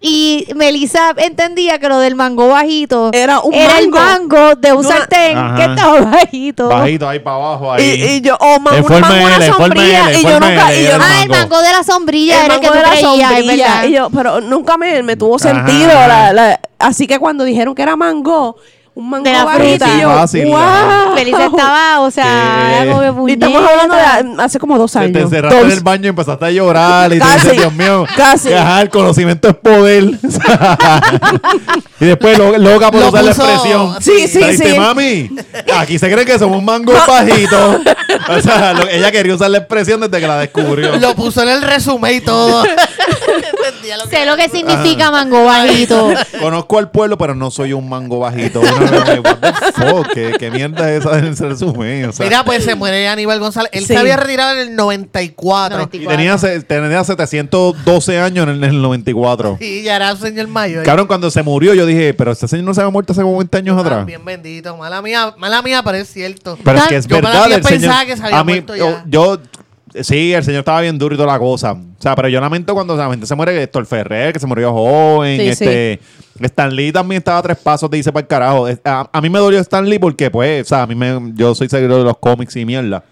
Y Melissa entendía que lo del mango bajito
Era un
el
mango.
mango de un
No,
sartén
ajá.
que estaba bajito.
Bajito ahí para abajo. Ahí.
Y, y yo, oh, man,
En
un
forma
mango, una
L, en forma
sombrilla,
L,
y
en
yo
forma
nunca,
L,
y yo
era
nunca.
Ah, el
mango.
mango de la sombrilla
El
era el que
mango
tú
de la
creías,
sombrilla.
¿verdad?
Y yo, pero nunca me, me tuvo
Ajá.
sentido. la- la- así que cuando dijeron que era mango, un mango
De la
bajito,
fruta.
y yo,
Fácil,
wow.
ajá.
Ah, Melissa estaba, o sea,
¿Qué?
era como que
Y estamos
puñeta.
hablando de hace como dos
Te,
años.
te encerraste en
Dos-
el baño y empezaste a llorar. Y te
Casi,
dices, Dios mío.
casi.
que, ajá, el conocimiento es poder. y después lo, loca por
Lo
usar
puso-
la expresión.
Sí, sí,
Traiste,
sí.
mami, aquí se cree que somos mangos bajitos. o sea, lo- ella quería usar la expresión desde que la descubrió.
Lo puso en el resumen y todo. Entendía lo que-
Sé lo que significa mango bajito.
Conozco al pueblo, pero no soy un mango bajito. Una vez me- what the fuck, ¿Qué, qué mierda es esa del resumen? O sea,
Mira, pues se muere Aníbal González. Él
Sí.
se había retirado en el 94.
94.
y tenía, se- tenía 712 años en el, en el 94.
Sí, ya era un señor mayor.
Cabrón, cuando se murió, yo dije, pero este señor no se había muerto hace como 20 años atrás.
Bien bendito. Mala mía, mala mía, pero es cierto.
Pero es que es
Yo para
verdad,
mí
el
pensaba
señor.
que se había
a mí,
muerto
yo,
ya.
yo- sí, el señor estaba bien duro y toda la cosa. O sea, pero yo lamento cuando la gente se muere, Héctor Ferrer, que se murió joven,
Sí,
este. Stan Lee también estaba a tres pasos, te dice para el carajo. Es- A, a mí me dolió Stan Lee porque, pues, o sea, a mí me, yo soy seguidor de los cómics y mierda.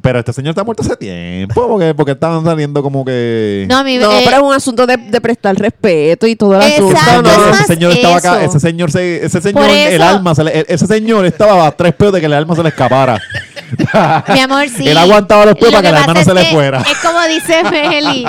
Pero este señor está muerto hace tiempo, porque, porque estaban saliendo como que.
No, a mí,
No,
eh,
pero es un asunto de, de prestar respeto y todo el asunto.
Ese
Exacto,
¿no?
señor-
es más
ese señor estaba acá,
eso.
ese señor, se- ese señor,
Por
el
eso-
alma, se le- e, ese señor estaba a tres pedos de que el alma se le escapara.
Mi amor, sí.
Él aguantaba los pies
Lo
para que la
pasa
mano
es
se le
que
fuera.
Es como dice Meli.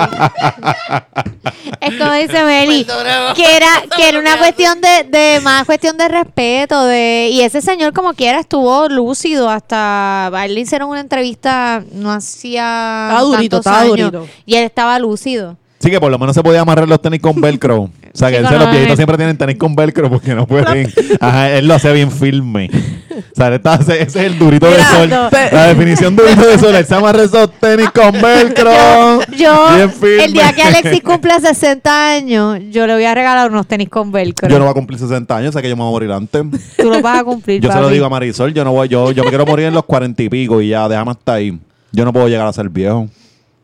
es como dice Meli.
Perdóname.
Que era, que era una cuestión de, de más cuestión de respeto. de Y ese señor, como quiera, estuvo lúcido hasta. A él le hicieron una entrevista, no hacía.
Estaba durito,
tantos
estaba
años,
durito.
Y él estaba lúcido.
Sí, que por lo menos se podía amarrar los tenis con velcro. O sea, que él
Chico,
se- los
no,
viejitos
es-
siempre tienen tenis con velcro porque no pueden. Ajá, él lo hacía bien firme. O sea, él estaba- ese, ese es el durito de
Mira,
sol.
no, pe-
La definición de durito de sol. Él se amarra esos tenis con velcro.
Yo,
bien firme.
el día que Alexis cumpla 60 años, yo le voy a regalar unos tenis con velcro.
Yo no voy a cumplir 60 años, o sea que yo me voy a morir antes.
Tú los vas a cumplir.
Yo se lo
papi.
digo a Marisol, yo no voy, yo, yo me quiero morir en los 40 y pico y ya, déjame hasta ahí. Yo no puedo llegar a ser viejo.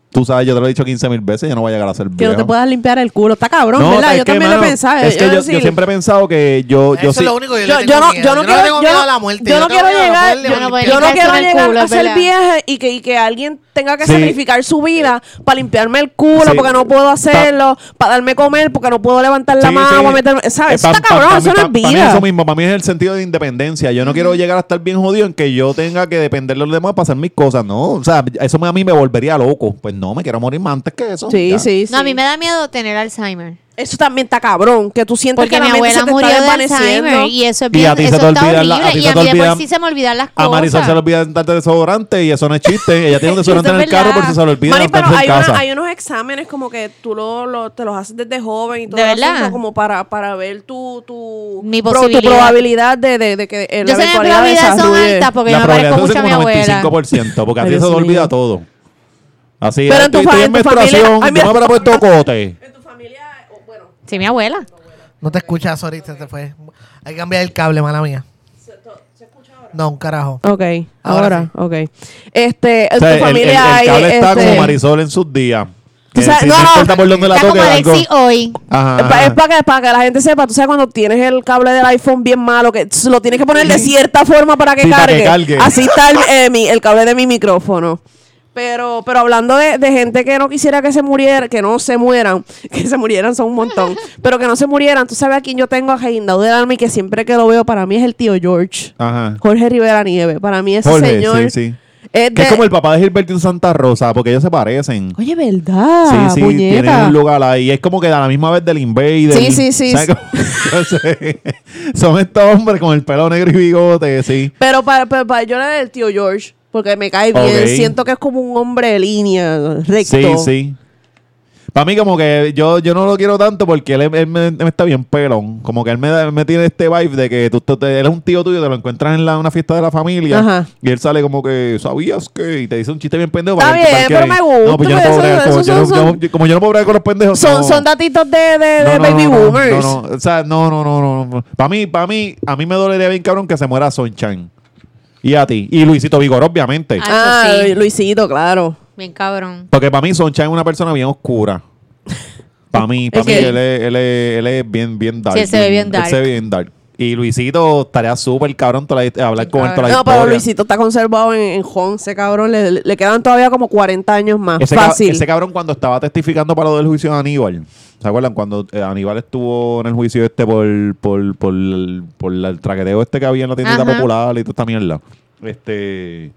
Tú sabes, yo te lo he dicho 15 mil veces, yo no voy a llegar a ser
Que
viejo.
no te puedas limpiar el culo. Está cabrón,
No,
¿verdad?
es
Yo
que,
también lo
mano,
he pensado.
Es que yo,
Yo
yo
sí-
siempre he pensado que yo, yo
Eso
sí-
es lo único que yo,
yo,
le
yo
tengo
no,
miedo.
yo no
Yo
quiero,
le tengo
yo
miedo
no-
a la muerte.
yo no
le
quiero
tengo miedo a la
llegar,
muerte,
yo no voy
yo,
a
yo no
limpiar
quiero
con el
llegar
culo,
a
es
ser
verdad.
vieja y que, y que alguien tenga que
Sí.
sacrificar su vida para limpiarme el culo
Sí.
porque no puedo hacerlo, para darme comer porque no puedo levantar la
Sí,
mano,
sí.
para meterme,
Eh,
¿sabes? Eso
pa-
está
pa-
cabrón,
pa-
eso
pa-
no es
pa- pa' mí
vida.
eso mismo, para mí es el sentido de independencia. Yo no quiero llegar a estar bien jodido en que yo tenga que depender de los demás para hacer mis cosas, ¿no? O sea, eso me- a mí me volvería loco. Pues no, me quiero morir más antes que eso.
Sí,
Ya.
sí, sí.
No, a mí me da miedo tener Alzheimer.
Eso también está cabrón, que tú sientes
Porque
que
mi
la mente se
abuela
te
murió
está
de
desvaneciendo.
Alzheimer y eso es
Y
bien,
a ti se
eso
te
está
olvida la- a
horrible.
ti
y
se
a
te
mí de
olvida-
por sí se me olvidan las cosas.
A Marisol se le olvida darte desodorante y eso no es chiste. Ella tiene un desodorante en el
Eso es
carro porque
verdad.
se le olvida
Mari, pero
levantarse en
hay, una-
casa.
hay unos exámenes como que tú lo, lo- te los haces desde joven y todo
¿De
el
verdad?
asunto, como para, para ver tu, tu,
Mi
pro-
posibilidad.
tu probabilidad de, de, de que eh,
Yo
la
sé que
eventualidad
mis
de
probabilidades son
desarrolle-
altas porque
la
yo me
probabilidad
parezco
entonces
mucho a mi
es
abuela.
como 95%, porque a
Ay,
ti se te
Dios mío.
olvida todo. Así
Pero en tu
estoy-
fa-
estoy
en tu familia-
menstruación,
Ay,
yo
mira.
me habrá puesto cote.
Sí, mi abuela.
No te escuchas ahorita, se te fue. Hay que cambiar el cable, mala mía. No, un carajo.
Ok, ahora,
Ahora
ok. Este,
O sea, el,
tu
el- el
familia hay,
cable está
este,
como Marisol en sus días.
Tú
Que
sabes-
si
no,
no,
no,
importa por dónde la
Está
toque,
como
algo.
Alexi hoy.
Ajá,
Es pa-
ajá.
es para que, para que la gente sepa, tú sabes cuando tienes el cable del iPhone bien malo, que s- lo tienes que poner de cierta forma para que,
Sí, para
cargue.
que cargue.
Así está el, eh, mi- el cable de mi micrófono. Pero, pero hablando de, de gente que no quisiera que se muriera, que no se mueran, que se murieran son un montón, pero que no se murieran, tú sabes a quién yo tengo a Reinaldo del Army, que siempre que lo veo para mí es el tío George,
Ajá.
Jorge Rivera Nieve. Para mí ese
Ah. Jorge, sí,
señor
sí.
es
Que es
de-
como el papá de Gilbertino Santa Rosa, porque ellos se parecen.
Oye, ¿verdad?
sí, sí,
Ah, puñeta.
tienen un lugar ahí. Es como que a la misma vez del Invader.
Sí, sí, sí,
¿Sabes
sí.
cómo? Yo sé. Son estos hombres con el pelo negro y bigote, sí.
Pero para, para, para- yo era del tío George, porque me cae bien.
Ok.
Siento que es como un hombre de línea, recto.
Sí, sí. Para mí como que yo, yo no lo quiero tanto porque él, él me, él me está bien pelón. Como que él me, da- me tiene este vibe de que tú, tú- te- él es un tío tuyo, te lo encuentras en la, una fiesta de la familia
Ajá.
y él sale como que, ¿sabías que? Y te dice un chiste bien pendejo.
Está
para que-
bien,
para que-
pero me gusta,
No, pues yo no
pero
puedo
eso-
bregar como,
eso
yo no-
son-
yo no- yo- como yo no puedo bregar con los pendejos.
Son,
no.
son datitos de, de,
No,
de
no,
baby
no, no,
boomers.
No, no, o sea, no, no, no, no. Para mí, para mí, a mí me dolería bien cabrón que se muera Sonchan. Y a ti. Y Luisito Vigor, obviamente.
Ah.
Ah,
Eso sí.
Luisito, claro.
Bien cabrón.
Porque para mí Sonchan es una persona bien oscura. Para mí, para
Es
mí,
que-
él es, él es- él es bien, bien dark.
Sí, él se ve bien
él
dark.
se ve bien dark. Y Luisito estaría súper cabrón toda la- hablar
Sí,
con él toda la
No, pero
historia.
Luisito está conservado en, en Jonce, cabrón. Le, le quedan todavía como 40 años más.
Ese, ca-
Fácil.
ese cabrón cuando estaba testificando para lo del juicio de Aníbal. ¿Se acuerdan? Cuando eh, Aníbal estuvo en el juicio este por, por, por, el- por la- el traqueteo este que había en la tiendita
Ajá.
popular y toda esta mierda. Este...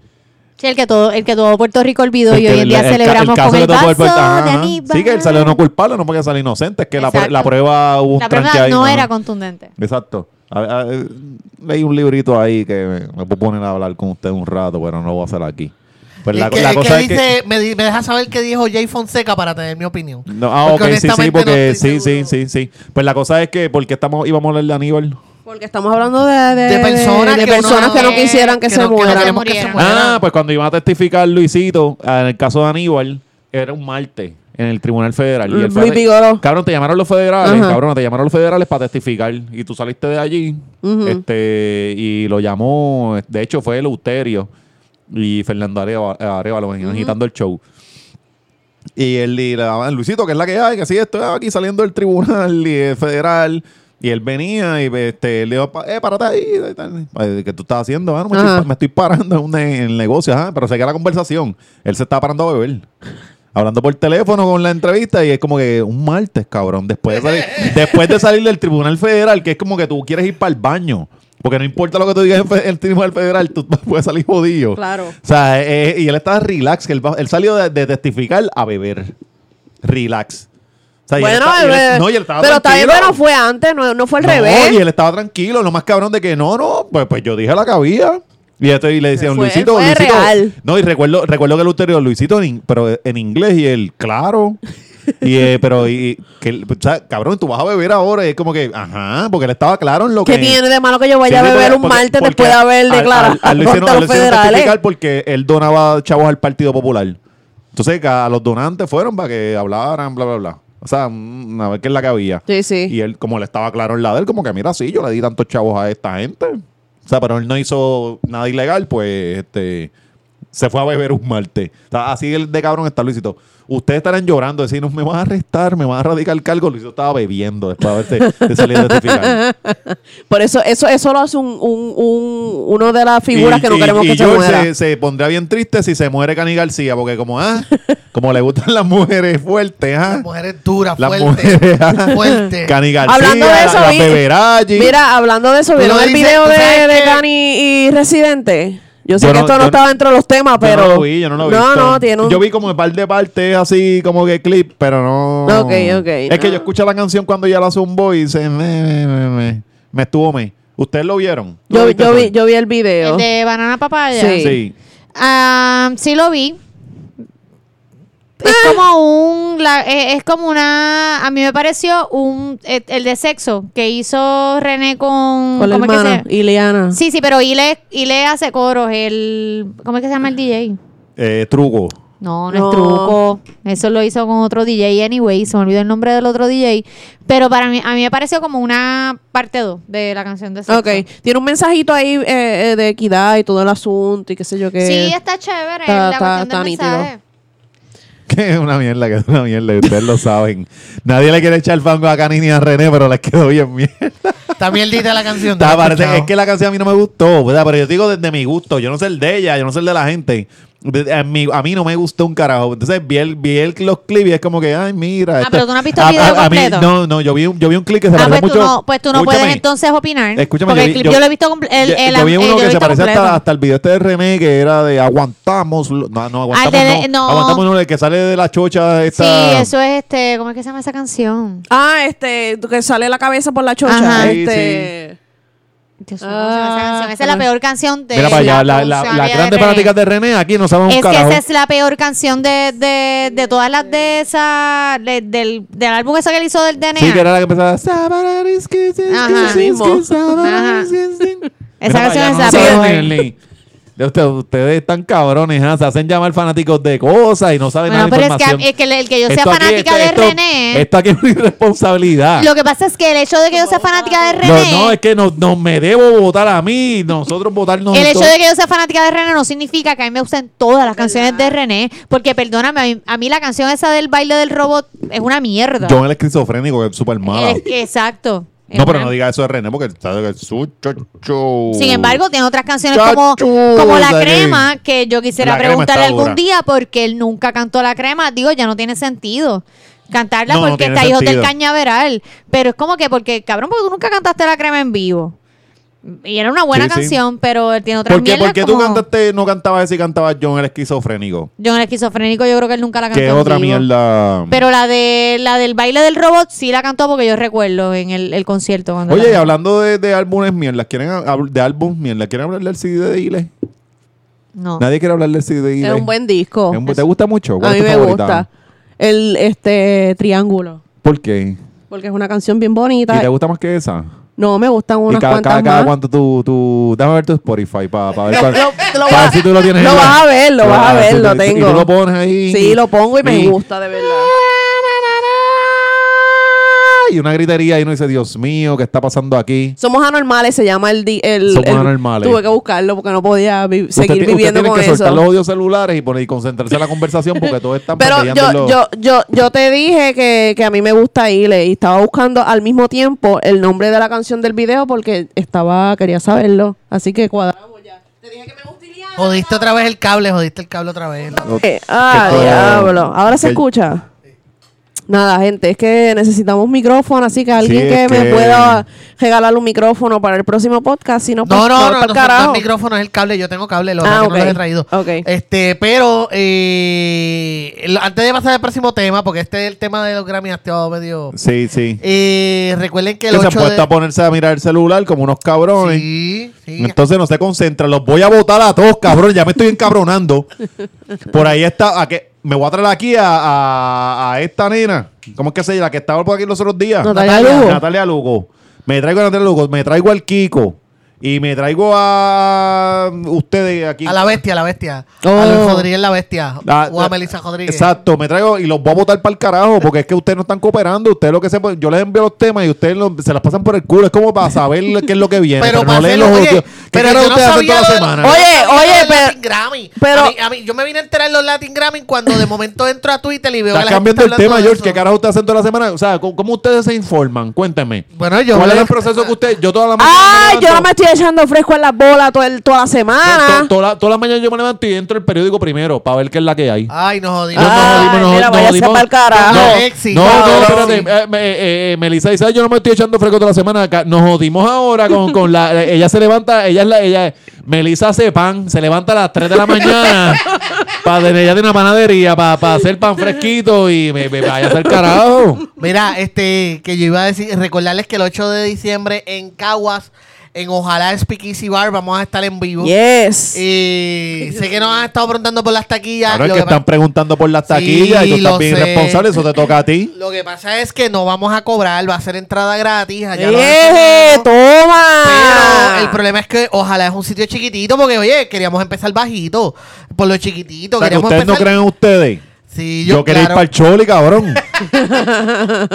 Sí, el que todo, el que todo Puerto Rico olvidó y
este,
hoy en día
el- el ca-
celebramos
caso
con
que
el
todo
vaso
el puerto-
de
ajá.
Aníbal.
Sí, que él salió no culpable, no porque salió inocente. Es que la, pr-
Exacto.
la prueba hubo un
La prueba
tranque ahí.
no
Ajá.
era contundente.
Exacto. A- a- eh, leí un librito ahí que me, me ponen a hablar con usted un rato, pero no lo voy a hacer aquí. Pues la,
El que-
la
el que
cosa es que...
dice, me, di- me deja saber qué dijo Jay Fonseca para tener mi opinión.
No, ah, ok,
Porque
sí, sí,
Pues honestamente no
porque
estoy
sí, sí, sí,
seguro.
sí. Pues la cosa es que, ¿por qué estamos, íbamos a hablar de Aníbal?
Porque estamos hablando de, de,
De personas
Eh, de
que uno
personas que no quisieran que,
que
se
no- que no
mueran.
queremos que se
murieran.
mueran.
Ah, pues cuando iba a testificar Luisito, en el caso de Aníbal, era un martes en el Tribunal Federal. Y el
Luis
fede-
Vigoró.
Cabrón, te llamaron los federales,
Ajá.
cabrón, te llamaron los federales para testificar. Y tú saliste de allí,
Ujú.
este, y lo llamó, de hecho fue el Euterio y Fernando Areva- Arevalo, me agitando el show. Y él y le daban, Luisito, que es la que hay, que así estoy aquí saliendo del tribunal y el federal. Y él venía y este, le dijo, pa- eh, párate ahí. y tal. Eh, ¿Qué tú estás haciendo? Ah, no, me, estoy,
Ajá.
pa- me estoy parando en un ne- en el negocio. Ajá. Pero se queda la conversación. Él se estaba parando a beber. Hablando por teléfono con la entrevista y es como que un martes, cabrón. Después de salir, después de salir del Tribunal Federal, que es como que tú quieres ir para el baño. Porque no importa lo que tú digas en fe- el Tribunal Federal, tú puedes salir jodido.
Claro.
O sea, eh, eh, y él estaba relax, que él, va- él salió de, de testificar a beber. Relax. O sea, y él
Bueno,
está- y él-
bebé,
no, y él estaba
pero también
tranquilo.
no fue antes, no, no fue al
No,
revés.
Y él estaba tranquilo, lo más cabrón de que no, no, pues, pues yo dije la que había. Y, esto, y le decían,
fue-
Luisito,
fue
Luisito.
real.
No, y recuerdo, recuerdo que el ulterior, Luisito, en, in- pero en inglés, y él, claro. Y, eh, pero, y, que, él- o sea, cabrón, tú vas a beber ahora. Y es como que, ajá, porque él estaba claro en lo
¿Qué
que.
tiene de malo que yo vaya
Sí,
a
sí, porque-
beber Pues un
porque-
martes
porque
después de haber
al- al-
declarado
al- lo hicieron-
contra
lo
los
hicieron
federales?
testificar porque él donaba chavos al Partido Popular. Entonces, que a los donantes fueron para que hablaran, bla, bla, bla. O sea, mm, a ver qué es la que había.
Sí, sí.
Y él, como le estaba claro en la de él, como que mira, sí, yo le di tantos chavos a esta gente. O sea, pero él no hizo nada ilegal, pues este se fue a beber un martes. O sea, así el de cabrón está Luisito. Ustedes estarán llorando, decir, me vas a arrestar, me vas a radicar el cargo. Luisito estaba bebiendo después de, haberse- de salir de este testificar.
Por eso, eso, eso lo hace un, un, un- uno de las figuras
Y-
que no
y-
queremos
y
que se
George
muera.
Se, se pondría bien triste si se muere Cani García, porque como, ah, como le gustan las mujeres fuertes, ah.
Las mujeres duras,
Las
fuertes.
mujeres, ah.
fuertes.
Cani García,
Hablando de eso,
la,
vi-
Beberaggi.
Mira, hablando de eso,
Tú
¿vieron
lo
el
dices,
video
tú
de,
sabes
de
que-
Cani y Residente? Yo sé
Yo
que
no-
esto no
yo-
estaba dentro de los temas, pero.
Yo no lo vi, yo no lo vi.
No, no, tiene un.
Yo vi como un par de partes así, como que clip, pero no.
Ok, ok,
Es que
no.
yo escuché la canción cuando ella la zumbó y se. Me, me, me, me, me estuvo me. ¿Ustedes lo vieron? ¿Tú lo
Yo,
viste,
yo vi,
Sol?
yo vi el video.
El de banana papaya.
Sí.
Sí.
Ah, sí lo vi. Es
Ah.
como un, la- eh, es como una, a mí me pareció un, eh, el de sexo que hizo René con,
con la
mm, ¿cómo es que
hermana,
se-
Ileana.
Sí, sí, pero Ile, Ile hace coros, el, ¿cómo es que se llama el DJ?
Eh, truco.
No, no,
No.
es truco. Eso lo hizo con otro DJ anyway, se me olvidó el nombre del otro DJ, pero para mí a mí me pareció como una parte 2 de la canción de sexo.
Ok, tiene un mensajito ahí eh, eh, de equidad y todo el asunto y qué sé yo qué.
Sí, está chévere
está-
la
está-
cuestión
está
del
nítido.
mensaje.
Que es una mierda, que es una mierda, y ustedes lo saben. Nadie le quiere echar fango a Cani ni a René, pero les quedó bien mierda.
También diste la canción.
Está,
¿no?
parece-
Escuchado.
es que la canción a mí no me gustó, ¿verdad? Pero yo te digo desde mi gusto. Yo no sé el de ella, yo no sé el de la gente. De- A mí, a mí no me gustó un carajo. Entonces vi, el, vi el- los clips y es como que, ay, mira. esto-
Ah, pero tú no has visto el
A-
video
a- a mí-
completo.
No, no, yo vi un, yo vi un clip que se
Ah,
parecía
pues,
mucho.
tú no, pues tú no puedes
Escúchame.
entonces opinar.
Escúchame,
porque
yo
el
vi-
clip
yo-
yo, lo he visto completo. El,
yo,
el-
yo vi
eh,
uno
yo lo he
que se
visto
parece hasta,
completo.
hasta el video este de René que era de aguantamos. lo- No, no, aguantamos.
de-
no,
no.
Aguantamos no, el que sale de la chocha. Esta,
Sí, eso es este. ¿Cómo es que se llama esa canción?
Ah, este, que sale la cabeza por la chocha.
Ajá.
Sí,
este.
Dios mío, ¿cómo se llama esa canción? Esa es la
Ah,
peor canción de.
Mira para allá, la,
canción
la,
de
la grande
René.
fanática de René aquí no saben un
Es que
carajo.
esa es la peor canción de, de, de todas las de esa. de- del, del álbum ese que él hizo del DNA.
Sí, que era la que empezaba. Ajá.
Ajá. Ajá. Esa canción es la peor.
Ustedes, ustedes están cabrones, ¿ah? se hacen llamar fanáticos de cosas y no saben
Bueno,
nada de
pero es que,
información.
es que el, el que yo sea
Esto aquí,
fanática
esto-
de
esto-
René.
Esto aquí es una irresponsabilidad.
lo que pasa es que el hecho de que yo sea fanática de
No,
René.
no, es que nos, nos me debo votar a mí, nosotros votarnos.
El hecho
todos.
de que yo sea fanática de René no significa que a mí me gusten todas las canciones de René, porque perdóname, a mí, a mí la canción esa del baile del robot es una mierda.
John el esquizofrénico es súper malo.
Es que- exacto. Es
No, pero
una-
no diga eso de René porque está de su chocho.
Sin embargo, tiene otras canciones
Chacho,
como, como La
esa que-
Crema, que yo quisiera
La Crema
preguntarle
está
algún
dura.
día porque él nunca cantó La Crema. Digo, ya no tiene sentido cantarla
No, no
porque
tiene
está Hijos del
sentido.
Cañaveral. Pero es como que, porque, cabrón, porque tú nunca cantaste La Crema en vivo. Y era una buena
Sí, sí.
canción, pero él tiene otras
¿Por qué,
mierdas
por qué tú
como-
cantaste, no cantabas ese y cantabas John el esquizofrénico?
John el esquizofrénico, yo creo que él nunca la cantó.
Que
en
otra
vivo.
mierda.
Pero la de la del baile del robot sí la cantó porque yo recuerdo en el, el concierto. Cuando
Oye,
la-
y hablando de, de álbumes mierdas, ¿quieren hab- de álbumes mierdas? ¿Quieren hablar del CD de Ile?
No.
Nadie quiere hablar del CD de Ile.
Es un buen disco.
Es un bu- ¿Te gusta mucho?
A
¿Cuál
mí
es tu
me
favorita?
gusta. El este triángulo.
¿Por qué?
Porque es una canción bien
¿Y te
bonita.
gusta más que esa?
No, me gustan
Y
unas
cada,
cuantas
cada, cada
más.
cuánto tú, tú... Déjame ver tu Spotify para ver cuál...
Lo- lo- lo
para
vas-
ver si tú lo tienes.
lo
ahí.
vas a ver, lo
Tú
vas a ver,
si
lo
tú- Y
tengo.
tú lo pones ahí.
Sí, lo pongo y me
Y-
gusta, de verdad.
Y una gritería y uno dice, Dios mío, ¿qué está pasando aquí?
Somos anormales, se llama el... di- el
Somos
el-
anormales.
Tuve que buscarlo porque no podía vi- seguir
usted, ti-
viviendo
usted tiene
con
que soltar los
eso.
odios celulares y, poner, y concentrarse en la conversación porque todos están
Pero
pantallando en
yo,
los-
yo, yo, yo te dije que, que a mí me gusta Ile y estaba buscando al mismo tiempo el nombre de la canción del video porque estaba quería saberlo. Así que cuadramos ya. Te dije que me gusta Ileana.
Jodiste otra vez el cable, jodiste el cable otra vez.
Eh, ah,
Que todo-
diablo. Ahora se
que-
escucha. Nada, gente, es que necesitamos un micrófono, así que alguien
Sí,
que,
es que-
me pueda regalar un micrófono para el próximo podcast, si no, pues,
No,
todo
no, no,
pa'l
no, no,
carajo.
el micrófono es el cable, yo tengo cable, lo
Ah,
que no
ok.
los he traído.
Ok.
Este, pero eh, el- antes de pasar al próximo tema, porque este es el tema de los Grammy hastiado medio.
Sí, sí.
Eh, recuerden que
Que se
el
han
8
puesto
de...
a ponerse a mirar el celular como unos cabrones.
Sí, sí.
Entonces no se concentran. Los voy a votar a todos, cabrón. Ya me estoy encabronando. Por ahí está. A que, me voy a traer aquí a, a- a esta nena. ¿Cómo es que se llama? La que estaba por aquí los otros días.
Natalia
Natalia.
Lugo.
Natalia Lugo. Me traigo a Natalia Lugo. Me traigo al Kiko. Y me traigo a ustedes aquí.
A la bestia, a la bestia.
Oh.
A Luis Rodríguez la bestia.
La-
o a
la-
Melissa Rodríguez.
Ah, Exacto, me traigo y los voy a votar para el carajo porque es que ustedes no están cooperando. Ustedes lo que se pon- yo les envío los temas y ustedes lo- se las pasan por el culo. Es como para saber qué es lo que viene.
Pero
Pero,
para
no leen los
hacerlo, oye,
odios. ¿Qué
pero
carajo
yo no
ustedes hacen
sabía
toda la
lo del-
semana?
Oye,
Yo no sabía
oye,
lo del
pero-
Latin Grammy.
pero-
A mí- a mí- yo me vine a enterar en los Latin Grammy cuando de momento entro a Twitter y veo
Estás
que la gente
cambiando el
hablando
tema,
de
George.
eso.
¿Qué carajo ustedes hacen toda la semana? O sea, ¿cómo, cómo ustedes se informan? Cuéntame.
Bueno, yo
¿Cuál
me-
es el proceso que ustedes.? Yo toda la mañana.
Ay,
me
yo no me
levanto-
estoy echando fresco en las bolas todo el- toda la semana.
to- toda, la- toda la mañana yo me levanto y entro el periódico primero para ver qué es la que hay.
Ay, no jodimos.
Yo no
Ay,
jodimos, no-
mira,
no
vaya a ser
jodimos.
pa'l carajo.
No,
Alexis,
no,
cabrón.
no, espérate. Eh, me- eh, eh, Melissa dice, "Ay, yo no me estoy echando fresco toda la semana. Ca- Nos jodimos ahora con, con la... eh, Ella se levanta, ella es la... Ella, Melissa hace pan, se levanta a las 3 de la mañana para tener ella tiene una panadería, para hacer pan fresquito y me, me vaya a hacer carajo.
Mira, este, que yo iba a decir, recordarles que el 8 de diciembre en Caguas En Ojalá Speakeasy Bar vamos a estar en vivo.
Yes.
Eh, Y sé que nos han estado preguntando por las taquillas.
Claro, es
lo
que
que pa-
están preguntando por las taquillas y tú
lo
estás bien
sé.
responsable, eso te toca a ti.
Lo que pasa es que no vamos a cobrar, va a ser entrada gratis. Allá lo
¡Eh,
decidimos.
¡Toma!
pero
Ah.
el problema es que ojalá es un sitio chiquitito, porque oye, queríamos empezar bajito, por lo chiquitito.
O sea, que
queríamos
ustedes no
empezar-
creen en ustedes.
Sí,
Yo,
yo,
quería
claro.
ir para el Choli, cabrón.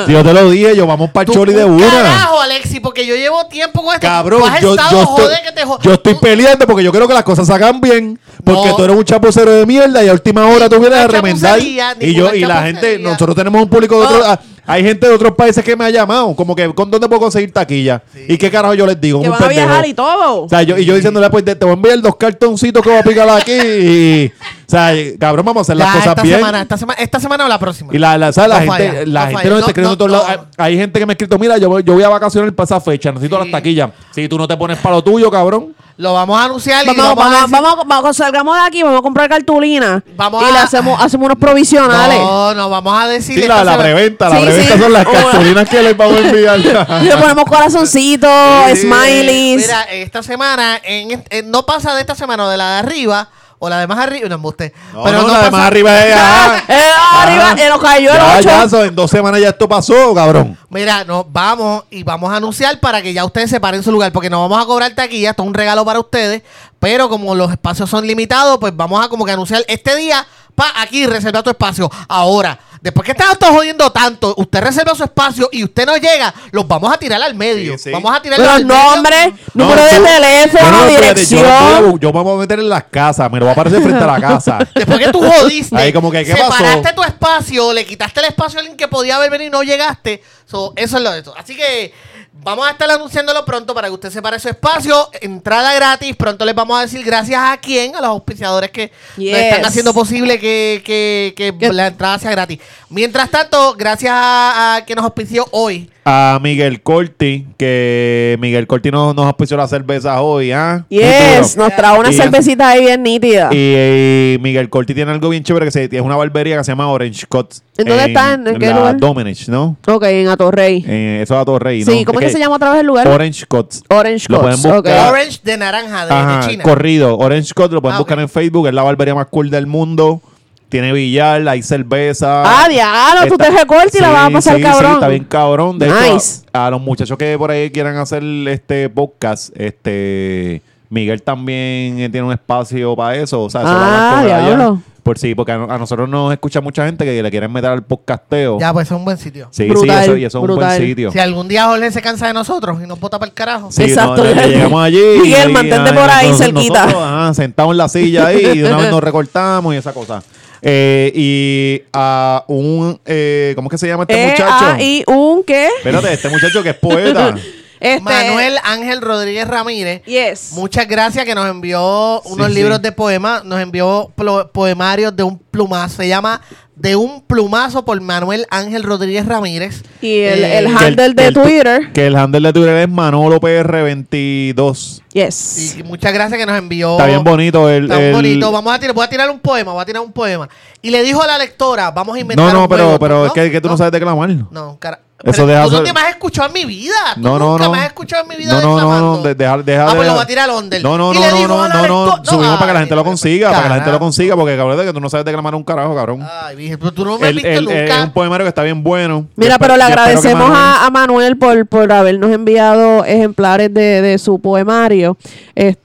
si yo te lo dije, yo vamos para el
Tú,
Choli de
un
una.
Carajo, Alexi, porque yo llevo tiempo con esto.
Cabrón,
Tú has
yo,
estado,
yo
joder,
estoy,
que te jo-
yo estoy
tú-
peleando porque yo quiero que las cosas se hagan bien. Porque
No.
tú eres un chapucero de mierda y a última hora tú vienes a
Ninguna
remendar.
chapucería,
Y yo,
ninguna
y la gente,
chapucería.
nosotros tenemos un público de otros. ah, Hay gente de otros países que me ha llamado, como que, ¿con dónde puedo conseguir taquilla? ¿Y qué carajo yo les digo?
que
Un
van a
pendejo.
viajar y todo.
O sea, yo, y yo diciéndole, pues te te voy a enviar dos cartoncitos que voy a picar aquí. y- o sea, cabrón, vamos a hacer
Ya,
las cosas
esta
bien.
Semana, esta, semana, esta semana o la próxima.
Y la, la, ¿sabes? la
No
gente,
falla,
la
no
gente nos
falla. No,
está escribiendo de
no,
todos lados.
no.
Hay, hay gente que me ha escrito, mira, yo voy, yo voy a vacacionar para esa fecha, necesito las taquillas. Si tú no te pones para lo tuyo, cabrón.
Lo vamos a anunciar y
Vamos,
lo
vamos,
a
vamos,
decir-
vamos, salgamos de aquí, vamos a comprar cartulina.
Vamos
y
a-
le hacemos, hacemos unos provisionales.
No, no, vamos a decir.
Sí, la,
esta
la
semana.
preventa, la
Sí,
preventa
sí.
son las
Hola.
cartulinas que les vamos a
Y le
enviar.
ponemos corazoncitos, smileys.
Mira, esta semana, en, en- no pasa de esta semana o de la de arriba o la de más arriba. No, embuste.
No, no, la de
pasa-
más arriba es, ah,
Eh, arriba,
ah.
eh, nos cayó el
ya,
8.
ya, eso, en dos semanas ya esto pasó, cabrón.
Mira, nos vamos y vamos a anunciar para que ya ustedes se paren su lugar, porque no vamos a cobrar taquilla, esto es un regalo para ustedes, pero como los espacios son limitados, pues vamos a como que anunciar este día, pa, aquí reserva tu espacio. Ahora, después que estás todo jodiendo tanto, usted reserva su espacio y usted no llega, los vamos a tirar al medio.
Sí, sí.
Vamos a tirar
Los
al medio.
nombres, número
No,
de
tú- no,
teléfono,
no, espérate, yo- Yo,
dirección.
yo, me voy a meter en las casas, me lo voy a aparecer frente a la casa.
Después que tú jodiste,
Ahí como que, ¿qué pasó?
separaste tu espacio, le quitaste el espacio a alguien que podía haber venido y no llegaste. So, eso es lo de eso. Así que vamos a estar anunciándolo pronto para que usted separe su espacio. Entrada gratis. Pronto les vamos a decir gracias a quién, a los auspiciadores que
Yes.
nos están haciendo posible que, que- que
Que-
la entrada sea gratis. Mientras tanto, gracias a, a que nos auspició hoy.
A Miguel Corti, que Miguel Corti nos, nos auspició las cervezas hoy, ¿ah?
Yes,
Futuro.
nos trajo una
Y-
cervecita ahí bien nítida.
Y, y Miguel Corti tiene algo bien chévere que se, es una barbería que se llama Orange Cuts.
¿En dónde está? ¿En qué
la
lugar?
Domenech, ¿no?
ok, en Atorrey.
Eh, eso es a Torrey.
sí, ¿cómo es que se llama otra vez el lugar?
Orange Cuts.
Orange
Lo
Coats,
pueden
ok.
buscar.
Orange de naranja de, de
Ajá,
China.
corrido. Orange Cuts lo pueden
Ah,
buscar
ok.
en Facebook. Es la barbería más cool del mundo. Tiene billar, hay cerveza.
Ah, diablo, tú
Está-
te recortas y la
Sí,
vas a pasar
sí,
cabrón.
Sí, está bien cabrón. De hecho,
Nice.
a, a los muchachos que por ahí quieran hacer este podcast, este Miguel también eh, tiene un espacio para eso. O sea, eso lo
Ah,
hablan con él allá.
diablo.
Por sí, porque a, a nosotros nos escucha mucha gente que le quieren meter al podcasteo.
Ya, pues es un buen sitio.
Sí,
Brutal,
sí, eso, y eso es un buen
brutal.
sitio.
Si algún día Jorge se cansa de nosotros y nos bota para el carajo.
Sí,
Exacto.
no, desde que llegamos allí.
Miguel,
y-
mantente
ah,
por ahí
nosotros-
cerquita.
nosotros, ajá, sentados en la silla ahí y de una vez nos recortamos y esa cosa. Eh, y a un. eh, ¿Cómo es que se llama este
Eh,
muchacho?
ah, y un qué?
Espérate, este muchacho que es poeta.
Este,
Manuel Ángel Rodríguez Ramírez.
Yes.
Muchas gracias que nos envió unos
Sí, sí.
libros de poemas, nos envió plo- poemarios de un plumazo. Se llama De un plumazo por Manuel Ángel Rodríguez Ramírez.
Y el,
Eh,
el
que
handle
el-
de
que el tu-
Twitter.
Que el handle de Twitter es Manolo PR22.
Yes.
Y muchas gracias que nos envió.
Está bien bonito el.
Está
el-
bonito. Vamos a tirar, voy a tirar un poema, voy a tirar un poema. Y le dijo a la lectora, vamos a inventar
No, no,
un
pero,
juego,
pero es que, que tú no, sabes declamar. No,
No, cara.
Eso
Pero
deja
tú no
sol-
te me has escuchado en mi vida. Tú
no, no.
nunca me has escuchado en mi vida
No, no, no,
declamando.
no. de- Deja, deja,
Ah, pues
deja.
lo va a tirar Onder.
No, no,
Y
no,
le
no,
digo
no,
a la
no, no.
lectora- no,
Subimos para que la
ay,
gente lo consiga, para que la gente lo
carajo.
consiga, porque cabrón de que tú no sabes declamar un carajo, cabrón.
Ay, dije, pero tú no me has
El-
visto
el- el-
nunca.
Es un poemario que está bien bueno.
Mira,
Yo
pero le
espe- yo espero que
agradecemos
Manuel-
a, a Manuel por, por habernos enviado ejemplares de, de su poemario.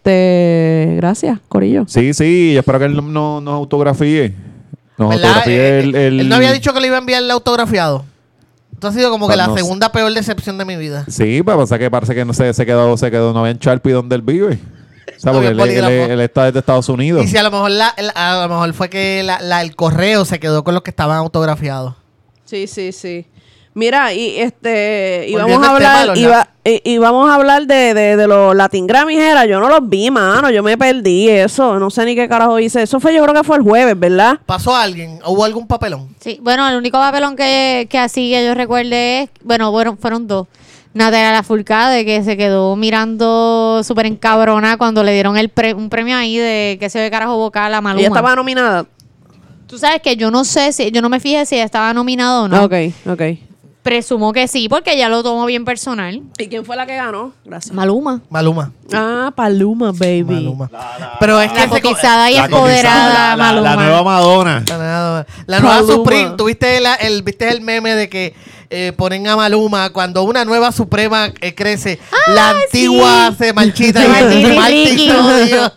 Este, gracias, Corillo.
Sí, sí, yo espero que él no- no nos autografíe. Nos
¿Verdad?
autografíe
Eh,
el,
eh,
el-
Él no había dicho que le iba a enviar el autografiado. Esto ha sido como que
Ah,
la
no sé.
segunda peor decepción de mi vida.
Sí, pero pasa que parece que no se, se quedó, se quedó, no había en Charpi donde él vive. O sea,
No
porque
había
él, él-
polígrafo.
él está desde Estados Unidos.
Y si a lo mejor la, el- a lo mejor fue que la, la- el correo se quedó con los que estaban autografiados.
Sí, sí, sí. Mira, y este íbamos
Volviendo
a
al tema de
hablar,
los
iba, i- íbamos a hablar de, de, de los Latin Grammys era, yo no los vi, mano, yo me perdí eso, no sé ni qué carajo hice. Eso fue, yo creo que fue el jueves, ¿verdad?
¿Pasó alguien? ¿Hubo algún papelón?
Sí, bueno, el único papelón que, que así que yo recuerde es, bueno, bueno, fueron dos. Natalia Lafourcade, que se quedó mirando súper encabrona cuando le dieron el pre- un premio ahí de que se ve carajo vocal a Maluma.
Ella estaba nominada. Ah,
Tú sabes que yo no sé si, yo no me fijé si ella estaba nominada o no.
Ok, ok.
Presumo que sí, porque ella lo tomó bien personal.
¿Y quién fue la que ganó? Gracias.
Maluma.
Maluma.
Ah, Paluma, baby.
Maluma. Pero es que
La
se co-
cotizada y
Ah. La
empoderada
cotizada, la-
Maluma.
la nueva Madonna.
La nueva- La nueva
Maluma.
Supreme, tuviste la- el, viste el meme de que eh, ponen a Maluma cuando una nueva Suprema eh, crece, la antigua
Ah, sí.
se marchita
Se
y
marchita y riqui.
todo, Dios.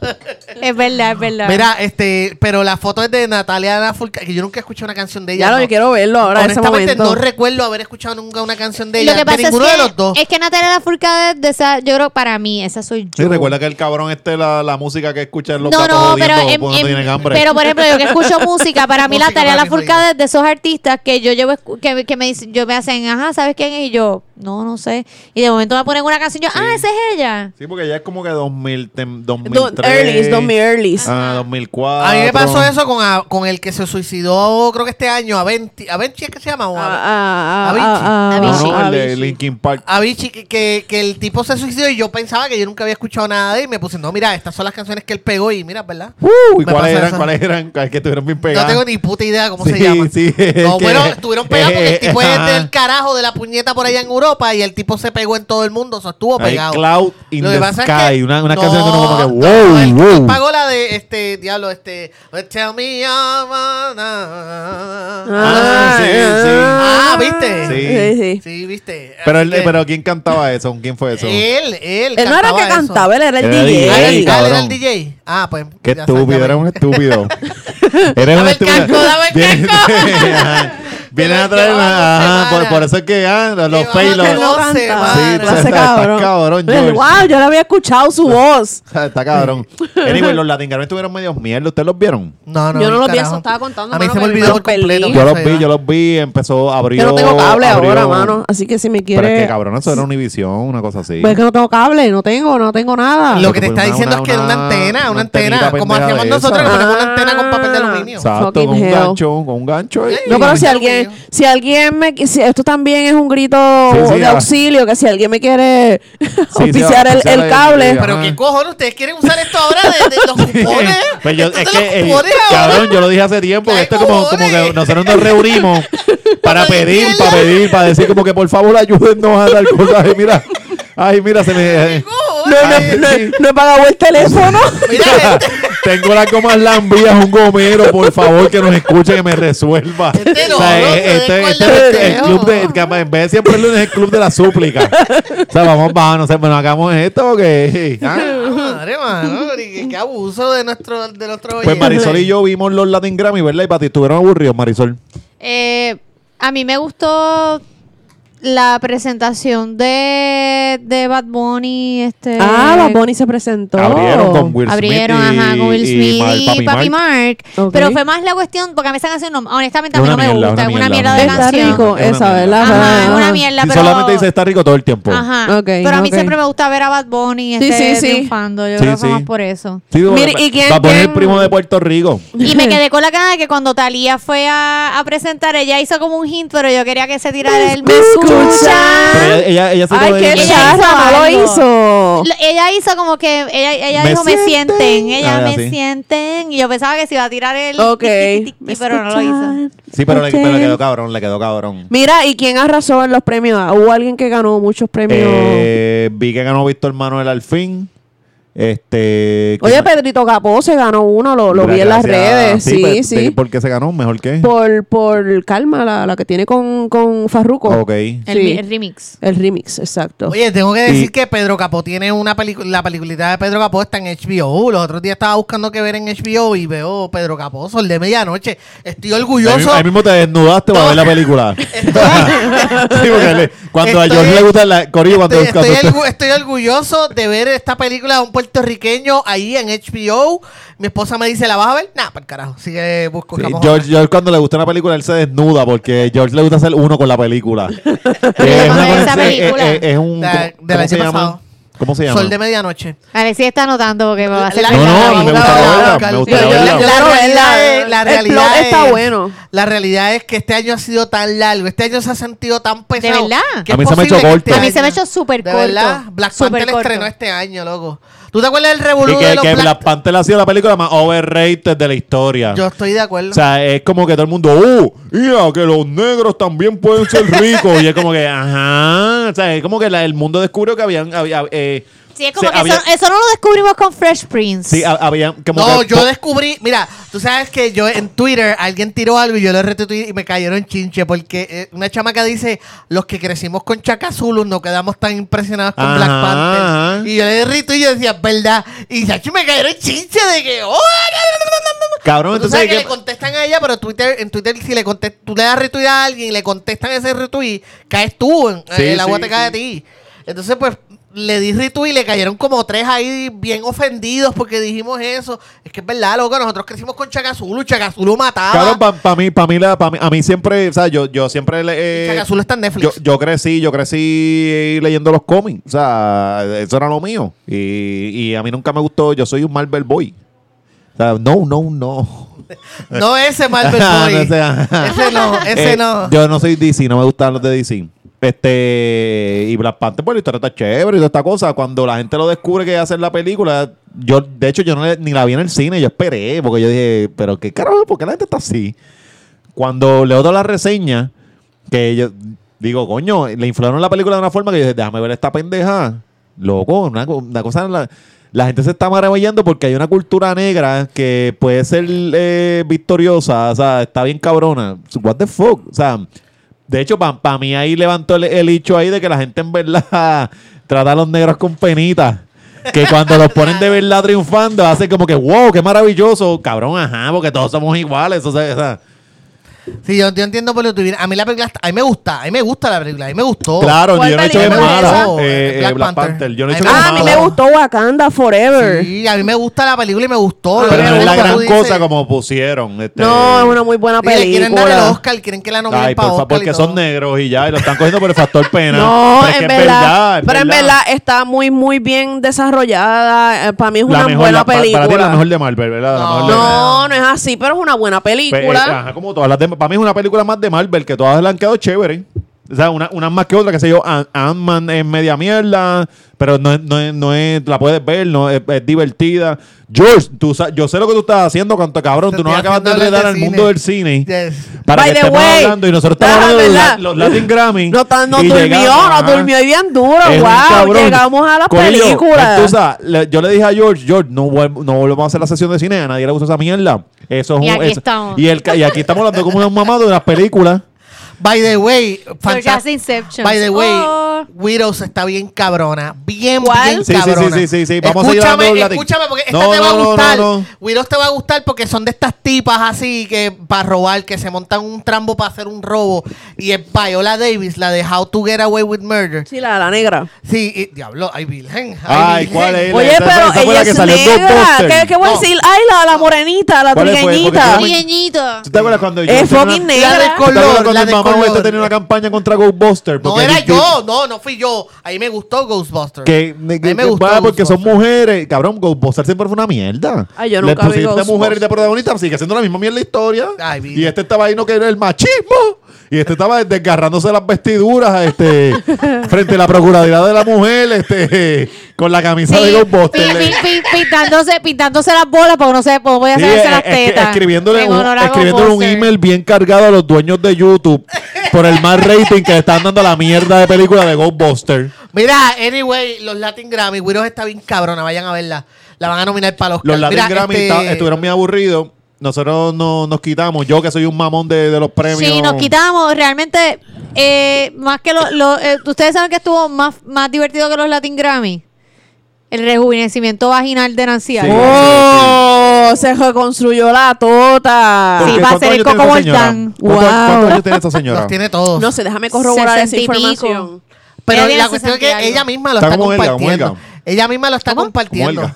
Es verdad, es verdad.
Mira, este, pero la foto es de Natalia Lafourcade, que yo nunca escuché una canción de ella.
Ya lo
no.
que quiero verlo ahora en ese
Honestamente,
momento.
no recuerdo haber escuchado nunca una canción de
lo
ella.
que
de
pasa es
ninguno
que,
de los dos.
es que Natalia Lafourcade de esa, yo creo para mí esa soy yo.
Sí, recuerda que el cabrón este, la, la música que escucha en los
no,
gatos
no, pero,
jodiendo
en-
cuando
en-
tienen hambre.
pero por ejemplo, yo que escucho música, para mí
Música
la tarea
para
la
mí,
furcada es de esos artistas que yo llevo escu- que, que me dicen, yo me hacen, ajá, ¿sabes quién es? Y yo, no, no sé. Y de momento me ponen una canción, yo, ah, esa es ella.
Sí, porque ya es como que 2000, tem- 2003.
Don, earlys, Don mi earlys.
Ah, 2004.
A mí me pasó eso con, a- con el que se suicidó, creo que este año, Aventi. ¿Aventi es que se llama? o a-
Ah, ah,
Avicii.
ah, ah,
No,
Avicii.
no, el de
Avicii.
Linkin Park.
Avicii, que, que, que el tipo se suicidó y yo pensaba que yo nunca había escuchado nada de él. Y me puse, no, mira, estas son las canciones que él pegó y mira, ¿verdad?
Uy,
me
¿cuáles
pasó
eran?
eso.
¿Cuáles eran? ¿Cuáles que estuvieron bien
No
pegadas?
tengo ni puta idea cómo se
Sí,
llama.
sí,
no,
es que-
bueno, estuvieron pegados porque el tipo es
Ajá.
del carajo de la puñeta por allá en Europa y el tipo se pegó en todo el mundo, o sea, estuvo
Hay
pegado.
Cloud in
Lo que
the
pasa es
Sky.
que-
una
no,
canción que uno como que,
no,
wow,
él-
wow.
él pagó la de este, diablo, este. Tell me, I'm a-
Ah, sí, sí.
Ah, ¿viste?
Sí.
sí.
Sí, viste.
Pero, él-
Así que- Eh,
pero ¿quién cantaba eso? ¿Con ¿Quién fue eso?
Él, él.
Él no era el que
cantaba eso.
cantaba, él era el
Era el
DJ.
Ah, era el-
Ey,
ah, él era
cabrón.
el DJ. Ah, pues.
Qué
ya
estúpido, eres un
exactamente.
estúpido. Eres un
Dame el
estúpido.
casco, dame el
Vienes-
casco.
Ajá. Vienes a
Llevamos
traer una. Ajá, por,
semana.
por eso es que ah, los
Llevamos
paylos.
Él no
Doce
cantaba.
semanas.
Sí,
Ese
está-
cabrón.
está cabrón, George.
Wow, yo le había escuchado su voz.
Ah, Está cabrón. Anyway, los Latin Grammy estuvieron medios mierda. ¿Ustedes los vieron?
No, no.
Yo no lo
carajo.
pienso, estaba contando,
A mí
mano,
se me
pero
olvidó
yo
por
los
completo.
perdí.
Yo
que
los
eso
vi,
iba.
yo los vi. Empezó, abrió.
Yo no tengo cable
abrió-
ahora, mano. Así que si me
Pero es
quiere.
que cabrón, eso era Univision, una cosa así.
Pues es que no tengo cable, no tengo, no tengo nada.
Lo que te
Porque
está
una-
diciendo
una-
es que era una
una-
antena,
una
una antena.
antenita
Como
pendeja
hacíamos
de
nosotros,
esa.
le ponemos una antena con
Ah.
papel de aluminio.
Exacto,
Fucking
con un
hell.
gancho, con un gancho. eh.
No, pero
Sí,
si
yo
alguien,
creo.
si alguien me, qui- si esto también es un grito
Sí, sí,
de
ah.
auxilio, que si alguien me quiere
sí,
auspiciar el,
auspiciar
el
el-
cable,
el-
Pero
Ajá.
qué cojones, ustedes quieren usar esto ahora de, de los cupones.
Pues yo-
Esto
es
de
que,
los
eh,
cupones ahora.
cabrón, yo lo dije hace tiempo,
Ay,
esto como, como que
cojones.
nosotros nos reunimos para
Como de
pedir,
mierda.
para pedir, para decir como que por favor ayúdennos a dar cosas. Ay, mira, ay, mira, se me... eh,
no, no,
Ay,
no-
sí.
no he pagado el teléfono.
Mira, este,
Tengo las gomas lambidas, un gomero, por favor, que nos escuche, que me resuelva.
Este no, no se
eh,
dé
este,
cuerda
este es
de
el
dedo.
club de, que en vez de siempre el lunes, es el club de la súplica. O sea, vamos, vamos, no sé, bueno, hagamos esto porque...
Ah, madre, mano, qué, qué abuso de nuestro, de nuestro
Pues
oyente.
Marisol y yo vimos los Latin Grammy, ¿verdad? Y para ti estuvieron aburridos, Marisol.
Eh, a mí me gustó la presentación de, de Bad Bunny. Este,
Ah, Bad Bunny se presentó.
Abrieron con Will
Abrieron,
Smith. y-
ajá, con Will
y
Smith y,
Mar-
Papi, Mark.
Ok.
Pero fue más la cuestión, porque a mí esa canción, no- honestamente, a mí
Una
no me
mierda, una
gusta. Es
mierda,
una mierda de
una
Está
canción.
rico,
Es una
esa,
mierda.
¿verdad?
Ajá, es una
Ajá.
mierda,
Si
pero...
solamente dice está rico todo el tiempo.
Ajá.
Ok,
pero a mí
ok.
siempre me gusta ver a Bad Bunny
Sí, sí,
este,
sí.
triunfando. Yo
Sí,
creo que fue
sí.
más por eso.
Sí,
Mire,
bueno,
¿y quién-
Bad Bunny es
quién-
el primo de Puerto Rico.
Y me quedé con la cara de que cuando Talía fue a, a presentar, ella hizo como un hint, pero yo quería que se tirara el me escucha.
Pero ella, ella, ella sí
Ay,
lo
qué
dijo.
hizo
charla, no lo
algo.
hizo.
Lo- Ella hizo como que, ella, ella
Me
dijo, me
sienten".
sienten, ella
Ah, ya,
me
sí.
sienten. Y yo pensaba que se iba a tirar el...
Ok.
tic, tic, tic, tic, pero no lo hizo.
Sí, pero le,
Ok.
pero le quedó cabrón, le quedó cabrón.
Mira, ¿y quién arrasó en los premios? Ah, Hubo alguien que ganó muchos premios.
Eh, vi que ganó Víctor Manuel Alfín. Este.
Oye,
que-
Pedrito Capó se ganó uno, lo, lo vi en las
gracias- pues,
redes. Sí,
pe- pe-
sí.
¿Por qué se ganó? ¿Mejor que?
Por, por Calma, la, la que tiene con, con Farruko.
Ah, Ok.
El,
Sí.
mi- el remix.
El remix, exacto.
Oye, tengo que
Y-
decir que Pedro Capó tiene una película, la peliculita de Pedro Capó está en HBO. Los otros días estaba buscando qué ver en HBO y veo Pedro Capó, Sol de Medianoche. Estoy
Ahí mi-
orgulloso.
Ahí mismo te desnudaste para ver la película. Sí, porque le- cuando a
Estoy-
George le gusta la corillo, cuando,
Estoy,
cuando
estoy
usted-
orgu- estoy orgulloso de ver esta película de un puertorriqueño ahí en HBO. Mi esposa me dice, ¿la vas a ver? Nah, para carajo. Así que busco.
Sí,
buscamos
George, George cuando le gusta una película, él se desnuda porque George le gusta hacer uno con la película. Eh,
cuando ve
cosa-
esa película.
eh, eh, es un...
De-
¿cómo-
del
cómo
año
se llama?
pasado.
¿Cómo se llama?
Sol de Medianoche.
Alexis está anotando porque me va a hacer
La-
No,
pensar.
no, me gustaría
la-
verla,
la-
me gustaría
la- la-
verla.
la- realidad es- la
El
realidad
plot está
es-
bueno.
La realidad es que este año ha sido tan largo. Este año se ha sentido tan pesado.
verdad?
que
A
es
mí se me ha
posible
hecho
que
corto.
este
A mí se me ha
año-
hecho súper
De
corto,
verdad, Black
súper
Panther
corto.
estrenó este año, loco. ¿Tú te acuerdas del revolú
Y
de
que,
los
que
Black-
Black Panther ha sido la película más overrated de la historia.
Yo estoy de acuerdo.
O sea, es como que todo el mundo, ¡uh! mira, que los negros también pueden ser ricos. y es como que, ajá. O sea, es como que la- el mundo descubrió que habían. había- eh,
Sí, es como
se-
que
había-
eso, eso no lo descubrimos con Fresh Prince.
Sí, ha- habían. Como
no,
que,
yo descubrí, mira, tú sabes que yo en Twitter alguien tiró algo y yo lo retuiteé y me cayeron chinche porque eh, una chamaca dice, los que crecimos con Chaka Zulu no quedamos tan impresionados con
Ajá,
Black Panther.
ajá.
Y yo le retuiteé y yo decía, verdad. Y Sachi me cayeron chinche de que, oh,
Cabrón,
tú
entonces.
sabes que,
que-
le contestan a ella, pero Twitter, en Twitter si le contest, tú le das retweet a alguien y le contestan ese retweet, caes tú, en,
Sí,
el agua
sí,
te cae
sí.
a ti. Entonces, pues, le di retweet y le cayeron como tres ahí bien ofendidos porque dijimos eso. Es que es verdad, loco, nosotros crecimos con Chacazulu, Chacazulu mataba.
Cabrón, para mí, pa' mí, la- pa' mí- a mí siempre, o sea, yo, yo siempre le. eh,
Chacazulu está en
yo,
Netflix.
yo crecí, yo crecí leyendo los cómics. O sea, eso era lo mío. Y, y a mí nunca me gustó. Yo soy un Marvel Boy. O sea, no, no, no.
no ese Marvel
Ajá,
Boy.
no sé, ajá.
ese no, ese
Eh,
no.
Yo no soy DC, no me gustan los de DC. Este, y Black Panther, pues la historia está chévere y toda esta cosa. Cuando la gente lo descubre que hacen la película, yo, de hecho, yo no le- ni la vi en el cine, yo esperé, porque yo dije, pero qué carajo, ¿por qué la gente está así? Cuando leo todas las reseñas, que yo digo, coño, le inflaron la película de una forma que yo dije, déjame ver esta pendeja. Loco, una, co- una cosa. La, la gente se está maravillando porque hay una cultura negra que puede ser eh, victoriosa, o sea, está bien cabrona. What the fuck? O sea, de hecho, para mí ahí levantó el, el hecho ahí de que la gente en verdad trata a los negros con penita. Que cuando los ponen de verdad triunfando, hacen como que, wow, qué maravilloso. Cabrón, ajá, porque todos somos iguales. O sea, o sea,
Sí, yo, yo entiendo por lo que tú vienes. A mí la película, está- a mí me gusta, a mí me gusta la película, a mí me gustó.
Claro,
¿Cuál
yo no he hecho que es
película es
mala.
esa?
Eh, eh,
Oh, Black
Black,
Panther.
Panther. Yo no he hecho que es
Ah, a mí me
mala.
gustó Wakanda Forever.
Sí, a mí me gusta la película y me gustó. Lo
Pero
que
no
me
es la
gusta, tú
gran
dices-
cosa como pusieron. este.
No, es una muy buena
Sí, le
película.
quieren dar el Oscar, quieren que la nominen
Ay,
para
por
Oscar
favor,
y
porque
todo.
son negros y ya, y lo están cogiendo por el factor pena.
No,
Pero es que
en verdad,
es verdad, es
Pero en verdad está muy, muy bien desarrollada. para mí es
La
una
mejor,
buena
la- pa-
película.
Para ti es la mejor de Marvel, ¿verdad? La
No.
mejor de-
No, no es así, pero es una buena
Pues, eh,
película.
ajá, como todas las demás. Para mí es una película más de Marvel, que todas le han quedado chévere. O sea, una- unas más que otra, que sé yo, Ant- Ant-Man es media mierda, pero no es, no es, no es- la puedes ver, no es, es divertida. George, tú, sa- yo sé lo que tú estás haciendo, canto cabrón,
Te
tú nos
estoy
acabas de
haciendo hablar
enredar
de
al
cine.
mundo del cine.
Yes.
Para
By
que
the
estamos
way,
hablando y nosotros estamos
ah,
hablando de los
¿verdad?
la- los Latin Grammy.
No, tan- no
y
durmió,
llegamos, ajá.
no durmió y bien duro.
Es un
wow,
cabrón.
llegamos a la
Corillo,
película.
entonces, le- yo le dije a George, George, no, vuel- no volvemos a hacer la sesión de cine, a nadie le gusta esa mierda. Eso es
Y
un-
aquí
eso-
estamos.
Y, el, ca- y aquí estamos hablando como un mamado de las películas.
By the way,
Porque hace
fantástico.
Inception.
By the way,
Oh.
Widows está bien cabrona. Bien,
¿Cuál?
bien
Sí, sí,
cabrona.
sí, sí, sí, sí. Vamos a seguir hablando
escúchame,
de los latinos.
escúchame, porque esta
No,
te va a
no, no,
gustar.
no, no.
Widows te va a gustar porque son de estas tipas así que para robar, que se montan un trambo para hacer un robo. Y es Viola Davis, la de How to Get Away with Murder.
Sí, la, la negra.
Sí, y- diablo, ay, virgen.
Ay,
virgen.
¿cuál es?
Oye,
Esa-
pero
esa fue
ella
la que
es
salió en
negra.
Ghostbusters.
¿Qué, qué voy a
No.
decir? Ay, la, la morenita, la
¿Cuál fue? Porque
trigueñita.
yo me-
Trigueñito.
¿Tú te acuerdas cuando yo
Es
tenía
fucking
una-
negra.
La del
¿Tú te acuerdas
color,
cuando
la
el
del
mamá este
color.
tenía una campaña contra Ghostbusters?
No
Porque
era
di-
yo, no, no fui yo. Ahí me gustó Ghostbusters.
Que,
Ahí
que-
me
que-
gustó
va, porque son
Ghostbusters.
mujeres. Cabrón, Ghostbusters siempre fue una mierda.
Ay, yo
Le
nunca vi
pusiste
Ghostbusters.
mujeres de protagonista, sigue siendo la misma mierda historia.
Ay, mira.
y este estaba ahí no que era el machismo. Y este estaba desgarrándose las vestiduras este, frente a la Procuraduría de la Mujer este, con la camisa de Ghostbusters.
pi- pi- pi- pintándose, pintándose las bolas porque no sé, porque voy a
Sí,
hacerse
eh,
las
es que
tetas.
escribiéndole
En
un,
honor a
escribiéndole un
Ghostbusters.
email bien cargado a los dueños de YouTube por el mal rating que le están dando a la mierda de película de Ghostbusters.
Mira, anyway, los Latin Grammy, Widows está bien cabrona, vayan a verla. La van a nominar para los
Los Latin Grammy
este,
esta- estuvieron muy aburridos. Nosotros no, nos quitamos. Yo que soy un mamón de, de los premios.
Sí, nos quitamos. Realmente, eh, más que lo, lo- eh, ustedes saben que estuvo más, más divertido que los Latin Grammy. El rejuvenecimiento vaginal de Nancy.
Sí.
Alba.
Oh, se reconstruyó la tota.
Porque
Sí, va a
¿cuántos
ser el
años tiene
Coco
esa señora?
Voltán.
¿Cuántos,
Wow.
cuántos años tiene esta señora?
Los tiene todos.
No sé, déjame corroborar esa
Sesenta y pico.
información.
Pero
Ella tiene
la cuestión es que
60 y algo.
ella misma lo
Está
está,
como Olga, como
compartiendo.
Olga.
ella misma lo está
Como
compartiendo.
Olga.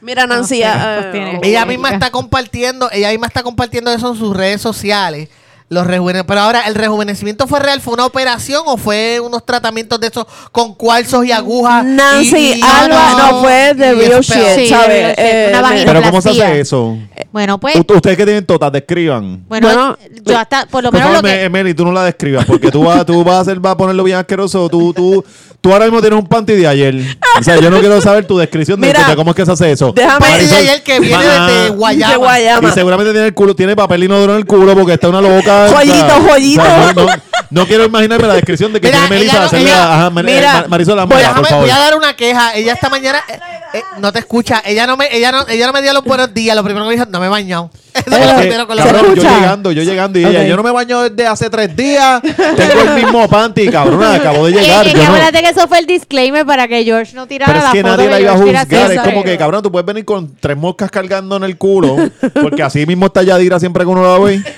Mira, Nancy.
No sé,
ah,
pues tiene-
ah,
Ella
Olga.
misma está compartiendo, ella misma está compartiendo eso en sus redes sociales. Los rejuvene- Pero ahora, ¿el rejuvenecimiento fue real? ¿Fue una operación o fue unos tratamientos de esos con cuarzos y agujas?
Nancy
Y- y-
Alba no, fue de
y
real
es peor.
shit,
Sí, de real
¿sabes? Eh,
shit. Una vagina.
Pero ¿cómo se hace
Ginoplastia.
eso?
Bueno, pues,
U- Ustedes que tienen totas, describan.
bueno,
Bueno,
yo hasta, por lo
Por
menos
favor,
lo que...
Me- Meli, tú no la describas porque tú vas, tú vas, a, hacer, vas a ponerlo bien asqueroso. Tú, tú, Tú ahora mismo tienes un panty de ayer. O sea, yo no quiero saber tu descripción de,
Mira,
de cómo es que se hace eso.
déjame-
Panty de
Marisol,
ayer que viene
ma-
desde Guayama.
De Guayama.
Y seguramente tiene el culo, tiene papel inodoro en el culo porque está una loca.
Joyito,
o sea,
joyito.
o sea, no, no- no quiero imaginarme la descripción de que
Mira,
tiene Melissa
ella no-
hacerle
ella-
a- ajá, Mar-
mira,
Mar- Marisol
Voy,
Amaya, por
déjame-
favor.
voy a dar una queja. Ella esta mañana eh, eh, no te escucha. Ella no me, ella no, ella no me dio los buenos días. Lo primero que me dijo, no me he bañado. Eso fue lo
Porque,
primero que lo-
Eh, cabrón, yo
escucha?
llegando, yo llegando y ella,
Ok.
yo no me baño desde hace tres días, tengo el mismo panty, cabrona, acabo de llegar.
Eh, eh,
yo
que
no-
acuérdate que eso fue el disclaimer para que George no tirara
Pero es
la
que
foto
nadie
que
la iba a
George tirase
juzgar. Es
esa.
como que, cabrón, tú puedes venir con tres moscas cargando en el culo, porque así mismo está Yadira siempre que uno la ve.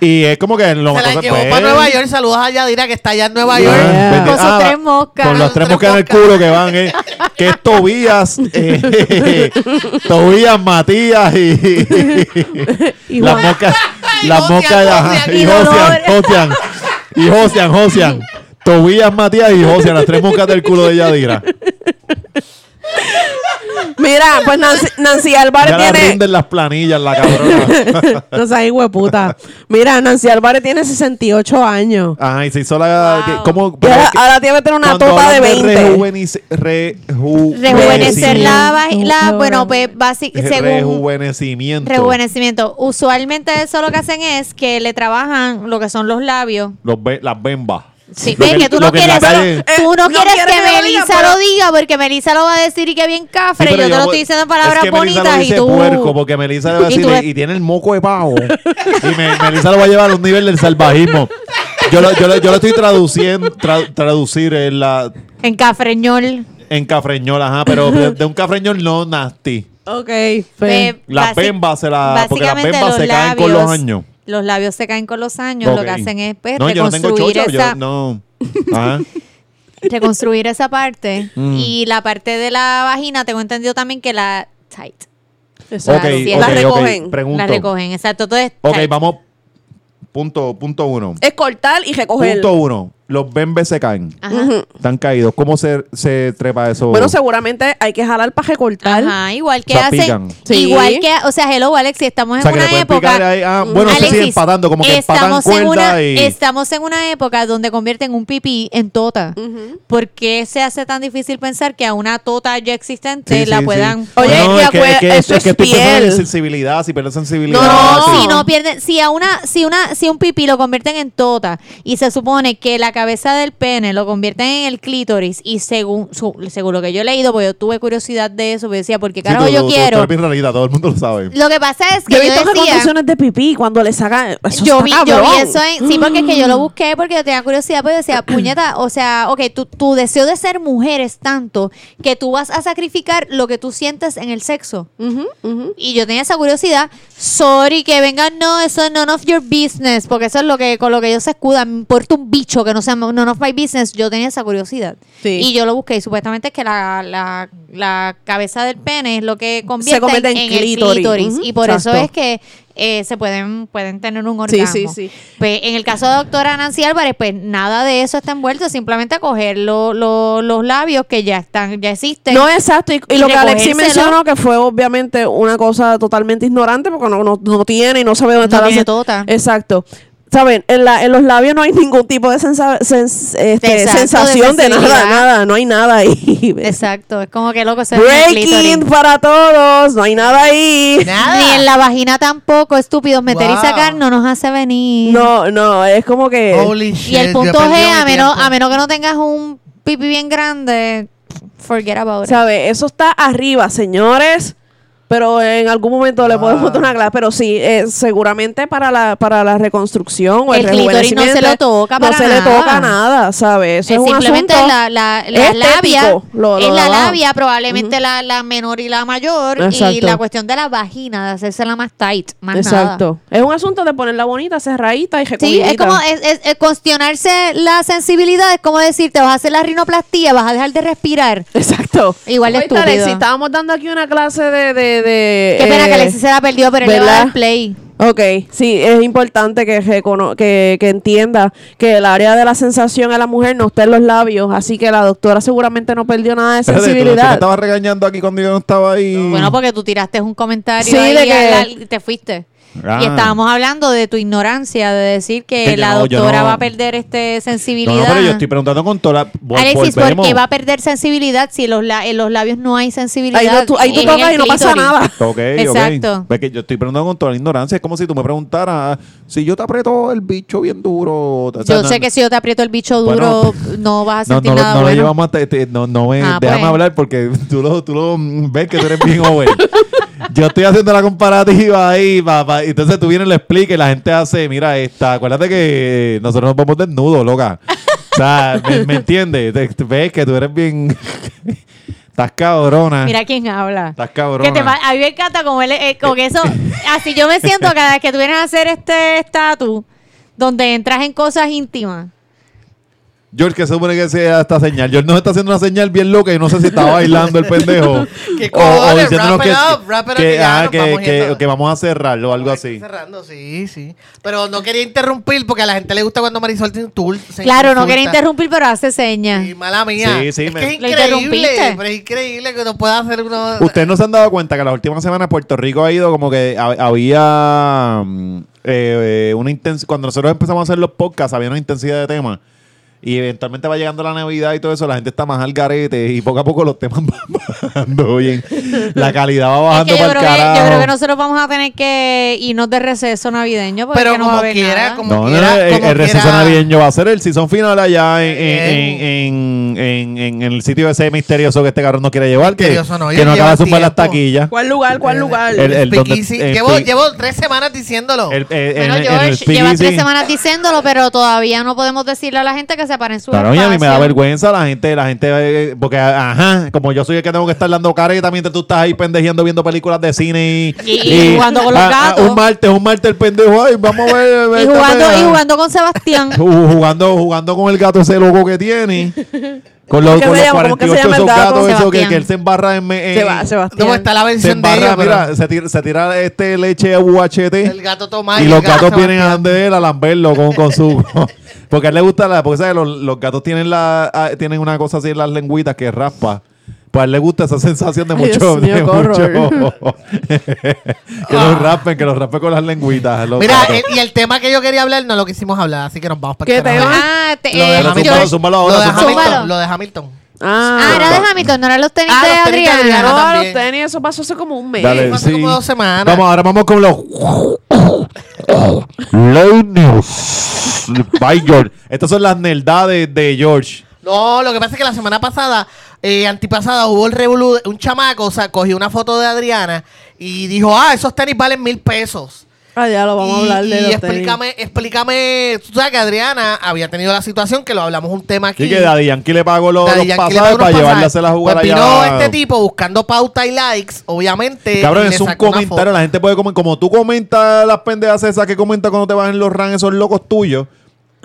Y es como que lo
Se la
entonces,
llevó
pues,
para Nueva York. Saludos a Yadira que está allá en Nueva
ah,
York.
Yeah.
vende-
Con sus
ah,
tres moscas.
Con las tres moscas en el culo que van, eh, que es Tobías, eh, Tobías, Matías y,
Y
las
Juan-
moscas,
Y
las
Josian,
moscas, ajá,
Josian,
y
y
Josian,
Dolores.
Josian, y Josian, Josian, Tobías, Matías y Josian, las tres moscas del culo de Yadira.
Mira, pues Nancy, Nancy Álvarez
Ya la
tiene.
rinden las planillas, la cabrona.
No seas hueputa. Mira, Nancy Álvarez tiene 68 años.
Ajá, y se hizo la...
Wow.
que- ¿Cómo?
Y
pero
ahora,
es que
ahora tiene que tener una
cuando
tota de
hablan
20.
rejuvenice- reju-
Rejuvenecer la, va-
Sí.
la-
No,
bueno,
no.
pues basi- según
Rejuvenecimiento.
rejuvenecimiento. Usualmente eso lo que hacen es que le trabajan lo que son los labios.
Los be- las bembas.
Sí,
Lo
ves que, tú
lo
no
en la
quieres,
calle-
Eh,
tú no
no
quieres
quieres
que
que lo diga,
Melissa
pero-
lo diga porque Melissa lo va a decir y que bien cafre.
Sí,
y yo
pero
te lo
voy-
estoy diciendo en
es
palabras
que Melissa
bonitas
lo
y
dice
tú.
puerco, porque Melissa le va a
y tú
decir,
ves-
y, tiene el moco de pavo. y me- Melissa lo va a llevar a un nivel del salvajismo. Yo lo, yo lo- yo lo estoy traduciendo, tra- traducir en la...
En cafreñol.
En cafreñol, ajá, pero de, de un cafreñol no nasty.
Ok,
Ve,
fe.
Las
basi-
bembas se la- porque las
básicamente
bembas
los
se caen con los años.
Los labios se caen con los años. Lo que
Ok.
hacen es pues,
No, yo no tengo
reconstruir
chocho,
esa.
yo no. Ajá.
reconstruir esa parte.
Mm.
Y la parte de la vagina, tengo entendido también que la tight.
Eso.
Ok,
sí,
ok,
las
ok,
recogen,
Pregunto.
La recogen, exacto. Entonces,
Ok,
tight.
vamos. Punto, punto uno.
Es cortar y recoger.
Punto uno. Los bembes se caen.
Ajá.
Están caídos. ¿Cómo se, se trepa eso?
Bueno, seguramente hay que jalar para recortar.
Ajá, igual que
O sea,
hacen.
pican.
Sí.
Igual que, o sea, hello, Alexi, estamos
o
en
sea, que le
una
pueden picar
época.
ahí. ah, bueno, se siguen empatando, como que empatan
estamos en,
cuerda
una, este,
y.
estamos en una época donde convierten un pipí en tota. ¿Por qué se hace tan difícil pensar que a una tota ya existente
Sí, sí,
la
sí.
puedan...
Oye,
No,
y
es que, es
acuer-
que-
eso
es que
es
estoy pensando en
piel.
sensibilidad, si pierdes sensibilidad.
No,
sí.
si no pierden, si a una, si una, si un pipí lo convierten en tota y se supone que la cabeza del pene lo convierten en el clítoris y según, su- según lo que yo he leído, porque yo tuve curiosidad de eso, porque decía, porque
Sí,
carajo
tú-
yo
tú- tú
quiero.
eres bien rarita, todo el mundo lo sabe.
Lo que pasa es que
Yo he
yo,
visto
decía,
reconstrucciones de pipí cuando le sacan. Eso
yo
está
vi, yo
cabrón. Mm.
vi eso en, sí, pues, porque es que yo lo busqué porque yo tenía curiosidad, porque yo decía, puñeta, o sea, ok, tu, tu deseo de ser mujer es tanto que tú vas a sacrificar lo que tú sientes en el sexo.
Ujú, ujú.
Y yo tenía esa curiosidad. Sorry, que vengan, no, eso es none of your business. Porque eso es lo que con lo que ellos se escudan. Me importa un bicho que no sea none of my business. Yo tenía esa curiosidad.
Sí.
Y yo lo busqué. Y supuestamente es que la, la, la cabeza del pene es lo que convierte,
convierte en
en,
clítoris.
el clítoris.
Ujú,
Y por eso
exacto.
es que eh, se pueden, pueden tener un
Sí,
orgasmo.
sí, sí.
Pues, en el caso de doctora Nancy Álvarez, pues nada de eso está envuelto. Simplemente coger lo- lo- los labios que ya están, ya existen.
No, exacto. Y, y lo
Y
que Alexi
recogérselo.
mencionó, que fue obviamente una cosa totalmente ignorante, porque no, no, no tiene y no sabe dónde
No
está la
tiene
se-
tota.
Exacto. Saben, en, la, en los labios no hay ningún tipo de sensa- sens- este,
Exacto,
sensación de,
de
nada,
sensibilidad.
nada, no hay nada ahí.
Exacto, es como que loco se
Breaking para todos, no hay nada ahí.
Nada.
Ni en la vagina tampoco, estúpidos. Meter y
Wow.
sacar no nos hace venir.
No, no, es como que...
Holy shit,
y el
yo
punto
perdí
G,
mi
a menos,
tiempo.
a menos que no tengas un pipí bien grande, forget about it.
¿Sabe? Eso está arriba, señores. Pero en algún momento le podemos dar una clase. Pero sí, eh, seguramente para la, para la reconstrucción o el,
El clítoris no se
rejuvenecimiento,
lo toca
No
para
se le
nada.
toca nada, ¿sabes? Eso es,
Es
un
simplemente
asunto
la, la, la
estético,
labia.
lo- lo
es
de
la
abajo.
labia, probablemente la, la menor y la mayor. Y
Exacto.
la cuestión de la vagina, de hacérsela más tight, más nada.
Exacto. Es un asunto de ponerla bonita, cerradita y
Sí,
recogidita.
es como eh, es, es- es cuestionarse la sensibilidad, es como decir, te vas a hacer la rinoplastía, vas a dejar de respirar.
Exacto.
Igual de
Oye, Tarek,
estúpido.
Si estábamos dando aquí una clase de... de, de
Qué pena
eh,
que Alexis se la perdió, pero él le va a
¿verdad?
dar play.
Ok, sí, es importante que, recono- que, que entienda que el área de la sensación a la mujer no está en los labios, así que la doctora seguramente no perdió nada de
Espérate, tú- tú me
sensibilidad.
estabas regañando aquí cuando yo no estaba ahí.
Bueno, porque tú tiraste un comentario
Mm. Sí,
ahí
de
a
que-
la- y te fuiste.
Ah.
Y estábamos hablando de tu ignorancia, de decir que,
Que yo
la
no, yo
doctora
no-
va a perder este sensibilidad.
No, no, pero yo estoy preguntando con toda la. vol-
Alexis, ¿por
volvemos.
qué va a perder sensibilidad si los la- en los labios no hay sensibilidad?
Ahí, no, tú, ahí tú
En
tocas
el
y no pasa
clítoris.
nada.
Ok,
Exacto.
ok. Es que yo estoy preguntando con toda la ignorancia. Es como si tú me preguntaras si yo te aprieto el bicho bien duro. o sea,
Yo
no-
sé que si yo te aprieto el bicho
Bueno,
duro, no vas a
No,
sentir
no, lo-
nada
no lo
bueno.
llevamos hasta este- no, no me,
Ah,
déjame
pues.
hablar porque tú lo, tú lo mm, ves que tú eres bien over. Yo estoy haciendo la comparativa ahí, papá. y Entonces tú vienes, lo explicas y la gente hace, mira, esta, acuérdate que nosotros nos vamos desnudos, loca. O sea, ¿me, me entiendes? Te- te- Ves que tú eres bien... Estás cabrona.
Mira quién habla.
Estás cabrona.
Que te va- a mí me encanta como él, eh, con eso. Así yo me siento cada vez que tú vienes a hacer este estatus, donde entras en cosas íntimas.
George, que se supone que sea esta señal. George nos está haciendo una señal bien loca y no sé si estaba bailando el pendejo.
Que cojones, wrap it up, wrap it up,
que,
que ya
ah,
nos
que-
vamos
que-
yendo.
que vamos a cerrarlo o algo así.
Cerrando, sí, sí. Pero no quería interrumpir porque a la gente le gusta cuando Marisol te intul- se
Claro, no
insulta.
quería interrumpir, pero hace señas.
Sí, mala mía.
Sí, sí,
es
me-
que es
Lo
increíble.
interrumpiste.
Pero es increíble que no pueda hacer uno.
Ustedes no se han dado cuenta que las últimas semanas Puerto Rico ha ido como que ha- había mm, eh, eh, una intensidad. Cuando nosotros empezamos a hacer los podcasts, había una intensidad de temas. Y eventualmente va llegando la Navidad y todo eso, la gente está más al garete y poco a poco los temas van bajando bien. La calidad va
Es
bajando
que yo,
para
creo
el
que,
carajo.
yo creo que nosotros vamos a tener que irnos de receso navideño. Porque
Pero
no va a
como
haber
quiera,
nada.
como
No, no,
quiera.
no, el,
como
el receso
quiera-
navideño va a ser el season final allá en, en,
Bien.
en, en- en- en el sitio ese misterioso que este cabrón no quiere llevar, que,
Misterioso no,
que
ya
no
lleva
acaba de zumbar las
tiempo.
taquillas.
¿Cuál lugar? ¿Cuál lugar?
Eh, El- el- donde-
Speakeasy.
el
llevo,
pi-
llevo tres semanas diciéndolo.
El- el-
Bueno,
en- en el
George lleva tres
Speakeasy.
semanas diciéndolo, pero todavía no podemos decirle a la gente que se paren su
Claro, y a mí me da
espacio.
vergüenza la gente, la gente, eh, porque ajá, como yo soy el que tengo que estar dando careta mientras tú estás ahí pendejeando viendo películas de cine y, ah,
Y- y jugando con los gatos.
un martes, un martes el pendejo, ay, vamos a ver.
Y
vete a
jugando,
pegar.
y jugando con Sebastián.
Ju- jugando, jugando con el gato ese loco que tiene. Con los,
¿Cómo que
con
se
los
llama? ¿Cómo que se
48
llama el
esos
gato?
gatos esos que,
Sebastián.
que él se embarra en... en-
Se va, se va.
No, está la
se
versión de
embarra,
ella,
mira,
pero
se tira, se tira, este leche a UHT
el gato toma
y
el
los
gato
gatos
Sebastián.
vienen a de él a lamberlo con, con su... porque a él le gusta la... Porque, ¿sabes? Los, los gatos tienen la ah, tienen una cosa así en las lengüitas que raspa. Pues a él le gusta esa sensación de
Ay,
mucho...
Dios mío,
de
qué
mucho
horror.
que los raspen, que los raspen con las lengüitas. los
Mira, eh,
gatos.
el- y el tema que yo quería hablar no lo quisimos hablar, así que nos vamos para
¿Qué
el carajo.
tema?
Ah, te-
Lo de
eh,
Zúmbalo,
Hamilton.
George-
zúmbalo ahora,
Lo de
zúmbalo.
Hamilton.
Zúmbalo.
Lo de Hamilton.
Ah,
Ah,
era de Hamilton, no eran los tenis
Ah,
de
los tenis de
Adriana.
Adriana.
no,
también.
los tenis, eso pasó hace como un mes.
Dale,
Fue hace como eh, dos semanas.
Vamos, ahora vamos con los Late News by George. Estas son las nerdades de George.
No, lo que pasa es que la semana pasada, eh, antipasada, hubo el revolú, un chamaco, o sea, cogió una foto de Adriana y dijo, ah, esos tenis valen mil pesos.
Ah, ya lo vamos
y,
a hablar de
y
los
explícame, explícame, tú sabes que Adriana había tenido la situación, que lo hablamos un tema aquí.
Y que Daddy Yankee le pagó los,
Daddy
los
Yankee le
pasajes
pagó unos
para llevarle a
pasajes.
hacer la jugada
Pues vino
allá.
este tipo buscando pauta y likes, obviamente.
Cabrón,
y le
es un
sacó una
comentario. La gente puede comentar. Como tú comentas las pendejas esas que comentas cuando te vas en los ran, esos locos tuyos.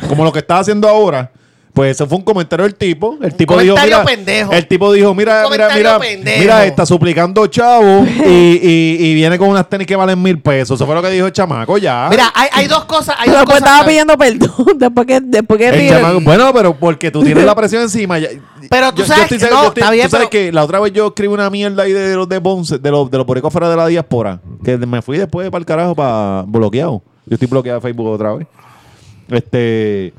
Como lo que estás haciendo ahora. Pues eso fue un comentario del tipo. El tipo dijo.
comentario
Mira,
pendejo.
El tipo dijo: Mira,
Un
mira, mira.
comentario pendejo.
Mira, está suplicando chavo y, y- y viene con unas tenis que valen mil pesos. Eso fue lo que dijo el chamaco ya.
Mira, hay, hay dos cosas. Hay
Pero
dos
después
cosas
estaba pidiendo perdón. Después que, después que
El
rieron.
chamaco- bueno, pero porque tú tienes la presión encima. ya-
Pero tú sabes que-
seguro-
no,
yo estoy-
está bien,
tú sabes
pero-
que la otra vez yo escribí una mierda ahí de, de los de Ponce, de los de los boricos fuera de la diáspora, que me fui después para el carajo para bloqueado. Yo estoy bloqueado de Facebook otra vez. Este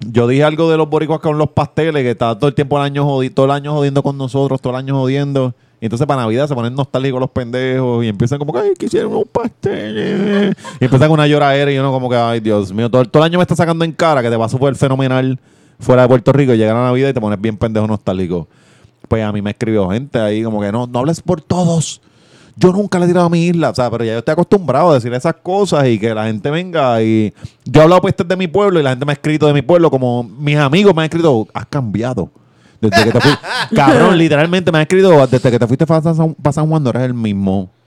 yo dije algo de los boricuas con los pasteles, que estaban todo el tiempo el año jodi- todo el año jodiendo con nosotros, todo el año jodiendo. Y entonces para Navidad se ponen nostálgicos los pendejos y empiezan como que, ay, quisiera unos pasteles. Y empiezan con una lloradera y uno como que, ay, Dios mío, todo, todo el año me está sacando en cara que te va súper fenomenal fuera de Puerto Rico, llega la Navidad y te pones bien pendejo nostálgico. Pues a mí me escribió gente ahí como que, no, no hables por todos. Yo nunca le he tirado a mi isla, o sea, pero ya yo estoy acostumbrado a decir esas cosas y que la gente venga y... Yo he hablado pestes de mi pueblo y la gente me ha escrito de mi pueblo, como mis amigos me han escrito, has cambiado. Desde que te fuiste... Cabrón, literalmente me han escrito, desde que te fuiste para San, para San Juan no eres el mismo.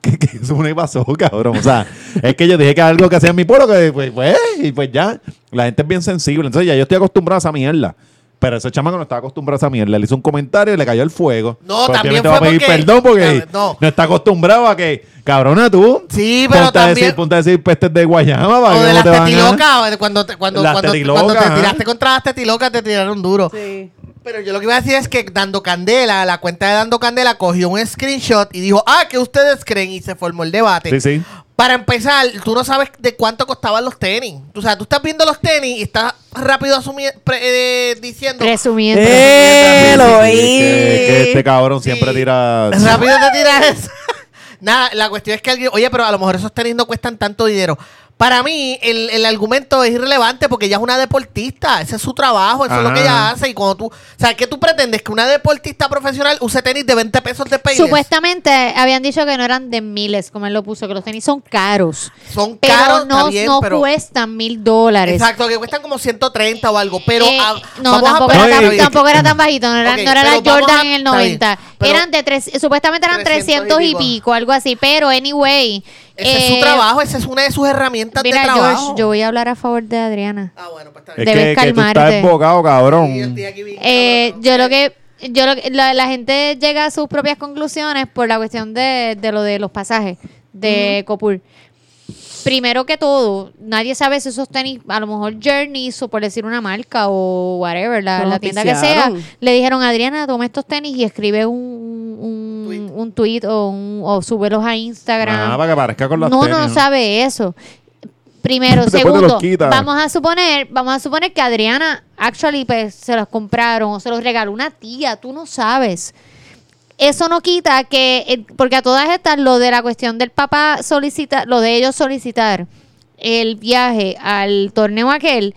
Que, que eso no pasó, cabrón. O sea, es que yo dije que algo que hacía en mi pueblo, que pues, pues, y pues ya, la gente es bien sensible. Entonces ya yo estoy acostumbrado a esa mierda. Pero ese chamaco no estaba acostumbrado a esa mierda. Le hizo un comentario y le cayó el fuego.
No,
Pues,
también
obviamente va a
fue
pedir
porque- eh,
perdón porque no.
No.
está acostumbrado a que, cabrona, tú.
Sí, pero
ponte A
también-
decir, ponte a decir pestes de Guayama. para
O
que
de
no
las
te van a-
tetilocas, o de cuando, te- cuando,
Las
cuando,
tetilocas,
cuando te
ajá.
tiraste contra las tetilocas, te tiraron duro.
Sí.
Pero yo lo que iba a decir es que Dando Candela, la cuenta de Dando Candela cogió un screenshot y dijo, ah, ¿qué ustedes creen? Y se formó el debate.
Sí, sí.
Para empezar, tú no sabes de cuánto costaban los tenis. Tú sabes, tú estás viendo los tenis y estás rápido asumi- pre- eh, diciendo...
Presumiendo.
¡Eh, lo oí!
Que, que este cabrón siempre
Sí.
tira.
Rápido te tiras eso. Nada, la cuestión es que alguien, oye, pero a lo mejor esos tenis no cuestan tanto dinero. Para mí, el, el argumento es irrelevante porque ella es una deportista. Ese es su trabajo, eso es lo
Ajá.
que ella hace. Y cuando tú, o sea, ¿qué tú pretendes? Que una deportista profesional use tenis de 20 pesos de peines.
Supuestamente habían dicho que no eran de miles, como él lo puso, que los tenis son caros.
Son
Pero
caros,
no,
está bien,
no
pero.
cuestan mil dólares.
Exacto, que cuestan como 130 o algo. Pero.
Eh,
ah,
no,
vamos a
tampoco,
No,
era tan,
y-
tampoco era tan bajito, no era,
Ok,
no era la
pero vamos
Jordan
a-
en el
está bien,
90.
pero-
eran de tres, supuestamente eran 300 y, pico, algo así, pero anyway.
Ese es su
eh,
trabajo, esa es una de sus herramientas
Mira,
de trabajo.
George, yo voy a hablar a favor de Adriana.
Ah, bueno, pues está
Es
bien.
que,
Debes
que tú estás
calmarte.
embocado, cabrón.
Sí, yo estoy aquí bien,
Eh,
cabrón.
yo lo que yo lo que- la, la gente llega a sus propias conclusiones por la cuestión de, de lo de los pasajes de Copur. Primero que todo, nadie sabe si esos tenis, a lo mejor Journeys o por decir una marca o whatever, la,
Los
la tienda que sea,
auspiciaron.
le dijeron, Adriana, toma estos tenis y escribe un, un,
Tweet.
un tweet o, un, o súbelos a Instagram.
Ah, para que parezca con los
no,
tenis.
no sabe eso. Primero,
Después te los
segundo,
quita.
vamos a suponer, vamos a suponer que Adriana actually pues, se los compraron o se los regaló una tía, tú no sabes. Eso no quita que eh, porque a todas estas lo de la cuestión del papá solicitar, lo de ellos solicitar el viaje al torneo aquel,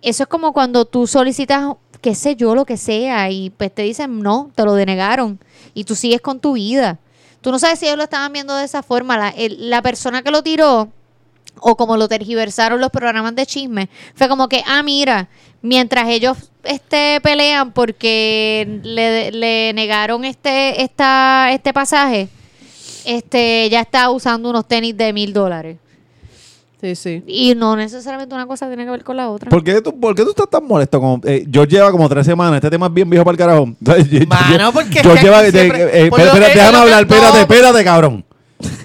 eso es como cuando tú solicitas qué sé yo, lo que sea y pues te dicen no, te lo denegaron y tú sigues con tu vida. Tú no sabes si ellos lo estaban viendo de esa forma. La, el- la persona que lo tiró, o como lo tergiversaron los programas de chisme, fue como que, ah, mira, mientras ellos este, pelean porque le, le negaron este, esta, este pasaje, este, ya está usando unos tenis de mil dólares.
Sí, sí.
Y no necesariamente una cosa tiene que ver con la otra.
¿Por qué, tú, ¿Por qué tú estás tan molesto? Con, eh, George lleva como tres semanas. Este tema es bien viejo para el carajo. Entonces,
Mano, porque es
George
que
lleva.
aquí
de-
siempre-
eh, eh,
por lo
espera,
que-
déjame
lo que-
hablar. Espérate,
no.
espérate, cabrón.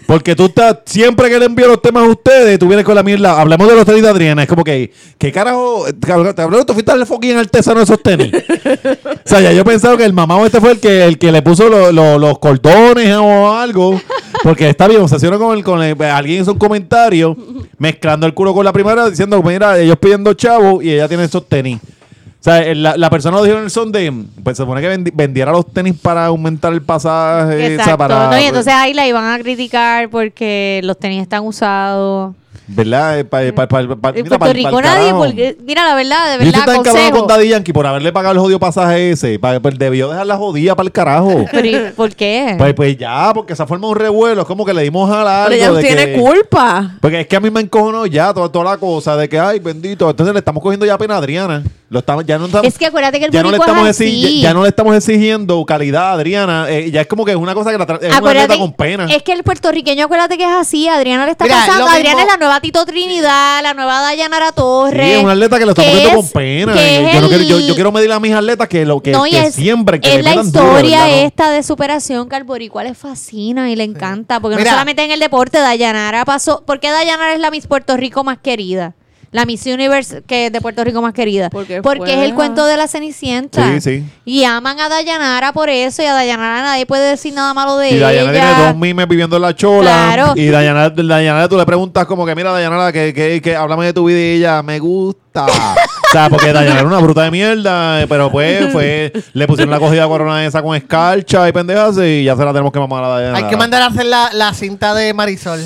Porque tú estás. Siempre que le envío los temas a ustedes, tú vienes con la mierda. Hablamos de los tenis de Adriana. Es como que. ¿Qué carajo? Cabrón, te hablaron, tú fuiste al fucking artesano de esos tenis. o sea, ya yo pensaba que el mamado este fue el que, el que le puso lo- lo- los cordones o algo. Porque está bien, obsesionó con, el, con el- alguien hizo un comentario mezclando el culo con la primera, diciendo, mira, ellos pidiendo chavo y ella tiene esos tenis. O sea, el- la, la persona lo dijo en el son de, pues se supone que vendi- vendiera los tenis para aumentar el pasaje. o sea,
Exacto.
para, pues,
No, y entonces ahí la iban a criticar porque los tenis están usados.
¿Verdad? Eh, pa- pa- pa- pa-
En
mira, pa'l-
Puerto
pa'l
Rico nadie,
carajo.
porque- mira la verdad, de
Yo estoy
verdad,
tan cabrón
consejo.
con Daddy Yankee por haberle pagado el jodido pasaje ese. Pa- pues, debió dejar la jodida para el carajo.
Pero, ¿y ¿Por qué?
pues, pues ya, porque esa forma de un revuelo. Es como que le dimos a la
Pero ella no tiene culpa.
Porque es que a mí me encojonó ya toda, toda la cosa de que, ay, bendito. Entonces le estamos cogiendo ya pena a Adriana. Lo estamos, ya no estamos,
es que acuérdate que el
ya no, le
boricua
estamos
es así.
exi- ya, ya no le estamos exigiendo calidad a Adriana. Eh, ya es como que es una cosa que la tra- es una
Acuérdate,
atleta con pena.
es que el puertorriqueño, acuérdate que es así. Adriana le está
Mira,
pasando.
lo
Adriana
mismo-
es la nueva Tito Trinidad, la nueva Dayanara Torres.
Sí, es una atleta que lo está poniendo con
es-
pena.
que
Eh,
es
Yo, no quiero, yo,
el-
yo quiero medir a mis atletas que lo que,
No, y
que
es,
siembren, que
es
le
la
metan duro, de
historia
verdad, ¿no?
esta de superación que al boricua le fascina y le encanta. Porque
Mira.
no solamente en el deporte, Dayanara pasó. ¿Por qué Dayanara es la Miss Puerto Rico más querida? La Miss Universe que de Puerto Rico más querida.
Porque fue
Porque es el
dejada.
cuento de la Cenicienta.
Sí, sí.
Y aman a Dayanara por eso. Y a Dayanara nadie puede decir nada malo de
Y
ella.
Dayana tiene dos mimes viviendo en la chola.
Claro.
Y Dayana, Dayana, tú le preguntas como que, mira, Dayana, que, que, que háblame de tu vida y ella, me gusta. o sea, porque Dayana era una bruta de mierda, eh, pero pues fue, le pusieron la cogida corona esa con escarcha y pendejas y ya se la tenemos que mamar a Dayana.
Hay que mandar a hacer la, la cinta de Marisol.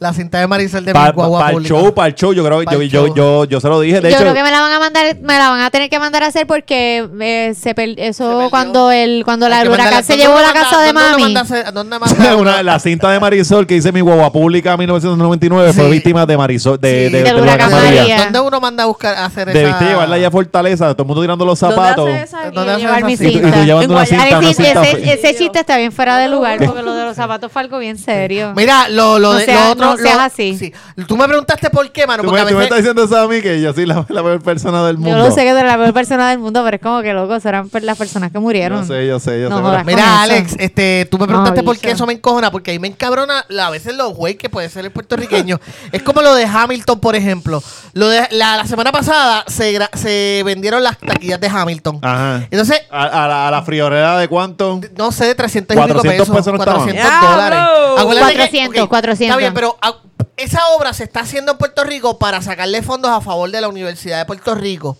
La cinta de Marisol de
Para
mi guagua
el
pública.
show, para el show, yo creo que
Pa'l
yo, yo,
show.
yo, yo se lo dije. De
yo
hecho,
creo que me la van a mandar, me la van a tener que mandar a hacer porque eh, se per- eso
perdió.
cuando el cuando
Hay
la
que mandarla-
huracán se
¿Dónde
llevó
lo
la
manda-
casa de
dónde lo
mami.
manda a hacer- dónde manda-
Una- la cinta de Marisol que hice mi guagua pública 1999 fue
Sí.
víctima de Marisol, de,
Sí.
de,
Del
del huracán
huracán
María.
María.
¿Dónde uno manda a buscar a hacer esa?
Debiste llevarla allá a Fortaleza, todo el mundo tirando los
¿Dónde
zapatos.
hace esa?
¿Dónde
Y
hace
llevar
esa
mi
Y tú, y
cinta?
tú llevando
En
una
Guayana.
cinta, una
Ese,
cinta.
ese- ese chiste está bien fuera de lugar porque lo de
de los zapatos Falco bien serio.
Mira, lo, lo,
No
de-
seas-
lo otro.
no seas
lo-
así.
sí. Tú me preguntaste por qué, mano.
Tú
Porque
me,
a
tú me estás
veces.
diciendo eso a mí que yo soy la, la peor persona del mundo.
Yo lo sé que tú eres la peor persona del mundo, pero es como que loco, serán per- las personas que murieron.
Yo sé, yo sé, yo
No
sé.
jodas.
pero-
con eso.
Mira, Alex, este, tú me preguntaste
No,
por qué
bicho.
eso me encojona, porque ahí me encabrona la- a veces los güey que puede ser el puertorriqueño. es como lo de Hamilton, por ejemplo. Lo de, la, la semana pasada se, gra- se vendieron las taquillas de Hamilton.
Ajá.
Entonces,
A, a la, a la friolera de cuánto.
no sé, de 300 y pico
400
pesos.
pesos no estaban.
400
¡Diablo!
dólares. Acuérdate que-
400,
ok,
400.
Está bien, pero ah, esa obra se está haciendo en Puerto Rico para sacarle fondos a favor de la Universidad de Puerto Rico.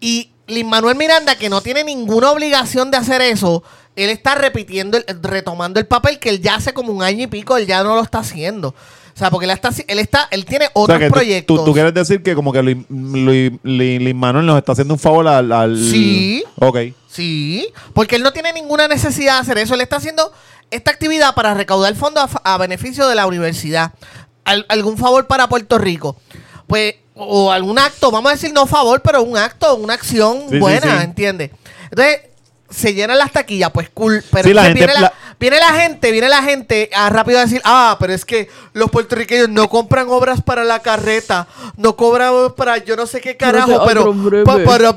Y Lin Manuel Miranda, que no tiene ninguna obligación de hacer eso, él está repitiendo, el- retomando el papel que él ya hace como un año y pico, él ya no lo está haciendo. O sea, porque él está, él está, él tiene
O sea,
otros
que tú-
proyectos.
Tú, tú quieres decir que como que Luis, Luis- Luis- Luis Manuel nos está haciendo un favor al... al-
Sí.
Ok.
Sí, porque él no tiene ninguna necesidad de hacer eso. Él está haciendo esta actividad para recaudar fondos a fa- a, beneficio de la universidad. Al- algún favor para Puerto Rico. Pues, o algún acto, vamos a decir no favor, pero un acto, una acción
Sí, sí,
buena,
sí.
¿entiendes? Entonces, se llenan las taquillas, pues cool. Pero
Sí, la
entonces
gente-
viene, la,
la-
viene la gente, viene la gente a rápido a decir, ah, pero es que los puertorriqueños no compran obras para la carreta, no cobran obras para yo no sé qué
no sé,
carajo,
otro
pero
breve.
pa- para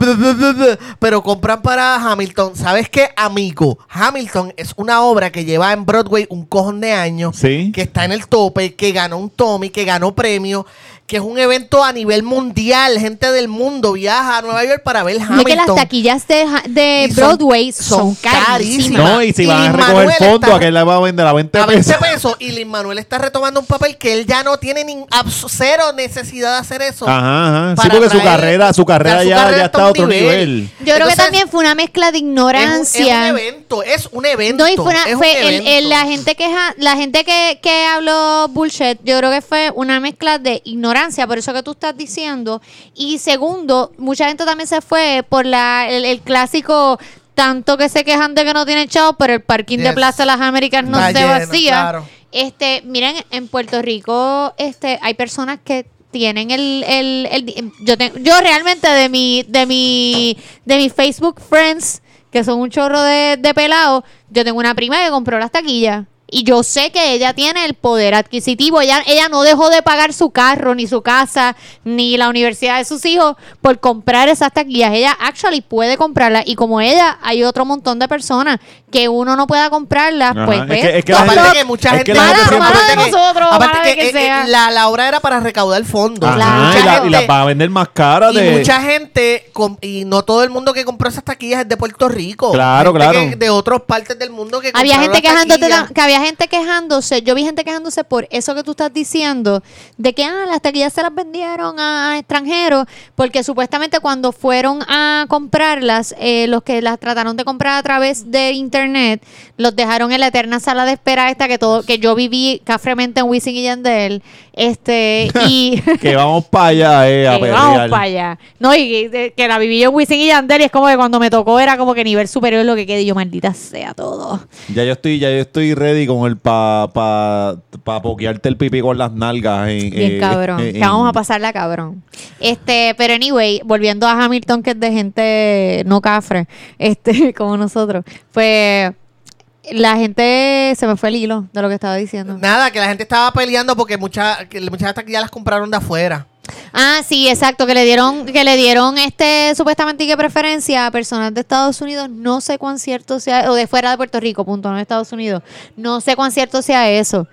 pero compran para Hamilton. ¿Sabes qué, amigo? Hamilton es una obra que lleva en Broadway un cojón de años.
Sí.
Que está en el tope, que ganó un Tommy, que ganó premio, que es un evento a nivel mundial. Gente del mundo viaja a Nueva York para ver Hamilton.
Es que las taquillas de, Ha- de
Y son-
Broadway son,
son carísimas.
carísimas.
No, y si
Y
van a
Luis
recoger
Manuel
fondos,
está-
a que él le va a vender a 20
a 20
pesos.
pesos y Lin Manuel está retomando un papel que él ya no tiene ni abs- cero necesidad de hacer eso.
Ajá, ajá. Sí,
para
porque su
traer-
carrera, su carrera
ya su
ya,
carrera
ya
está
está a
un
otro
nivel.
nivel.
Yo creo que
Entonces,
también fue una mezcla de
Es un- Es, un,
ignorancia.
evento, es un evento.
No, y fue, una-
es un
fue el- el-
evento.
la gente que ja- la gente que, que habló bullshit, yo creo que fue una mezcla de ignorancia, por eso que tú estás diciendo. Y segundo, mucha gente también se fue por la el, el clásico tanto que se quejan de que no tienen chavos, pero el parking
Yes.
de Plaza Las Américas no
Está
se
lleno,
vacía.
claro.
Este, miren, en Puerto Rico, este, hay personas que tienen el, el, el di- yo te- yo realmente de mi, de mi, de mi Facebook friends, que son un chorro de, de pelados, yo tengo una prima que compró las taquillas. Y yo sé que ella tiene el poder adquisitivo. Ella, ella no dejó de pagar su carro, ni su casa, ni la universidad de sus hijos por comprar esas taquillas. Ella actually puede comprarlas. Y como ella, hay otro montón de personas que uno no pueda comprarlas.
Ajá.
Pues,
Es
ves,
que- es que
top,
la gente-
top.
aparte que mucha
es
gente
que la gente siempre-
aparte
Mala de nosotros,
aparte
mala de que
eh, eh,
sea.
la, la obra era para recaudar fondos
Ajá,
Claro.
y, la-
Mucha
y las
gente-
va a vender más cara
y
de...
mucha gente com- y no todo el mundo que compró esas taquillas es de Puerto Rico
Claro,
Gente
claro.
que- de otras partes del mundo que
había
compraron las
gente quejándose
taquillas.
tam- que había gente quejándose yo vi gente quejándose por eso que tú estás diciendo de que ah, las taquillas se las vendieron a, a extranjeros porque supuestamente cuando fueron a comprarlas eh, los que las trataron de comprar a través de internet los dejaron en la eterna sala de espera esta que todo que yo viví cafremente en Wisin y Yandel este y
Que vamos para allá, eh, a
Que
perrear.
vamos para allá. No, y que, que la viví yo en Wisin y Yandel y es como que cuando me tocó era como que nivel superior lo que quedé yo, maldita sea todo.
Ya yo estoy, ya yo estoy ready con el pa pa pa pokearte el pipí con las nalgas. en-
Bien
eh,
cabrón.
en-
Que
Que vamos a pasarla cabrón. Este, pero anyway, volviendo a Hamilton, que es de gente no cafre, este, como nosotros, pues la gente se me fue el hilo de lo que estaba diciendo.
nada que la gente estaba peleando porque muchas que muchas taquillas las compraron de afuera
Ah, sí, exacto, que le dieron, que le dieron este supuestamente y que preferencia a personas de Estados Unidos, no sé cuán cierto sea, o de fuera de Puerto Rico, punto, no de Estados Unidos, no sé cuán cierto sea eso.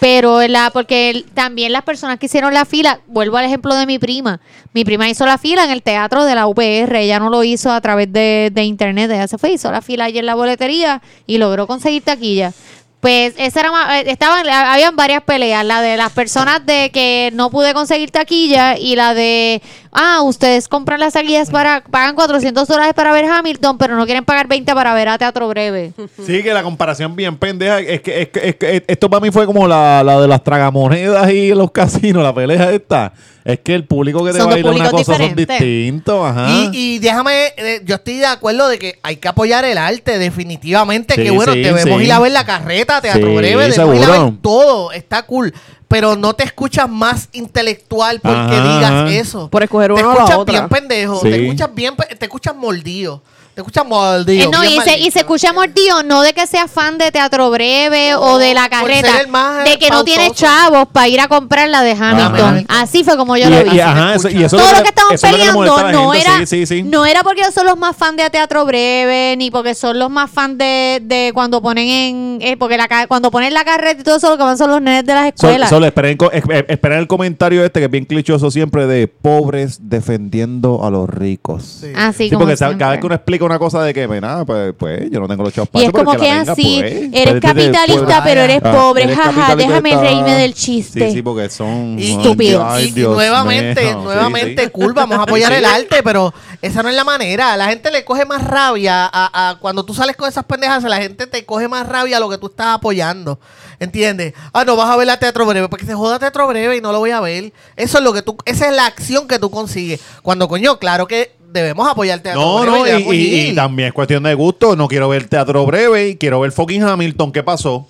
Pero la, porque el- también las personas que hicieron la fila, vuelvo al ejemplo de mi prima. Mi prima hizo la fila en el teatro de la UPR, ella no lo hizo a través de, de internet, ella se fue, hizo la fila allí en la boletería y logró conseguir taquilla. Pues esa era ma- eh, estaban, ha- habían varias peleas, la de las personas de que no pude conseguir taquilla y la de ah, ustedes compran las taquillas para, pagan 400 dólares para ver Hamilton, pero no quieren pagar 20 para ver a Teatro Breve.
Sí, que la comparación bien pendeja. Es que, es que- es que esto para mí fue como la, la de las tragamonedas y los casinos, la pelea esta. Es que el público que te
Son dos
baila una
públicos
cosa
diferentes.
son distintos. Ajá.
y, y déjame eh, yo estoy de acuerdo de que hay que apoyar el arte definitivamente
Sí,
que bueno
sí,
debemos
sí.
ir a ver la carreta teatro
Sí,
breve debemos ir a
seguro.
ver todo está cool pero no te escuchas más intelectual porque
Ajá,
digas
ajá.
eso
Por escoger
te
uno o la
escuchas
otra.
bien pendejo,
Sí.
te escuchas bien, pe- te escuchas mordido. Te escuchas mordido.
Eh, no,
bien
y se, y
maldito.
se escucha mordido, no de que sea fan de Teatro Breve o de La Carreta,
ser el más, eh,
de que no tiene
pautoso.
chavos para ir a comprar la de Hamilton.
Hamilton.
Así fue como yo
y,
lo
y,
vi.
ajá, eso, y eso
Todo lo
le-
que estaban
eso es lo le
peleando
molesta a la
no,
gente, Sí,
era,
sí, sí.
no era porque ellos son los más fan de Teatro Breve, ni porque son los más fan de, de cuando ponen en... eh, porque la, ca- cuando ponen la carreta y todo eso, lo que van son los nenes de las
Sol-
escuelas.
solo esperen, co- es- es- esperen el comentario este que es bien clichoso siempre de pobres defendiendo a los ricos.
Sí.
Así
Sí,
como
porque sabe- cada
siempre.
vez que uno explica una cosa de que, pues, nada, pues, pues, yo no tengo los chavos
Y
para
es
eso, pero
como
el
que
la tenga,
así,
pues.
eres
Pues,
capitalista,
pues,
pero eres
ah,
pobre,
eres
jaja,
capitalista.
déjame reírme del chiste.
Sí, sí, porque son
Y-
ay,
Estúpidos.
Dios,
Y, y
Dios
nuevamente,
mío. Sí,
nuevamente,
sí.
cool, vamos a apoyar el arte, pero esa no es la manera. La gente le coge más rabia a, a- cuando tú sales con esas pendejas, la gente te coge más rabia a lo que tú estás apoyando. ¿Entiendes? Ah, no vas a ver la teatro breve, porque se joda teatro breve y no lo voy a ver. Eso es lo que tú, esa es la acción que tú consigues. Cuando coño, claro que debemos apoyar teatro
No,
breve.
no,
le
y,
damos
y-
ir.
y también es cuestión de gusto. No quiero ver teatro breve y quiero ver fucking Hamilton. ¿Qué pasó?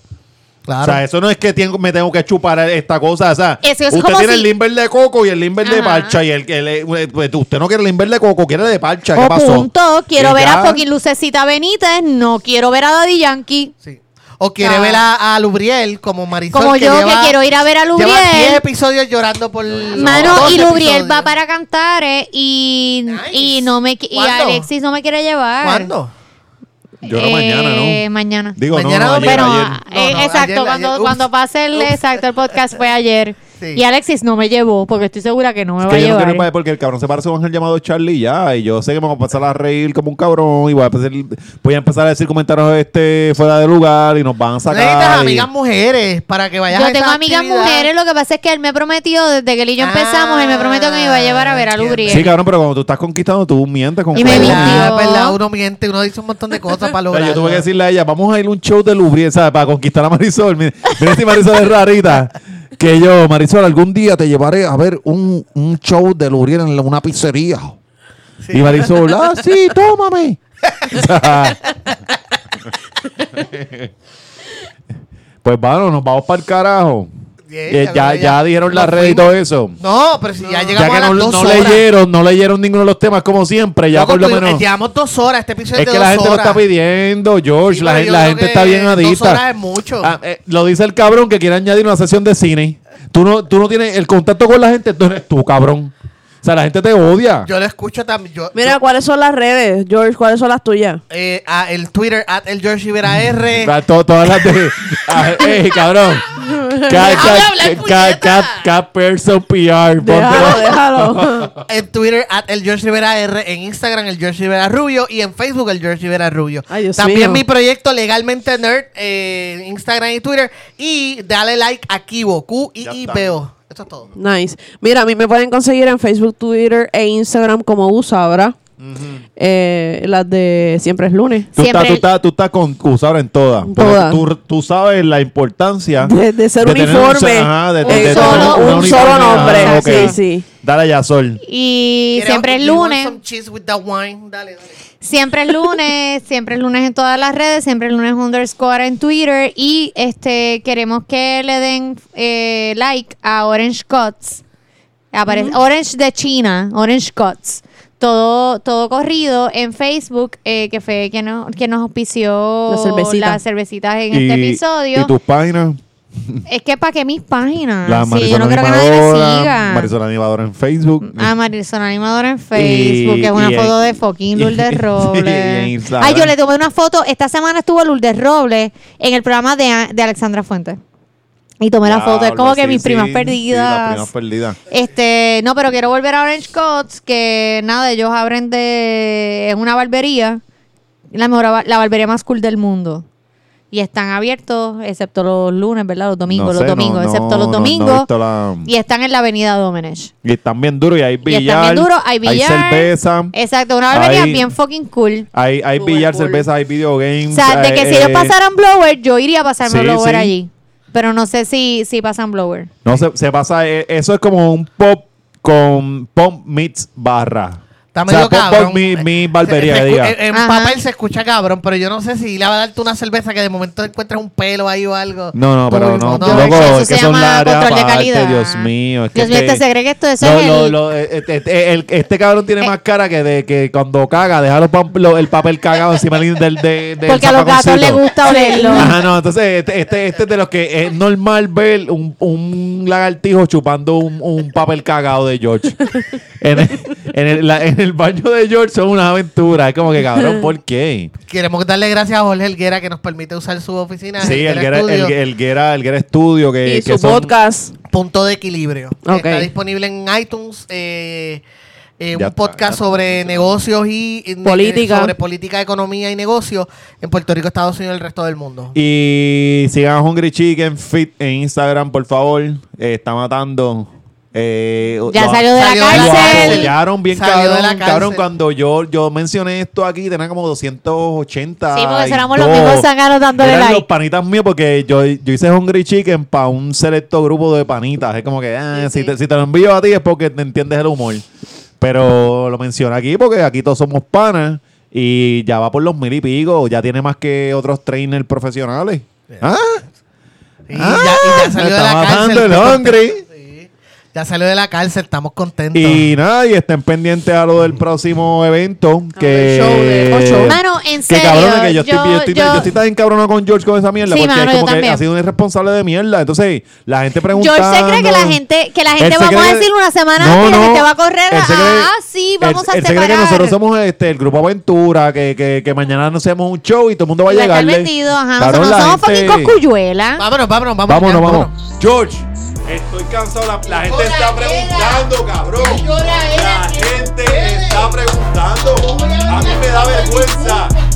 Claro.
O sea, eso no es que tengo- me tengo que chupar esta cosa. O sea,
Eso es
usted
como
tiene
si-
el limber de coco y el limber de
Ajá.
parcha. Y el, el- el- pues, usted no quiere el limber de coco, quiere el de parcha. ¿Qué
O
pasó?
punto, quiero
Y
ver
ya.
a fucking Lucecita Benítez, no quiero ver a Daddy Yankee.
Sí. O quiere
Ah.
ver a, a Lubriel como Marisol.
Como yo, que
lleva-
quiero ir a ver a
Lleva
Lubriel.
10 episodios llorando por.
Mano,
12
y Lubriel
episodios.
va para cantar eh, y,
Nice.
y no me qui- y
¿Cuándo?
Alexis no me quiere llevar.
¿Cuándo?
Yo no
Eh,
mañana, ¿no?
Mañana.
Digo,
Mañana
no, no, ayer,
Bueno,
ayer.
ah,
No,
eh,
no,
exacto,
ayer,
cuando,
ayer.
cuando
Ups.
pase el,
Ups.
exacto, el podcast fue ayer.
Sí.
Y Alexis no me llevó, porque estoy segura que no me
Es
va a
que yo no quiero
llevar.
ir para allá porque el cabrón se parece a un ángel llamado Charlie y ya. Y yo sé que me voy a pasar a reír como un cabrón. Y voy a empezar, voy a, empezar a decir comentarios este fuera de lugar y nos van a sacar.
Necesitas
y-
amigas mujeres para que vayas a
yo
esas
tengo amigas
actividades.
mujeres, lo que pasa es que él me prometió, desde que él y yo empezamos, él me prometió que me iba a llevar a ver a
Ah,
entiendo.
Lubriel.
Sí, cabrón, pero cuando tú estás conquistando, tú mientes con
Y me
cojones.
mintió.
verdad, verdad, uno miente, uno dice un montón de cosas para
O sea,
lograrlo.
yo tuve que decirle a ella, vamos a ir a un show de Lubriel, ¿sabes? Para conquistar a Marisol. Mira, mira si Marisol es rarita. Que yo, Marisol, algún día te llevaré a ver un, un show de Lubriel en la- una pizzería. Y Marisol, ah, sí, tómame. O sea, pues bueno, nos vamos para el carajo.
Bien,
Eh, ya,
ya-
ya dijeron la
nos
red y
fuimos.
todo eso.
No, pero si ya
Ya
llegamos
que
a
no,
las dos
no
horas.
leyeron, no leyeron ninguno de los temas como siempre. Ya
Loco,
por lo
tuvimos-
menos.
Llevamos dos horas, este episodio
Es
de
que
dos
la gente lo
horas.
está pidiendo, George.
Sí,
la
pero
gen-
yo
la
creo
gente
que
está bien
dos
adicta.
horas es mucho.
Ah, eh, lo dice el cabrón que quiere añadir una sesión de cine. Tú no, tú no tienes el contacto con la gente, tú eres tú, cabrón. O sea, la gente te odia.
Yo lo escucho también. Yo,
Mira, ¿cuáles son las redes, George? ¿Cuáles son las tuyas?
eh, a el Twitter, at el George Rivera
O
R.
sea, to- todas las de. Ah, ¡Ey, cabrón! Ca- ca- ca- ca- ca- person PR. ponte-
Déjalo, déjalo.
En Twitter, at el George Rivera R. En Instagram, el George Rivera Rubio. Y en Facebook, el George Rivera Rubio.
Ay, Dios
También
mío.
mi proyecto Legalmente Nerd eh, en Instagram y Twitter. Y dale like a Kibo, Q-I-I-B-O. Esto es todo.
Nice. Mira, a mí me pueden conseguir en Facebook, Twitter e Instagram como Usabra. Eh, las de siempre es lunes.
Tú
Siempre
estás, tú,
el-
estás, tú estás con Cusabra en todas.
En
Porque
todas.
Tú, tú sabes la importancia
De- de ser
tener
uniforme.
Un, ajá, de- de-
Un
de tener
solo-
una
un
uniforme.
solo
Ajá,
nombre.
ok.
Sí, sí.
Dale ya, Sol.
Y
Creo-
siempre es
you want
lunes.
some cheese with that wine? Dale, dale.
Siempre es lunes, siempre es lunes en todas las redes, siempre es lunes underscore en Twitter y este queremos que le den eh, like a Orange Cuts. Aparece, Orange de China, Orange Cuts. Todo, todo corrido en Facebook, eh, que fue quien nos, quien nos auspició
La cervecita.
las cervecitas en este episodio.
y tus páginas.
Es que para que mis páginas.
La
Sí,
Marisol
yo no creo que nadie me
Animadora.
siga.
Marisol Animadora en Facebook.
Ah, Marisol Animadora en Facebook,
Y-
que es una
y en-
foto de fucking Lourdes
y- y en
Robles.
Instagram.
Ay, yo le tomé una foto. Esta semana estuvo Lourdes Robles en el programa de, de Alexandra Fuentes. Y tomé la foto. Es como que mis primas
las
perdidas.
primas perdidas.
este, no, pero quiero volver a Orange Coats, que nada, ellos abren de. Es una barbería. La mejor ba- la barbería más cool del mundo. Y están abiertos, excepto los lunes, ¿verdad? Los domingos,
No
los
sé, no- no-
domingos, excepto
no-
los
no he
domingos.
visto la-
Y están en la avenida Domenech.
Y están bien duros y hay
Y
billar.
están bien duro, hay
Hay
billar. Eh,
cerveza.
Exacto, una barbería
hay-
bien fucking cool.
Hay, hay
Súper
billar,
cool.
cerveza, hay videogames.
O sea, de que si ellos pasaran blower, yo iría a pasarme
Eh, sí,
blower
sí.
allí. Pero no sé si, si pasan blower.
No, se, se pasa... eh, Eso es como un pop con pop meets barra.
Está
O sea,
medio
pon- pon
cabrón. Eh,
mi- mi barbería,
Se- se escu-
diga.
En, en
Ajá.
papel se escucha cabrón, pero yo no sé si le va a darte una cerveza que de momento encuentras un pelo ahí o algo.
No, no, pero
Tú-
no.
no,
loco,
eso
es
se
que son
llama
la área
control de
aparte,
calidad.
Dios mío. Es que
Dios mío,
este-
este se cree que esto eso
No,
es
lo-
el-
lo- eh, este, este- el- este cabrón tiene más cara que de que cuando caga, deja los pam- lo- el papel cagado encima del, del, del- del
Porque a los gatos
zapaconcito.
les gusta olerlo.
Ajá, no, entonces este, este, este es de los que es normal ver un, un lagartijo chupando un, un papel cagado de George. en, el, en, el, la- en el baño de George son unas aventuras. Es como que, cabrón, ¿por qué?
Queremos darle gracias a Jorge Helguera que nos permite usar su oficina.
Sí, el Guerra
Ah, Studio,
el, el Guerra- el Guerra Studio, que,
y
Eh, que
su
son-
podcast.
Punto de equilibrio.
Ok.
Está disponible en iTunes. eh, eh, un
Ya está,
podcast
ya.
sobre negocios y y-
Política.
sobre política, economía y negocios en Puerto Rico, Estados Unidos y el resto del mundo.
Y sigan a Hungry Chicken Fit en Instagram, por favor. Eh, está matando. Eh,
Ya
lo-
salió de la
salió de
lo
la
cárcel.
cárcel.
apoyaron bien
Salió de
cabrón,
la cárcel.
cabrón. Cuando yo, yo mencioné esto aquí, tenía como 280.
Sí, porque
y
éramos los
dos.
mismos zanganos dándole
Eran los
like.
panitas míos, porque yo, yo hice Hungry Chicken para un selecto grupo de panitas. Es como que, ah, si, te, si te lo envío a ti es porque te entiendes el humor. Pero lo menciono aquí porque aquí todos somos panas y ya va por los mil y pico. Ya tiene más que otros trainers profesionales. ¿Ah?
Y, ya, y ya salió de la
Está
cárcel.
bajando el
Estoy
hungry.
contento. Sí. Ya salió de la cárcel, estamos contentos.
Y nada, y estén pendientes a lo del próximo evento.
Ah,
Que,
el show de- o show.
Mano, en
Que
serio.
cabrón, que yo, estoy, yo, estoy,
yo-
yo estoy tan encabronado con George con esa mierda.
Sí,
porque
mano,
es
yo
como que
también.
ha sido un irresponsable de mierda. Entonces, la gente pregunta.
George se cree que la gente, que la gente
Él se
vamos a
cree-
decir una semana
No,
antes
no.
de que va a correr.
Él se cree-
ah, sí, vamos
él-
a
él se cree
separar.
que nosotros somos este, el grupo Aventura, que, que, que mañana nos hacemos un show y todo el mundo va a
Y va a
llegar.
estar vendido, ajá.
Cabrón,
nosotros
la
somos fucking
gente-
coscuyuela.
vámonos, vámonos, vámonos.
Vámonos,
ya,
vámonos. George, estoy cansado. La, la gente
Hola,
está
era.
preguntando, cabrón.
Hola, era.
La gente está preguntando. A mí me da vergüenza.